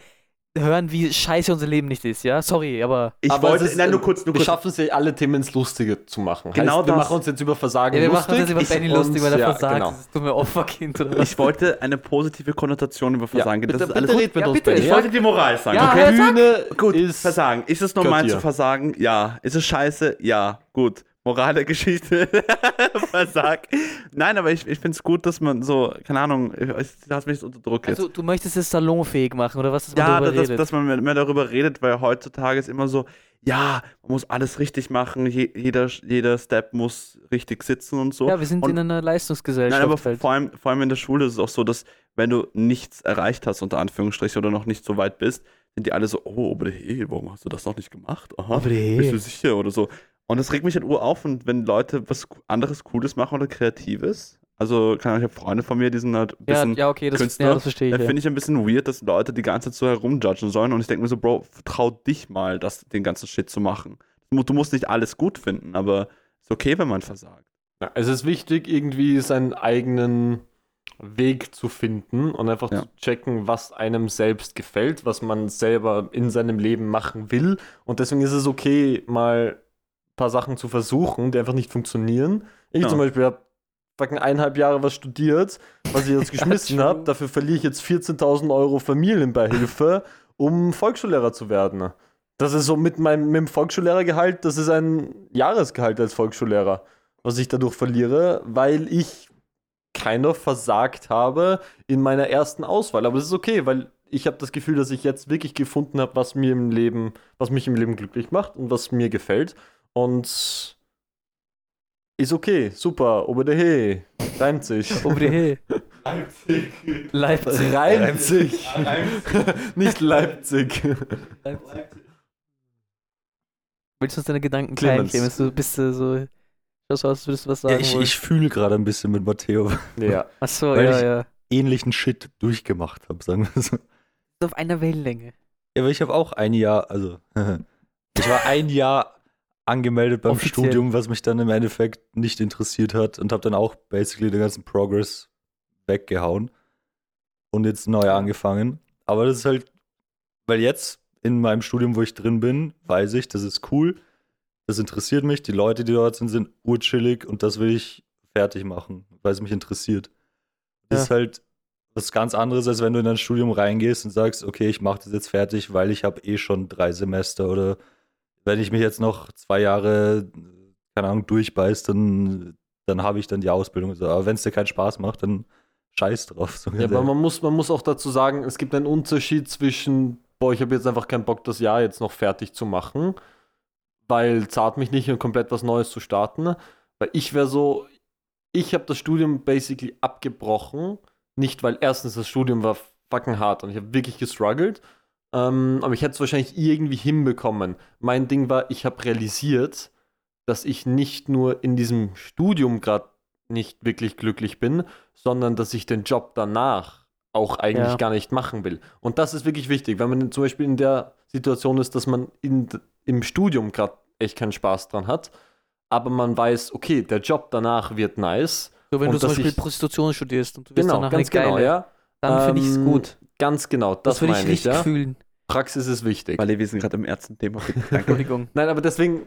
Speaker 1: hören, wie scheiße unser Leben nicht ist, ja? Sorry, aber...
Speaker 3: Ich
Speaker 2: Aber
Speaker 3: wollte,
Speaker 2: es ist,
Speaker 3: nein, nur
Speaker 2: äh,
Speaker 3: kurz, nur
Speaker 2: Wir
Speaker 3: kurz.
Speaker 2: schaffen es ja, alle Themen ins Lustige zu machen.
Speaker 3: Genau
Speaker 2: heißt, wir
Speaker 3: das.
Speaker 2: machen uns jetzt über Versagen
Speaker 1: Ja, wir
Speaker 2: lustig.
Speaker 1: machen das über
Speaker 2: Ich-
Speaker 1: Benny lustig, weil
Speaker 2: und-
Speaker 1: er
Speaker 2: ja,
Speaker 1: versagt.
Speaker 2: Genau.
Speaker 1: Das ist dumme Opferkind oder was?
Speaker 3: Ich wollte eine positive Konnotation über Versagen.
Speaker 2: bitte,
Speaker 3: das ist alles
Speaker 2: bitte red mit
Speaker 1: Ja,
Speaker 2: uns,
Speaker 1: bitte.
Speaker 2: Benny.
Speaker 3: Ich wollte die Moral sagen.
Speaker 1: Ja,
Speaker 3: okay?
Speaker 1: sag.
Speaker 2: Bühne
Speaker 3: Gut,
Speaker 2: ist
Speaker 3: Versagen. Ist es normal
Speaker 2: Gott,
Speaker 3: zu
Speaker 2: ja.
Speaker 3: versagen? Ja. Ist es scheiße? Ja. Gut. Moral der Geschichte. Versag. Nein, aber ich, ich finde es gut, dass man so, keine Ahnung, ich- ich- du hast mich jetzt unter Druck jetzt.
Speaker 1: Also, du möchtest es salonfähig machen, oder was? Dass man
Speaker 3: ja,
Speaker 1: darüber
Speaker 3: dass,
Speaker 1: redet.
Speaker 3: dass man mehr- mehr darüber redet, weil heutzutage ist immer so, ja, man muss alles richtig machen, je, jeder, jeder Step muss richtig sitzen und so.
Speaker 1: ja, wir sind
Speaker 3: und-
Speaker 1: in einer Leistungsgesellschaft.
Speaker 3: Nein, aber
Speaker 1: halt.
Speaker 3: vor allem, vor allem in der Schule ist es auch so, dass wenn du nichts erreicht hast, unter Anführungsstrichen, oder noch nicht so weit bist, sind die alle so, oh, aber hey, warum hast du das noch nicht gemacht? Aha,
Speaker 1: Aber hey.
Speaker 3: bist du sicher oder so. Und das regt mich halt ur auf und wenn Leute was anderes Cooles machen oder Kreatives, also, keine Ahnung, ich habe Freunde von mir, die sind halt ein
Speaker 1: ja,
Speaker 3: bisschen
Speaker 1: ja, okay, das,
Speaker 3: Künstler,
Speaker 1: ja, das verstehe
Speaker 3: da
Speaker 1: ich. Ja.
Speaker 3: finde ich ein bisschen weird, dass Leute die ganze Zeit so herumjudgen sollen. Und ich denke mir so, Bro, trau dich mal, das, den ganzen Shit zu machen. Du mu- Du musst nicht alles gut finden, aber ist okay, wenn man versagt.
Speaker 2: Ja, es ist wichtig, irgendwie seinen eigenen Weg zu finden und einfach
Speaker 3: Ja.
Speaker 2: zu checken, was einem selbst gefällt, was man selber in seinem Leben machen will. Und deswegen ist es okay, mal ein paar Sachen zu versuchen, die einfach nicht funktionieren. Ich
Speaker 3: Ja.
Speaker 2: zum Beispiel habe fucking eineinhalb Jahre was studiert, was ich jetzt geschmissen
Speaker 1: true.
Speaker 2: habe. Dafür verliere ich jetzt 14.000 Euro Familienbeihilfe, um Volksschullehrer zu werden. Das ist so mit meinem mit dem Volksschullehrergehalt, das ist ein Jahresgehalt als Volksschullehrer was ich dadurch verliere, weil ich keiner versagt habe in meiner ersten Auswahl. Aber es ist okay, weil ich habe das Gefühl, dass ich jetzt wirklich gefunden habe, was mir im Leben, was mich im Leben glücklich macht und was mir gefällt. Und ist okay, super, obedehe, reimt sich.
Speaker 1: Oh, die- hey. Leipzig.
Speaker 2: Reimt sich. Nicht Leipzig.
Speaker 1: Leipzig. Willst du uns deine Gedanken
Speaker 2: Clemens.
Speaker 1: teilen, Clemens? Du bist äh, so. Schaust so aus, als würdest du was
Speaker 4: Ja,
Speaker 1: sagen.
Speaker 4: ich
Speaker 1: wollen.
Speaker 4: ich fühle gerade ein bisschen mit Matteo, weil
Speaker 2: Ja.
Speaker 1: Achso,
Speaker 4: weil
Speaker 1: ja,
Speaker 4: ich-
Speaker 1: ja.
Speaker 4: ich ähnlichen Shit durchgemacht habe, sagen wir so.
Speaker 1: Auf einer Wellenlänge.
Speaker 4: Ja, aber ich habe auch ein Jahr, also ich war ein Jahr angemeldet beim
Speaker 1: Offiziell.
Speaker 4: Studium, was mich dann im Endeffekt nicht interessiert hat und habe dann auch basically den ganzen Progress weggehauen und jetzt neu angefangen. Aber das ist halt, weil jetzt in meinem Studium, wo ich drin bin, weiß ich, das ist cool, das interessiert mich, die Leute, die dort sind, sind urchillig und das will ich fertig machen, weil es mich interessiert. Das
Speaker 1: Ja.
Speaker 4: ist halt was ganz anderes, als wenn du in ein Studium reingehst und sagst, okay, ich mache das jetzt fertig, weil ich habe eh schon drei Semester oder wenn ich mich jetzt noch zwei Jahre, keine Ahnung, durchbeiß, dann, dann habe ich dann die Ausbildung. So, Aber wenn es dir keinen Spaß macht, dann scheiß drauf. So
Speaker 2: Ja, aber man muss, man muss auch dazu sagen, es gibt einen Unterschied zwischen, boah, ich habe jetzt einfach keinen Bock, das Jahr jetzt noch fertig zu machen, weil zahlt mich nicht und komplett was Neues zu starten. Weil ich wäre so, ich habe das Studium basically abgebrochen, nicht weil erstens das Studium war fucking hart und ich habe wirklich gestruggelt, ähm, aber ich hätte es wahrscheinlich irgendwie hinbekommen. Mein Ding war, ich habe realisiert, dass ich nicht nur in diesem Studium gerade nicht wirklich glücklich bin, sondern dass ich den Job danach auch eigentlich
Speaker 1: Ja.
Speaker 2: gar nicht machen will. Und das ist wirklich wichtig, wenn man zum Beispiel in der Situation ist, dass man in, d- im Studium gerade echt keinen Spaß dran hat, aber man weiß, okay, der Job danach wird nice.
Speaker 1: So, wenn
Speaker 2: Und
Speaker 1: du zum
Speaker 2: dass
Speaker 1: Beispiel
Speaker 2: ich-
Speaker 1: Prostitution studierst und du wirst
Speaker 2: Genau,
Speaker 1: danach
Speaker 2: ganz
Speaker 1: eine
Speaker 2: genau,
Speaker 1: Geile,
Speaker 2: ja.
Speaker 1: dann finde ich es
Speaker 2: Ähm,
Speaker 1: gut.
Speaker 2: Ganz genau, das,
Speaker 1: Das, würde ich
Speaker 2: meine ich,
Speaker 1: richtig
Speaker 2: ja.
Speaker 1: fühlen.
Speaker 2: Praxis ist wichtig.
Speaker 3: Weil wir sind gerade im ersten Thema. Danke.
Speaker 1: Entschuldigung.
Speaker 2: Nein, aber deswegen,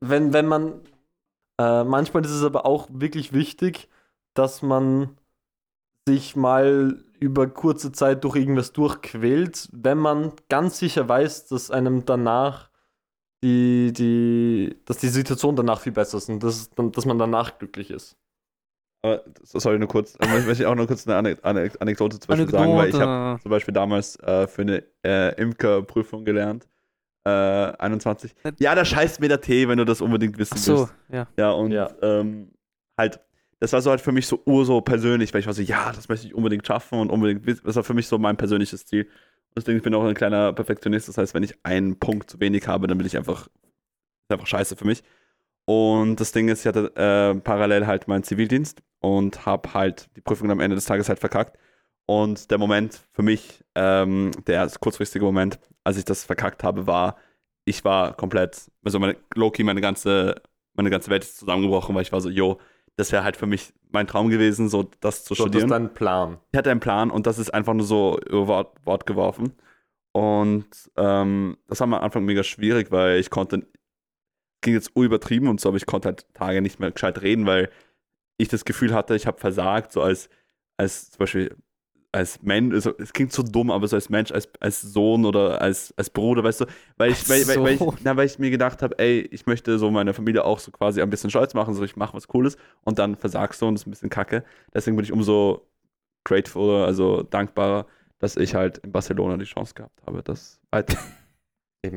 Speaker 2: wenn, wenn man, äh, manchmal ist es aber auch wirklich wichtig, dass man sich mal über kurze Zeit durch irgendwas durchquält, wenn man ganz sicher weiß, dass einem danach die, die, dass die Situation danach viel besser ist und dass, dass man danach glücklich ist.
Speaker 3: Aber, sorry, nur kurz. Aber ich möchte auch nur kurz eine Ane Ane Anekdote zum Beispiel sagen, weil ich habe zum Beispiel damals äh, für eine äh, Imkerprüfung gelernt. Äh, 21. Ja, da scheißt mir der Tee, wenn du das unbedingt wissen
Speaker 1: Äh, Ach
Speaker 3: willst.
Speaker 1: so, ja.
Speaker 3: Ja, und
Speaker 2: Ja.
Speaker 3: Ähm, halt, das war so halt für mich so ur so persönlich, weil ich war so, ja, das möchte ich unbedingt schaffen und unbedingt wissen. Das war für mich so mein persönliches Ziel. Und Deswegen ich bin ich auch ein kleiner Perfektionist. Das heißt, wenn ich einen Punkt zu wenig habe, dann bin ich einfach, ist einfach scheiße für mich. Und das Ding ist, ich hatte äh, parallel halt meinen Zivildienst und habe halt die Prüfung am Ende des Tages halt verkackt. Und der Moment für mich, ähm, der kurzfristige Moment, als ich das verkackt habe, war, ich war komplett, also meine, Loki, meine ganze meine ganze Welt ist zusammengebrochen, weil ich war so, yo, das wäre halt für mich mein Traum gewesen, so das zu
Speaker 2: So, das
Speaker 3: studieren.
Speaker 2: ist dein Plan.
Speaker 3: ich hatte einen Plan und das ist einfach nur so über Wort, Wort geworfen. Und ähm, das war am Anfang mega schwierig, weil ich konnte, ging jetzt übertrieben und so, aber ich konnte halt Tage nicht mehr gescheit reden, weil ich das Gefühl hatte, ich habe versagt, so als, als zum Beispiel als Mensch, also es klingt so dumm, aber so als Mensch, als, als Sohn oder als, als Bruder, weißt du, weil ich, weil,
Speaker 1: Als
Speaker 3: weil, weil, ich,
Speaker 1: Sohn.
Speaker 3: na, weil ich mir gedacht habe, ey, ich möchte so meine Familie auch so quasi ein bisschen stolz machen, so ich mache was Cooles und dann versagst du und das ist ein bisschen kacke. Deswegen bin ich umso gratefuler, also dankbarer, dass ich halt in Barcelona die Chance gehabt habe, das weiter.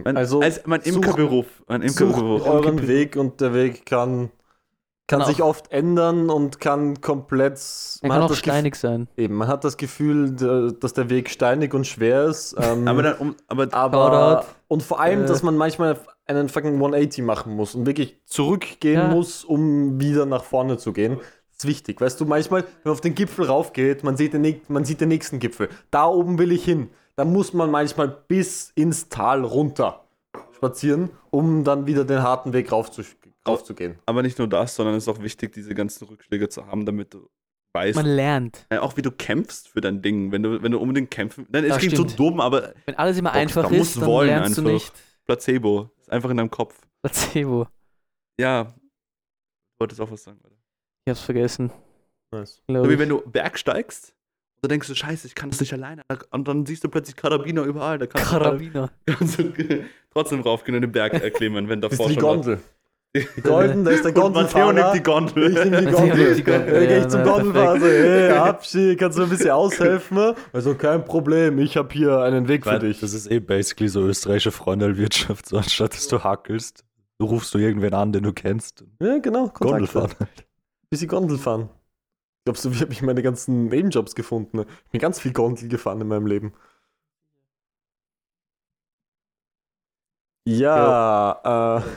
Speaker 3: Mein,
Speaker 2: also,
Speaker 3: als mein
Speaker 2: sucht-
Speaker 3: Imkerberuf, mein
Speaker 2: sucht
Speaker 3: Imkerberuf.
Speaker 2: euren Weg und der Weg kann, kann
Speaker 1: Kann
Speaker 2: sich oft ändern und kann komplett.
Speaker 1: Er kann
Speaker 2: hat
Speaker 1: auch
Speaker 2: das Gef-
Speaker 1: steinig sein.
Speaker 2: Eben, man hat das Gefühl, d- dass der Weg steinig und schwer ist. Ähm,
Speaker 3: Aber dann, um, aber
Speaker 2: aber
Speaker 1: Shoutout.
Speaker 2: und vor allem,
Speaker 1: Äh.
Speaker 2: dass man manchmal einen fucking 180 machen muss und wirklich zurückgehen
Speaker 1: Ja.
Speaker 2: muss, um wieder nach vorne zu gehen. Das ist wichtig. Weißt du, manchmal, wenn man auf den Gipfel raufgeht, man sieht den, näch- man sieht den nächsten Gipfel. Da oben will ich hin. Da muss man manchmal bis ins Tal runter spazieren, um dann wieder den harten Weg raufzusch- raufzugehen.
Speaker 3: Aber nicht nur das, sondern es ist auch wichtig, diese ganzen Rückschläge zu haben, damit du weißt,
Speaker 1: Man lernt.
Speaker 3: äh, auch wie du kämpfst für dein Ding. Wenn du, wenn du unbedingt kämpfen. Nein, es
Speaker 1: Das
Speaker 3: klingt
Speaker 1: stimmt.
Speaker 3: so dumm, aber
Speaker 1: Wenn alles immer
Speaker 3: Bock
Speaker 1: einfach
Speaker 3: drauf.
Speaker 1: ist,
Speaker 3: Muss
Speaker 1: dann
Speaker 3: wollen
Speaker 1: lernst du
Speaker 3: einfach.
Speaker 1: nicht.
Speaker 3: Placebo. Ist einfach in deinem Kopf.
Speaker 1: Placebo.
Speaker 3: Ja. Du wolltest auch was sagen, Alter.
Speaker 1: Ich hab's vergessen.
Speaker 2: Nice.
Speaker 1: glaub
Speaker 3: So
Speaker 1: ich.
Speaker 3: wie wenn du Berg steigst und dann denkst du, Scheiße, ich kann das nicht alleine. Und dann siehst du plötzlich Karabiner überall. Da kannst,
Speaker 1: Karabiner.
Speaker 3: Du, kannst du trotzdem raufgehen und den Berg erklimmen, wenn
Speaker 2: Das
Speaker 3: davor
Speaker 2: ist die
Speaker 3: schon. was-
Speaker 2: Gondel. Die Gondel, da ist der
Speaker 3: Und Matteo nimmt
Speaker 2: Gondelfahrer.
Speaker 3: die
Speaker 2: Ich
Speaker 3: Gondel.
Speaker 2: nehme die
Speaker 1: Matteo
Speaker 2: Gondel.
Speaker 1: nimmt die Gondel,
Speaker 2: Dann
Speaker 1: ja,
Speaker 2: gehe ich zum
Speaker 1: na,
Speaker 2: Gondelfahrer. so, Hey, Abschied, kannst du mir ein bisschen aushelfen? Also kein Problem, ich habe hier einen Weg für
Speaker 4: Weil
Speaker 2: dich.
Speaker 4: Das ist eh basically so österreichische Freundelwirtschaft, so anstatt dass du hackelst, du rufst du irgendwen an, den du kennst.
Speaker 2: Ja, genau. Kontakte.
Speaker 4: Gondel fahren.
Speaker 2: Bisschen Gondel fahren. Glaubst du, wie habe ich meine ganzen Nebenjobs gefunden? Ich bin ganz viel Gondel gefahren in meinem Leben. Ja,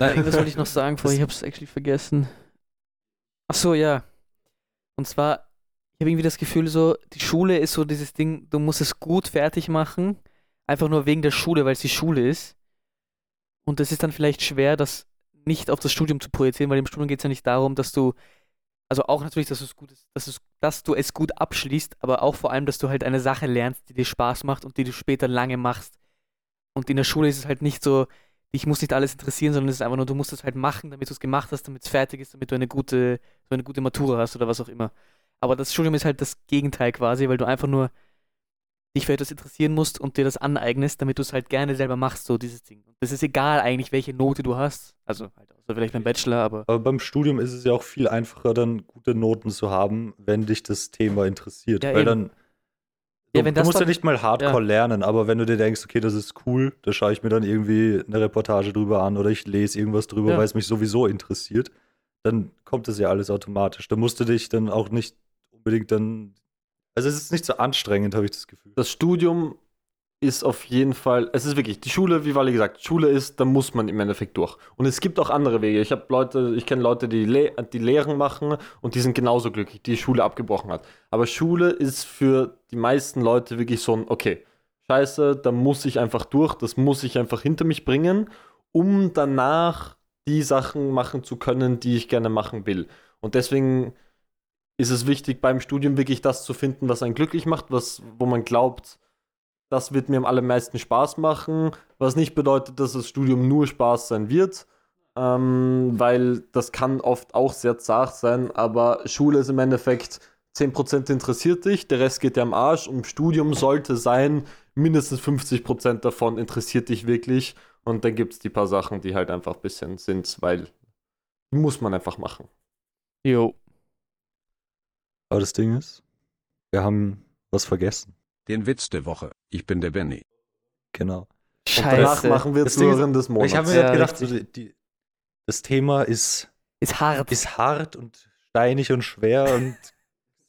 Speaker 2: äh,
Speaker 1: Irgendwas wollte ich noch sagen, vorher, ich hab's actually vergessen. Ach so, ja. Und zwar, ich habe irgendwie das Gefühl, so, die Schule ist so dieses Ding, du musst es gut fertig machen, einfach nur wegen der Schule, weil es die Schule ist. Und es ist dann vielleicht schwer, das nicht auf das Studium zu projizieren, weil im Studium geht es ja nicht darum, dass du, also auch natürlich, dass, du es gut, dass, es, dass du es gut abschließt, aber auch vor allem, dass du halt eine Sache lernst, die dir Spaß macht und die du später lange machst. Und in der Schule ist es halt nicht so, dich muss nicht alles interessieren, sondern es ist einfach nur, du musst es halt machen, damit du es gemacht hast, damit es fertig ist, damit du eine gute, so eine gute Matura hast oder was auch immer. Aber das Studium ist halt das Gegenteil quasi, weil du einfach nur dich für etwas interessieren musst und dir das aneignest, damit du es halt gerne selber machst, so dieses Ding. Und das ist egal eigentlich, welche Note du hast. Also halt, außer vielleicht beim Bachelor, aber
Speaker 4: Aber beim Studium ist es ja auch viel einfacher, dann gute Noten zu haben, wenn dich das Thema interessiert.
Speaker 1: Ja,
Speaker 4: weil
Speaker 1: eben.
Speaker 4: dann.
Speaker 1: Ja,
Speaker 4: du,
Speaker 1: wenn
Speaker 4: du
Speaker 1: das
Speaker 4: musst ja
Speaker 1: dann-
Speaker 4: nicht mal hardcore
Speaker 1: ja.
Speaker 4: lernen, aber wenn du dir denkst, okay, das ist cool, da schaue ich mir dann irgendwie eine Reportage drüber an oder ich lese irgendwas drüber,
Speaker 1: Ja.
Speaker 4: weil es mich sowieso interessiert, dann kommt das ja alles automatisch. Da musst du dich dann auch nicht unbedingt dann. Also es ist nicht so anstrengend, habe ich das Gefühl.
Speaker 2: das Studium ist auf jeden Fall, es ist wirklich, die Schule, wie Wally gesagt, Schule ist, da muss man im Endeffekt durch. Und es gibt auch andere Wege. Ich habe Leute, ich kenne Leute, die, Le die Lehren machen und die sind genauso glücklich, die die Schule abgebrochen hat. Aber Schule ist für die meisten Leute wirklich so ein, okay, scheiße, da muss ich einfach durch, das muss ich einfach hinter mich bringen, um danach die Sachen machen zu können, die ich gerne machen will. Und deswegen ist es wichtig, beim Studium wirklich das zu finden, was einen glücklich macht, was, wo man glaubt, das wird mir am allermeisten Spaß machen, was nicht bedeutet, dass das Studium nur Spaß sein wird, ähm, weil das kann oft auch sehr zart sein, aber Schule ist im Endeffekt 10% interessiert dich, der Rest geht dir am Arsch und Studium sollte sein, mindestens 50% davon interessiert dich wirklich und dann gibt es die paar Sachen, die halt einfach ein bisschen sind, weil die muss man einfach machen.
Speaker 1: jo.
Speaker 4: Aber das Ding ist, wir haben was vergessen.
Speaker 5: Den Witz der Woche. Ich bin der Benny.
Speaker 4: Genau.
Speaker 2: Und danach
Speaker 1: Scheiße.
Speaker 2: machen wir
Speaker 4: Das Ding ist-
Speaker 2: Zuhörerin des Monats.
Speaker 4: Ich habe mir
Speaker 1: Ja,
Speaker 4: grad gedacht, so die, die, das Thema ist,
Speaker 1: Ist hart.
Speaker 4: ist hart und steinig und schwer und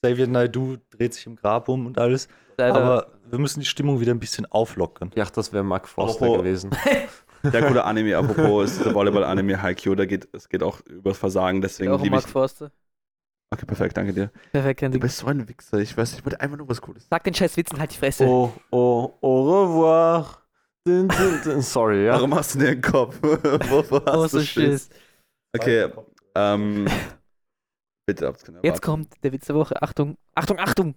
Speaker 4: Xavier Naidoo dreht sich im Grab um und alles.
Speaker 1: leider.
Speaker 4: Aber wir müssen die Stimmung wieder ein bisschen auflockern.
Speaker 2: Ja, das wäre Mark Forster
Speaker 3: Apropos-
Speaker 2: gewesen.
Speaker 3: Der coole Anime, apropos, ist der Volleyball-Anime Haikyuu. Da geht es geht auch übers Versagen, deswegen
Speaker 1: auch um
Speaker 3: liebe ich.
Speaker 1: Mark Forster.
Speaker 3: Okay, perfekt, danke dir.
Speaker 1: Perfekt, kein
Speaker 3: Du
Speaker 1: Ding.
Speaker 3: bist so ein Wichser, ich weiß, ich wollte einfach nur was Cooles.
Speaker 1: Sag den scheiß Witz und halt die Fresse.
Speaker 2: Oh, oh, au revoir. Din, din, din. Sorry, ja.
Speaker 3: Warum hast du den Kopf? Wovor hast
Speaker 1: Oh,
Speaker 3: du
Speaker 1: so
Speaker 3: Schiss?
Speaker 1: Schiss.
Speaker 3: Okay, ähm. Bitte habt's genau.
Speaker 1: Jetzt kommt der Witz der Woche. Achtung, Achtung, Achtung.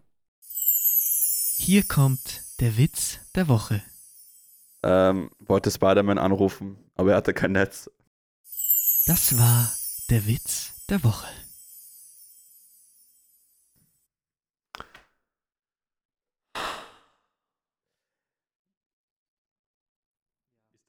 Speaker 1: Hier kommt der Witz der Woche.
Speaker 3: Ähm, wollte Spider-Man anrufen, aber er hatte kein Netz.
Speaker 1: Das war der Witz der Woche.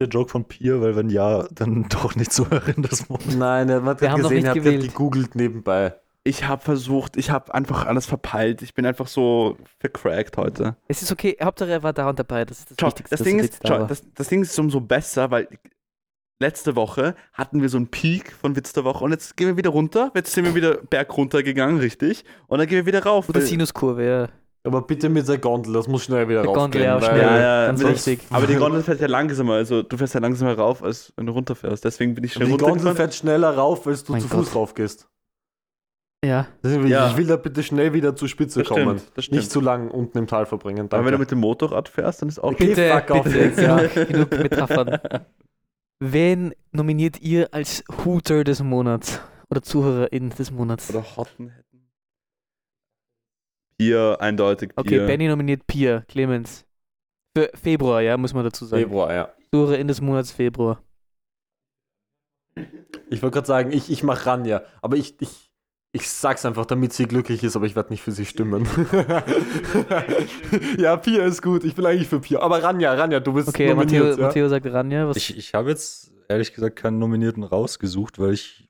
Speaker 4: der Joke von Pier, weil wenn ja, dann doch nicht zuhören, das muss.
Speaker 2: Nein, der hat
Speaker 1: Wir
Speaker 2: gerade
Speaker 1: haben noch
Speaker 2: gesehen,
Speaker 1: nicht
Speaker 2: er hat gerade
Speaker 1: gewählt.
Speaker 2: gegoogelt nebenbei.
Speaker 3: Ich habe versucht, ich habe einfach alles verpeilt. Ich bin einfach so vercrackt heute.
Speaker 1: Es ist okay, Hauptsache er war da und dabei. Das ist das
Speaker 3: Schau,
Speaker 1: Wichtigste.
Speaker 3: das
Speaker 1: dass
Speaker 3: Ding
Speaker 1: er
Speaker 3: ist,
Speaker 1: jetzt da
Speaker 3: schau,
Speaker 1: war.
Speaker 3: das, das Ding ist umso besser, weil letzte Woche hatten wir so einen Peak von Witz der Woche und jetzt gehen wir wieder runter. Jetzt sind wir wieder berg runter gegangen, richtig? Und dann gehen wir wieder rauf.
Speaker 1: Gute
Speaker 3: weil-
Speaker 1: Sinuskurve, ja.
Speaker 2: Aber bitte mit der Gondel, das muss schnell wieder
Speaker 1: Mit
Speaker 2: raufgehen.
Speaker 1: Gondel, ja,
Speaker 2: weil-
Speaker 1: schnell.
Speaker 3: ja, ja,
Speaker 1: ganz
Speaker 3: sonst-
Speaker 1: wichtig.
Speaker 3: aber die Gondel fährt ja langsamer, also du fährst ja langsamer rauf, als wenn du runterfährst. Deswegen bin ich schnell
Speaker 2: Die Gondel
Speaker 3: runtergefahren.
Speaker 2: fährt schneller rauf, weil du
Speaker 1: Mein
Speaker 2: zu
Speaker 1: Gott.
Speaker 2: Fuß raufgehst.
Speaker 1: Ja.
Speaker 2: Deswegen will
Speaker 3: Ja.
Speaker 2: ich- Ich will da bitte schnell wieder zur Spitze
Speaker 3: Das
Speaker 2: kommen.
Speaker 3: stimmt, das
Speaker 2: Nicht
Speaker 3: stimmt.
Speaker 2: zu lang unten im Tal verbringen.
Speaker 3: Aber wenn du
Speaker 2: danke.
Speaker 3: mit dem Motorrad fährst, dann ist auch
Speaker 2: Okay.
Speaker 1: Bitte,
Speaker 2: fuck off
Speaker 1: bitte,
Speaker 2: jetzt, ja.
Speaker 1: genug, genug Metaphern. Wen nominiert ihr als Hooter des Monats? Oder Zuhörerin des Monats?
Speaker 3: Oder Hotten hätten. Bier, eindeutig
Speaker 1: Okay,
Speaker 3: Bier.
Speaker 1: Benny nominiert Pia, Clemens. Für Februar, ja, muss man dazu sagen.
Speaker 2: Februar, ja.
Speaker 1: Zuhörerin des Monats Februar.
Speaker 2: Ich wollte gerade sagen, ich, ich mache Ranja, aber ich, ich, ich sag's einfach, damit sie glücklich ist, aber ich werde nicht für sie stimmen. ja, Pia ist gut, ich bin eigentlich für Pia. Aber Ranja, Ranja, du bist
Speaker 1: Okay, Matteo,
Speaker 2: nominiert. ja?
Speaker 1: Matteo sagt Ranja. Was
Speaker 4: Ich, ich habe jetzt ehrlich gesagt keinen Nominierten rausgesucht, weil ich.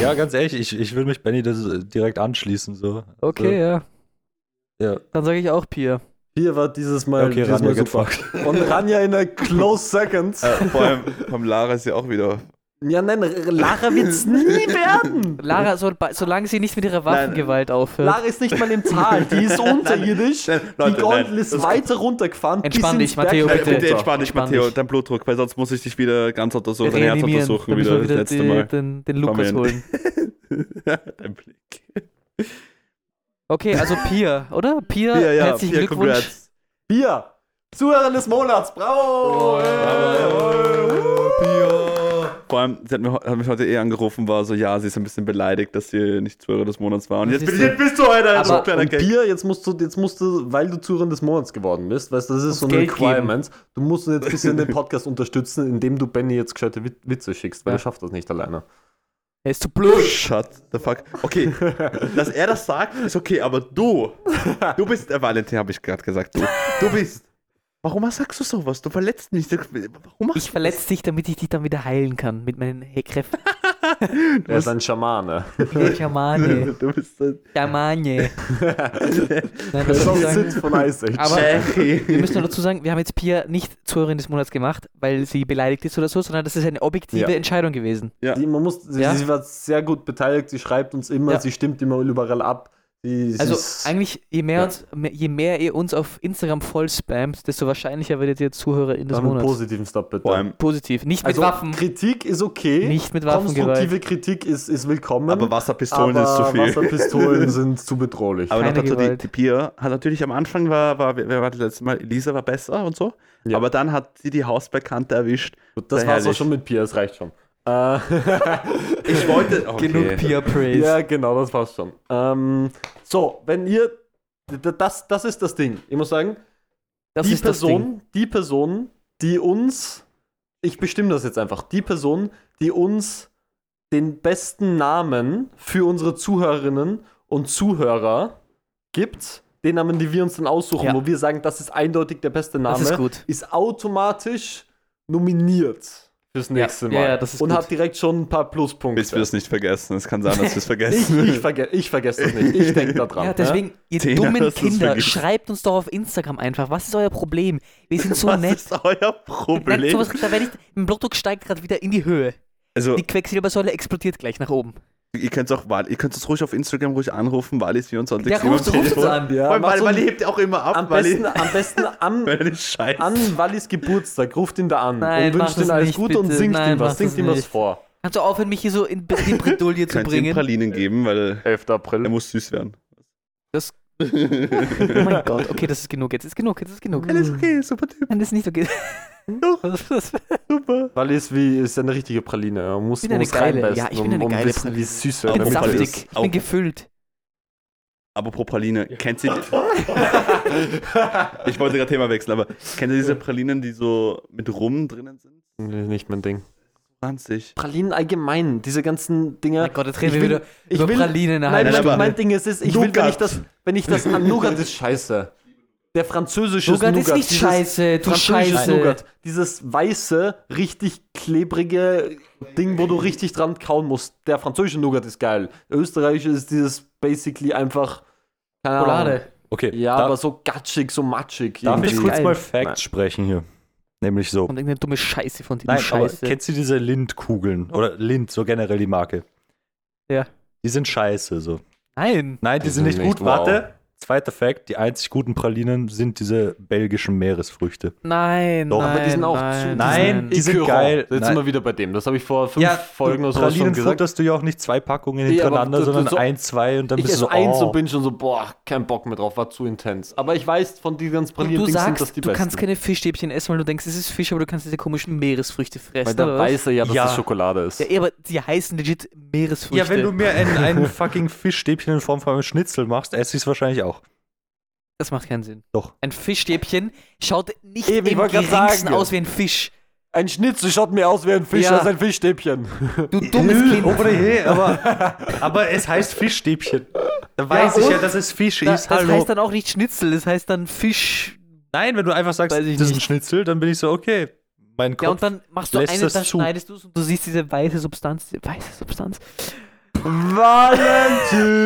Speaker 4: Ja, ganz ehrlich, ich, ich will mich Benny das äh, direkt anschließen. So.
Speaker 2: Äh,
Speaker 1: okay, ja.
Speaker 4: Ja.
Speaker 1: Dann sage ich auch Pia.
Speaker 2: Pia war dieses
Speaker 4: Also,
Speaker 2: Mal,
Speaker 4: okay,
Speaker 2: dieses
Speaker 4: Rania
Speaker 2: Mal
Speaker 4: geht
Speaker 2: super.
Speaker 4: fuck.
Speaker 2: Und Ranja in a close seconds.
Speaker 3: Äh, vor allem Pamela ist ja auch wieder.
Speaker 2: ja, nein, R- Lara wird's nie werden.
Speaker 1: Lara, so, solange sie nicht mit ihrer Waffengewalt aufhört.
Speaker 2: Lara ist nicht mal im Tal, die ist unterirdisch.
Speaker 3: Nein, Leute,
Speaker 2: die Gondel
Speaker 3: nein,
Speaker 2: ist
Speaker 3: das-
Speaker 2: weiter runtergefahren.
Speaker 1: Entspann
Speaker 2: bis
Speaker 1: dich,
Speaker 2: ins
Speaker 1: Matteo,
Speaker 3: Äh,
Speaker 2: Bergwerk
Speaker 1: bitte.
Speaker 3: bitte
Speaker 2: runter.
Speaker 3: entspann dich,
Speaker 1: Entspann
Speaker 3: Matteo,
Speaker 1: dich.
Speaker 3: dein Blutdruck, weil sonst muss ich dich wieder ganz untersuchen, dein Herz
Speaker 1: Reanimieren.
Speaker 3: untersuchen,
Speaker 1: Dann müssen
Speaker 3: wieder
Speaker 1: wir
Speaker 3: das
Speaker 1: wieder
Speaker 3: letzte
Speaker 1: die,
Speaker 3: Mal.
Speaker 1: Den, den Lukas
Speaker 3: Fabian.
Speaker 1: holen.
Speaker 3: dein Blick.
Speaker 1: Okay, also Pia, oder? Pia,
Speaker 3: Ja, ja,
Speaker 1: herzlichen
Speaker 3: Pia,
Speaker 1: Glückwunsch.
Speaker 3: congrats.
Speaker 2: Pia, Zuhörer des Monats,
Speaker 1: Oh,
Speaker 2: bravo!
Speaker 3: Vor allem, sie hat, mir, hat mich heute eh angerufen, war so, ja, sie ist ein bisschen beleidigt, dass sie nicht Zuhörer des Monats war. Und
Speaker 1: Das
Speaker 3: jetzt,
Speaker 1: ist
Speaker 3: bin,
Speaker 1: so.
Speaker 3: jetzt bist du heute ein
Speaker 1: Aber-
Speaker 3: so
Speaker 2: Also, Und
Speaker 3: kleiner Gag.
Speaker 2: Pia, jetzt musst du, jetzt musst du, weil du Zuhörer des Monats geworden bist, weißt du, das ist so ein
Speaker 1: Geld geben.
Speaker 2: Requirement, du musst uns jetzt ein bisschen den Podcast unterstützen, indem du Benny jetzt gescheite Wit- Witze schickst, weil
Speaker 1: Ja.
Speaker 2: er schafft das nicht alleine.
Speaker 1: Er ist zu blöd.
Speaker 3: Oh, Shut the fuck. Okay, dass er das sagt, ist okay, aber du, du bist, äh, Valentin habe ich gerade gesagt, du, du bist. Warum sagst du sowas? Du verletzt mich. Du- Warum machst
Speaker 1: Ich verletze dich, damit ich dich dann wieder heilen kann mit meinen He- Kräften.
Speaker 2: Er ist ein Schamane.
Speaker 1: Ich
Speaker 3: du
Speaker 1: Schamane.
Speaker 3: das? Du bist ein
Speaker 1: Schamane. Nein, was soll ich sagen?
Speaker 2: Sitz von Ice Age.
Speaker 1: Aber wir
Speaker 3: Jackie.
Speaker 1: müssen nur dazu sagen, wir haben jetzt Pia nicht Zuhörerin des Monats gemacht, weil sie beleidigt ist oder so, sondern das ist eine objektive
Speaker 2: Ja.
Speaker 1: Entscheidung gewesen.
Speaker 2: Die, man muss, sie,
Speaker 1: Ja.
Speaker 2: sie war sehr gut beteiligt, sie schreibt uns immer,
Speaker 1: Ja.
Speaker 2: sie stimmt immer überall ab. Sie, sie
Speaker 1: Also
Speaker 2: ist-
Speaker 1: eigentlich, je mehr,
Speaker 2: ja.
Speaker 1: uns, mehr- je mehr ihr uns auf Instagram voll spammt, desto wahrscheinlicher werdet ihr Zuhörerin des
Speaker 2: Dann einen
Speaker 1: Monats.
Speaker 2: positiven Stop bitte.
Speaker 3: Vor allem,
Speaker 1: Positiv. Nicht
Speaker 2: also
Speaker 1: mit Waffen.
Speaker 2: Kritik ist okay.
Speaker 1: Nicht mit
Speaker 2: Konstruktive
Speaker 1: Waffengewalt.
Speaker 2: Kritik ist, ist willkommen.
Speaker 3: aber Wasserpistolen
Speaker 2: aber
Speaker 3: ist zu viel.
Speaker 2: Wasserpistolen sind zu bedrohlich.
Speaker 3: Aber noch
Speaker 1: Keine
Speaker 3: dazu, die,
Speaker 1: Gewalt.
Speaker 3: die Pia hat natürlich am Anfang war, war, wer war das letzte Mal? Elisa war besser und so.
Speaker 2: Ja.
Speaker 3: Aber dann hat sie die Hausbekannte erwischt.
Speaker 2: Gut, das
Speaker 3: Sehr
Speaker 2: war's auch
Speaker 3: herrlich.
Speaker 2: schon mit Pia, es reicht schon. Äh,
Speaker 3: Ich wollte. oh,
Speaker 1: Genug Pia Praise.
Speaker 2: ja, genau, das passt schon. Ähm, so, wenn ihr. d- Das, das ist das Ding. Ich muss sagen,
Speaker 1: das
Speaker 2: die
Speaker 1: ist das Ding.
Speaker 2: Person, die Person, die uns. Ich bestimme das jetzt einfach. Die Person, die uns den besten Namen für unsere Zuhörerinnen und Zuhörer gibt, den Namen, die wir uns dann aussuchen,
Speaker 1: Ja.
Speaker 2: wo wir sagen, das ist eindeutig der beste Name,
Speaker 1: Das ist gut.
Speaker 2: ist automatisch nominiert fürs nächste Mal.
Speaker 1: ja, ja, das ist
Speaker 2: und
Speaker 1: gut.
Speaker 2: hat direkt schon ein paar Pluspunkte.
Speaker 3: Willst du das nicht vergessen? Es kann sein, dass wir es
Speaker 2: ich,
Speaker 3: vergessen.
Speaker 2: ich, verge ich vergesse das nicht. Ich denke da dran. ne?
Speaker 1: Ja, deswegen, ihr
Speaker 3: Zehn
Speaker 1: dummen
Speaker 3: hast du's
Speaker 1: Kinder,
Speaker 3: vergessen.
Speaker 1: schreibt uns doch auf Instagram einfach. Was ist euer Problem? Wir sind so
Speaker 3: Was
Speaker 1: nett.
Speaker 3: ist euer
Speaker 1: Nein,
Speaker 3: Problem?
Speaker 1: sowas, da werde ich, mein Blutdruck steigt gerade wieder in die Höhe.
Speaker 3: Also,
Speaker 1: Die Quecksilbersäule explodiert gleich nach oben.
Speaker 3: ihr könnt es auch, Wal- ihr könnt es ruhig auf Instagram ruhig anrufen. Wally ist 24
Speaker 1: Der ruft, ruft uns an.
Speaker 2: Ja,
Speaker 3: Weil
Speaker 2: mach so
Speaker 3: Wally
Speaker 1: um
Speaker 2: ein-
Speaker 3: hebt ja auch immer ab.
Speaker 2: am
Speaker 3: Wally,
Speaker 2: besten, am besten am,
Speaker 3: Wally ist scheiße.
Speaker 2: an Wallis Geburtstag. Ruft ihn da an
Speaker 1: Nein,
Speaker 2: und
Speaker 1: mach
Speaker 2: wünscht
Speaker 1: das
Speaker 2: ihm alles
Speaker 1: nicht,
Speaker 2: Gute und
Speaker 1: bitte.
Speaker 2: singt
Speaker 1: Nein,
Speaker 2: ihm
Speaker 1: mach
Speaker 2: was. Singt
Speaker 1: das
Speaker 2: ihm was
Speaker 1: nicht.
Speaker 2: vor.
Speaker 1: Kannst du aufhören, mich hier so in, Be- in Bredouille zu
Speaker 3: Könnt ihr ihm
Speaker 1: bringen?
Speaker 3: Pralinen geben, weil
Speaker 2: 11.
Speaker 3: er
Speaker 2: April.
Speaker 3: muss süß werden.
Speaker 1: Das- Oh mein Gott, okay, das ist genug. Jetzt ist genug, jetzt ist genug.
Speaker 3: Alles okay, super Typ.
Speaker 1: Nein, das ist nicht okay.
Speaker 3: Doch,
Speaker 1: Das, das,
Speaker 3: super.
Speaker 2: Wallis wie, ist eine richtige Praline. Er muss,
Speaker 1: Ich bin eine
Speaker 2: muss
Speaker 1: geile-
Speaker 2: reinbeißen,
Speaker 1: ja, ich bin eine
Speaker 2: um, um
Speaker 1: geile
Speaker 2: wissen,
Speaker 1: Praline.
Speaker 2: wie süß
Speaker 1: ich
Speaker 2: er
Speaker 1: bin
Speaker 3: jeden Fall
Speaker 2: wirklich
Speaker 1: saftig,
Speaker 2: ist.
Speaker 1: ich bin gefüllt.
Speaker 3: Apropos Praline, kennt sie. ich wollte gerade Thema wechseln, aber kennt ihr diese Pralinen, die so mit Rum drinnen sind?
Speaker 2: Nee, Nicht mein Ding.
Speaker 3: 20.
Speaker 2: Pralinen allgemein, diese ganzen Dinger.
Speaker 1: Mein Gott, jetzt reden
Speaker 2: ich
Speaker 1: wir
Speaker 2: will-
Speaker 1: wieder über Pralinen.
Speaker 2: Nein,
Speaker 1: eine halbe
Speaker 2: mein,
Speaker 3: aber-
Speaker 2: mein Ding ist, ist ich will, wenn
Speaker 3: Nougat.
Speaker 2: ich das, wenn ich das an Nougat ist scheiße. Der französische
Speaker 1: Nougat ist nicht
Speaker 2: dieses
Speaker 1: scheiße, du
Speaker 2: französisches
Speaker 1: Scheiße.
Speaker 2: Nougat. Dieses weiße, richtig klebrige Ding, wo du richtig dran kauen musst. Der französische Nougat ist geil. Der österreichische ist dieses basically einfach. keine Ahnung.
Speaker 1: Schokolade.
Speaker 4: Okay,
Speaker 2: Ja,
Speaker 4: da,
Speaker 2: aber so gatschig, so matschig.
Speaker 4: darf ich
Speaker 2: irgendwie.
Speaker 4: kurz
Speaker 1: Geil.
Speaker 4: mal Facts
Speaker 3: Nein.
Speaker 4: sprechen hier? Nämlich so.
Speaker 1: Und irgendeine dumme Scheiße von dir.
Speaker 4: Nein, aber
Speaker 1: Scheiße.
Speaker 4: kennst du diese Lind-Kugeln? Oder Lind, so generell die Marke.
Speaker 1: Ja.
Speaker 4: Die sind scheiße, so.
Speaker 1: Nein.
Speaker 4: Nein, die,
Speaker 2: Die
Speaker 4: sind
Speaker 2: sind
Speaker 4: nicht
Speaker 2: nicht
Speaker 4: gut.
Speaker 2: wow.
Speaker 4: Warte. Zweiter Fact, die einzig guten Pralinen sind diese belgischen Meeresfrüchte.
Speaker 1: Nein.
Speaker 4: Doch,
Speaker 1: nein,
Speaker 4: aber
Speaker 2: die sind auch
Speaker 1: nein,
Speaker 2: zu-
Speaker 4: Nein, die sind
Speaker 2: Écœurant.
Speaker 4: geil.
Speaker 2: Jetzt
Speaker 4: Nein.
Speaker 2: sind wir wieder bei dem. Das habe ich vor fünf Folgen oder so schon
Speaker 4: Pralinen
Speaker 2: gesagt.
Speaker 4: futterst du ja auch nicht zwei Packungen
Speaker 2: Ja, aber
Speaker 4: hintereinander,
Speaker 2: du- du-
Speaker 4: sondern
Speaker 2: so-
Speaker 4: ein, zwei und dann
Speaker 2: Ich
Speaker 4: bist
Speaker 2: esse
Speaker 4: du so,
Speaker 2: eins
Speaker 4: oh.
Speaker 2: und bin schon so, boah, kein Bock mehr drauf, war zu intens. Aber ich weiß, von diesen ganzen
Speaker 1: Und du
Speaker 2: Pralinen-Dings sind das
Speaker 1: sagst,
Speaker 2: die
Speaker 1: du kannst
Speaker 2: besten.
Speaker 1: keine Fischstäbchen essen, weil du denkst, es ist Fisch, aber du kannst diese komischen Meeresfrüchte fressen.
Speaker 2: Weil der
Speaker 1: oder was?
Speaker 2: weiß er ja, dass
Speaker 4: Ja.
Speaker 2: es Schokolade ist.
Speaker 1: Ja, eh, aber die heißen legit Meeresfrüchte.
Speaker 4: Ja, wenn du mir ein, ein fucking Fischstäbchen in Form von einem Schnitzel machst, esse ich es wahrscheinlich auch.
Speaker 1: Das macht keinen Sinn.
Speaker 4: Doch.
Speaker 1: Ein Fischstäbchen schaut nicht
Speaker 2: Eben, ich
Speaker 1: im
Speaker 2: wollte grad
Speaker 1: geringsten
Speaker 2: sagen.
Speaker 1: aus wie ein Fisch.
Speaker 2: Ein Schnitzel schaut mir aus wie ein Fisch,
Speaker 1: Ja.
Speaker 2: das ist ein Fischstäbchen.
Speaker 1: Du dummes Kind.
Speaker 4: Over the hill, aber, aber es heißt Fischstäbchen. Da weiß ich ja, dass es Fisch
Speaker 1: Da,
Speaker 4: ist.
Speaker 1: das
Speaker 4: Hallo.
Speaker 1: heißt dann auch nicht Schnitzel, das heißt dann Fisch.
Speaker 4: Nein, wenn du einfach sagst, das
Speaker 1: Weiß ich
Speaker 4: ist ein
Speaker 1: nicht.
Speaker 4: Schnitzel, dann bin ich so, okay, mein Kopf.
Speaker 1: Ja, und dann machst du
Speaker 4: lässt
Speaker 1: eine,
Speaker 4: das
Speaker 1: dann
Speaker 4: zu.
Speaker 1: schneidest du es und du siehst diese weiße Substanz. Diese weiße Substanz.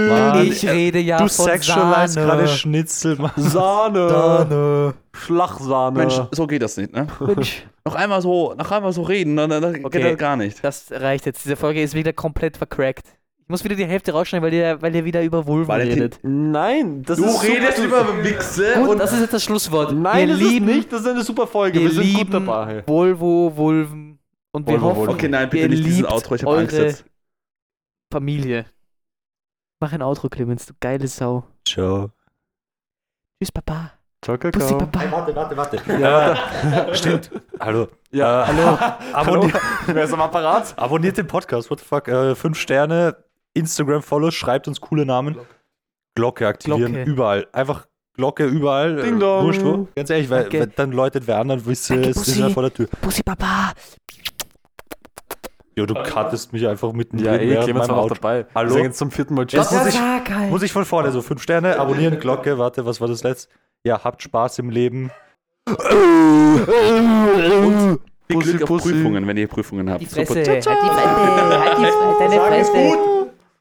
Speaker 4: Mann, äh,
Speaker 1: ich rede ja
Speaker 4: du
Speaker 1: von
Speaker 4: sexualized
Speaker 1: Sahne.
Speaker 4: gerade Schnitzel. Mann.
Speaker 2: Sahne.
Speaker 4: Sahne.
Speaker 2: Schlachsahne.
Speaker 3: Mensch, so geht das nicht, ne?
Speaker 1: Mensch,
Speaker 3: Äh. Noch einmal so, noch einmal so reden, dann, dann dann
Speaker 1: Okay.
Speaker 3: geht das gar nicht.
Speaker 1: das reicht jetzt. Diese Folge ist wieder komplett vercrackt. Ich muss wieder die Hälfte rausschneiden, weil ihr, weil ihr wieder über Vulven
Speaker 3: Valentin,
Speaker 1: redet.
Speaker 2: Nein, das ist super.
Speaker 3: Wichse
Speaker 1: Gut, das ist jetzt das Schlusswort.
Speaker 2: Nein,
Speaker 1: wir
Speaker 2: das
Speaker 1: lieben,
Speaker 2: ist nicht, das ist eine super Folge.
Speaker 1: Wir
Speaker 2: Wir, sind
Speaker 1: lieben
Speaker 2: gut dabei.
Speaker 1: Volvo, Vulven und wir
Speaker 2: Volvo,
Speaker 1: hoffen,
Speaker 2: Vulven.
Speaker 3: Okay, nein, bitte
Speaker 1: ihr
Speaker 3: nicht dieses
Speaker 1: liebt
Speaker 3: Outro, ich hab
Speaker 1: eure
Speaker 3: Angst jetzt.
Speaker 1: Familie. Mach ein Outro, Clemens, du geile Sau.
Speaker 4: Ciao.
Speaker 1: Tschüss, Papa.
Speaker 2: Ciao,
Speaker 1: Pussy, Papa.
Speaker 4: warte, warte. Ja, stimmt. Hallo.
Speaker 2: Ja,
Speaker 4: Äh, hallo. Abonnier
Speaker 2: Wer ist am Apparat?
Speaker 4: Abonniert den Podcast, what the fuck. Äh, fünf Sterne, Instagram-Follow, schreibt uns coole Namen. Glocke, aktivieren,
Speaker 1: Glocke.
Speaker 4: überall. Einfach Glocke überall.
Speaker 2: Ding dong.
Speaker 4: Wurscht wo. Ganz ehrlich, weil
Speaker 1: Danke.
Speaker 4: wenn- dann läutet wer anderen, wisst ihr,
Speaker 1: Danke,
Speaker 4: es ist
Speaker 1: Bussi.
Speaker 4: ja vor der Tür.
Speaker 1: Pussy, Papa.
Speaker 4: Jo, du cuttest mich einfach mitten
Speaker 2: Ja, ey,
Speaker 4: während
Speaker 2: Clemens war
Speaker 4: meinem
Speaker 2: auch
Speaker 4: Auto.
Speaker 2: dabei.
Speaker 4: Hallo?
Speaker 2: Wir sagen jetzt zum vierten Mal Tschüss.
Speaker 4: Es muss ich,
Speaker 1: Sag halt.
Speaker 4: muss ich von vorne, so fünf Sterne, abonnieren, Glocke, warte, was war das letzte? Ja, habt Spaß im Leben.
Speaker 3: Viel
Speaker 2: Pussy,
Speaker 3: Glück auf
Speaker 2: Pussy.
Speaker 3: Prüfungen, wenn ihr Prüfungen habt.
Speaker 1: die Fresse. Halt die Fresse. Halt die Fresse. Deine Fresse.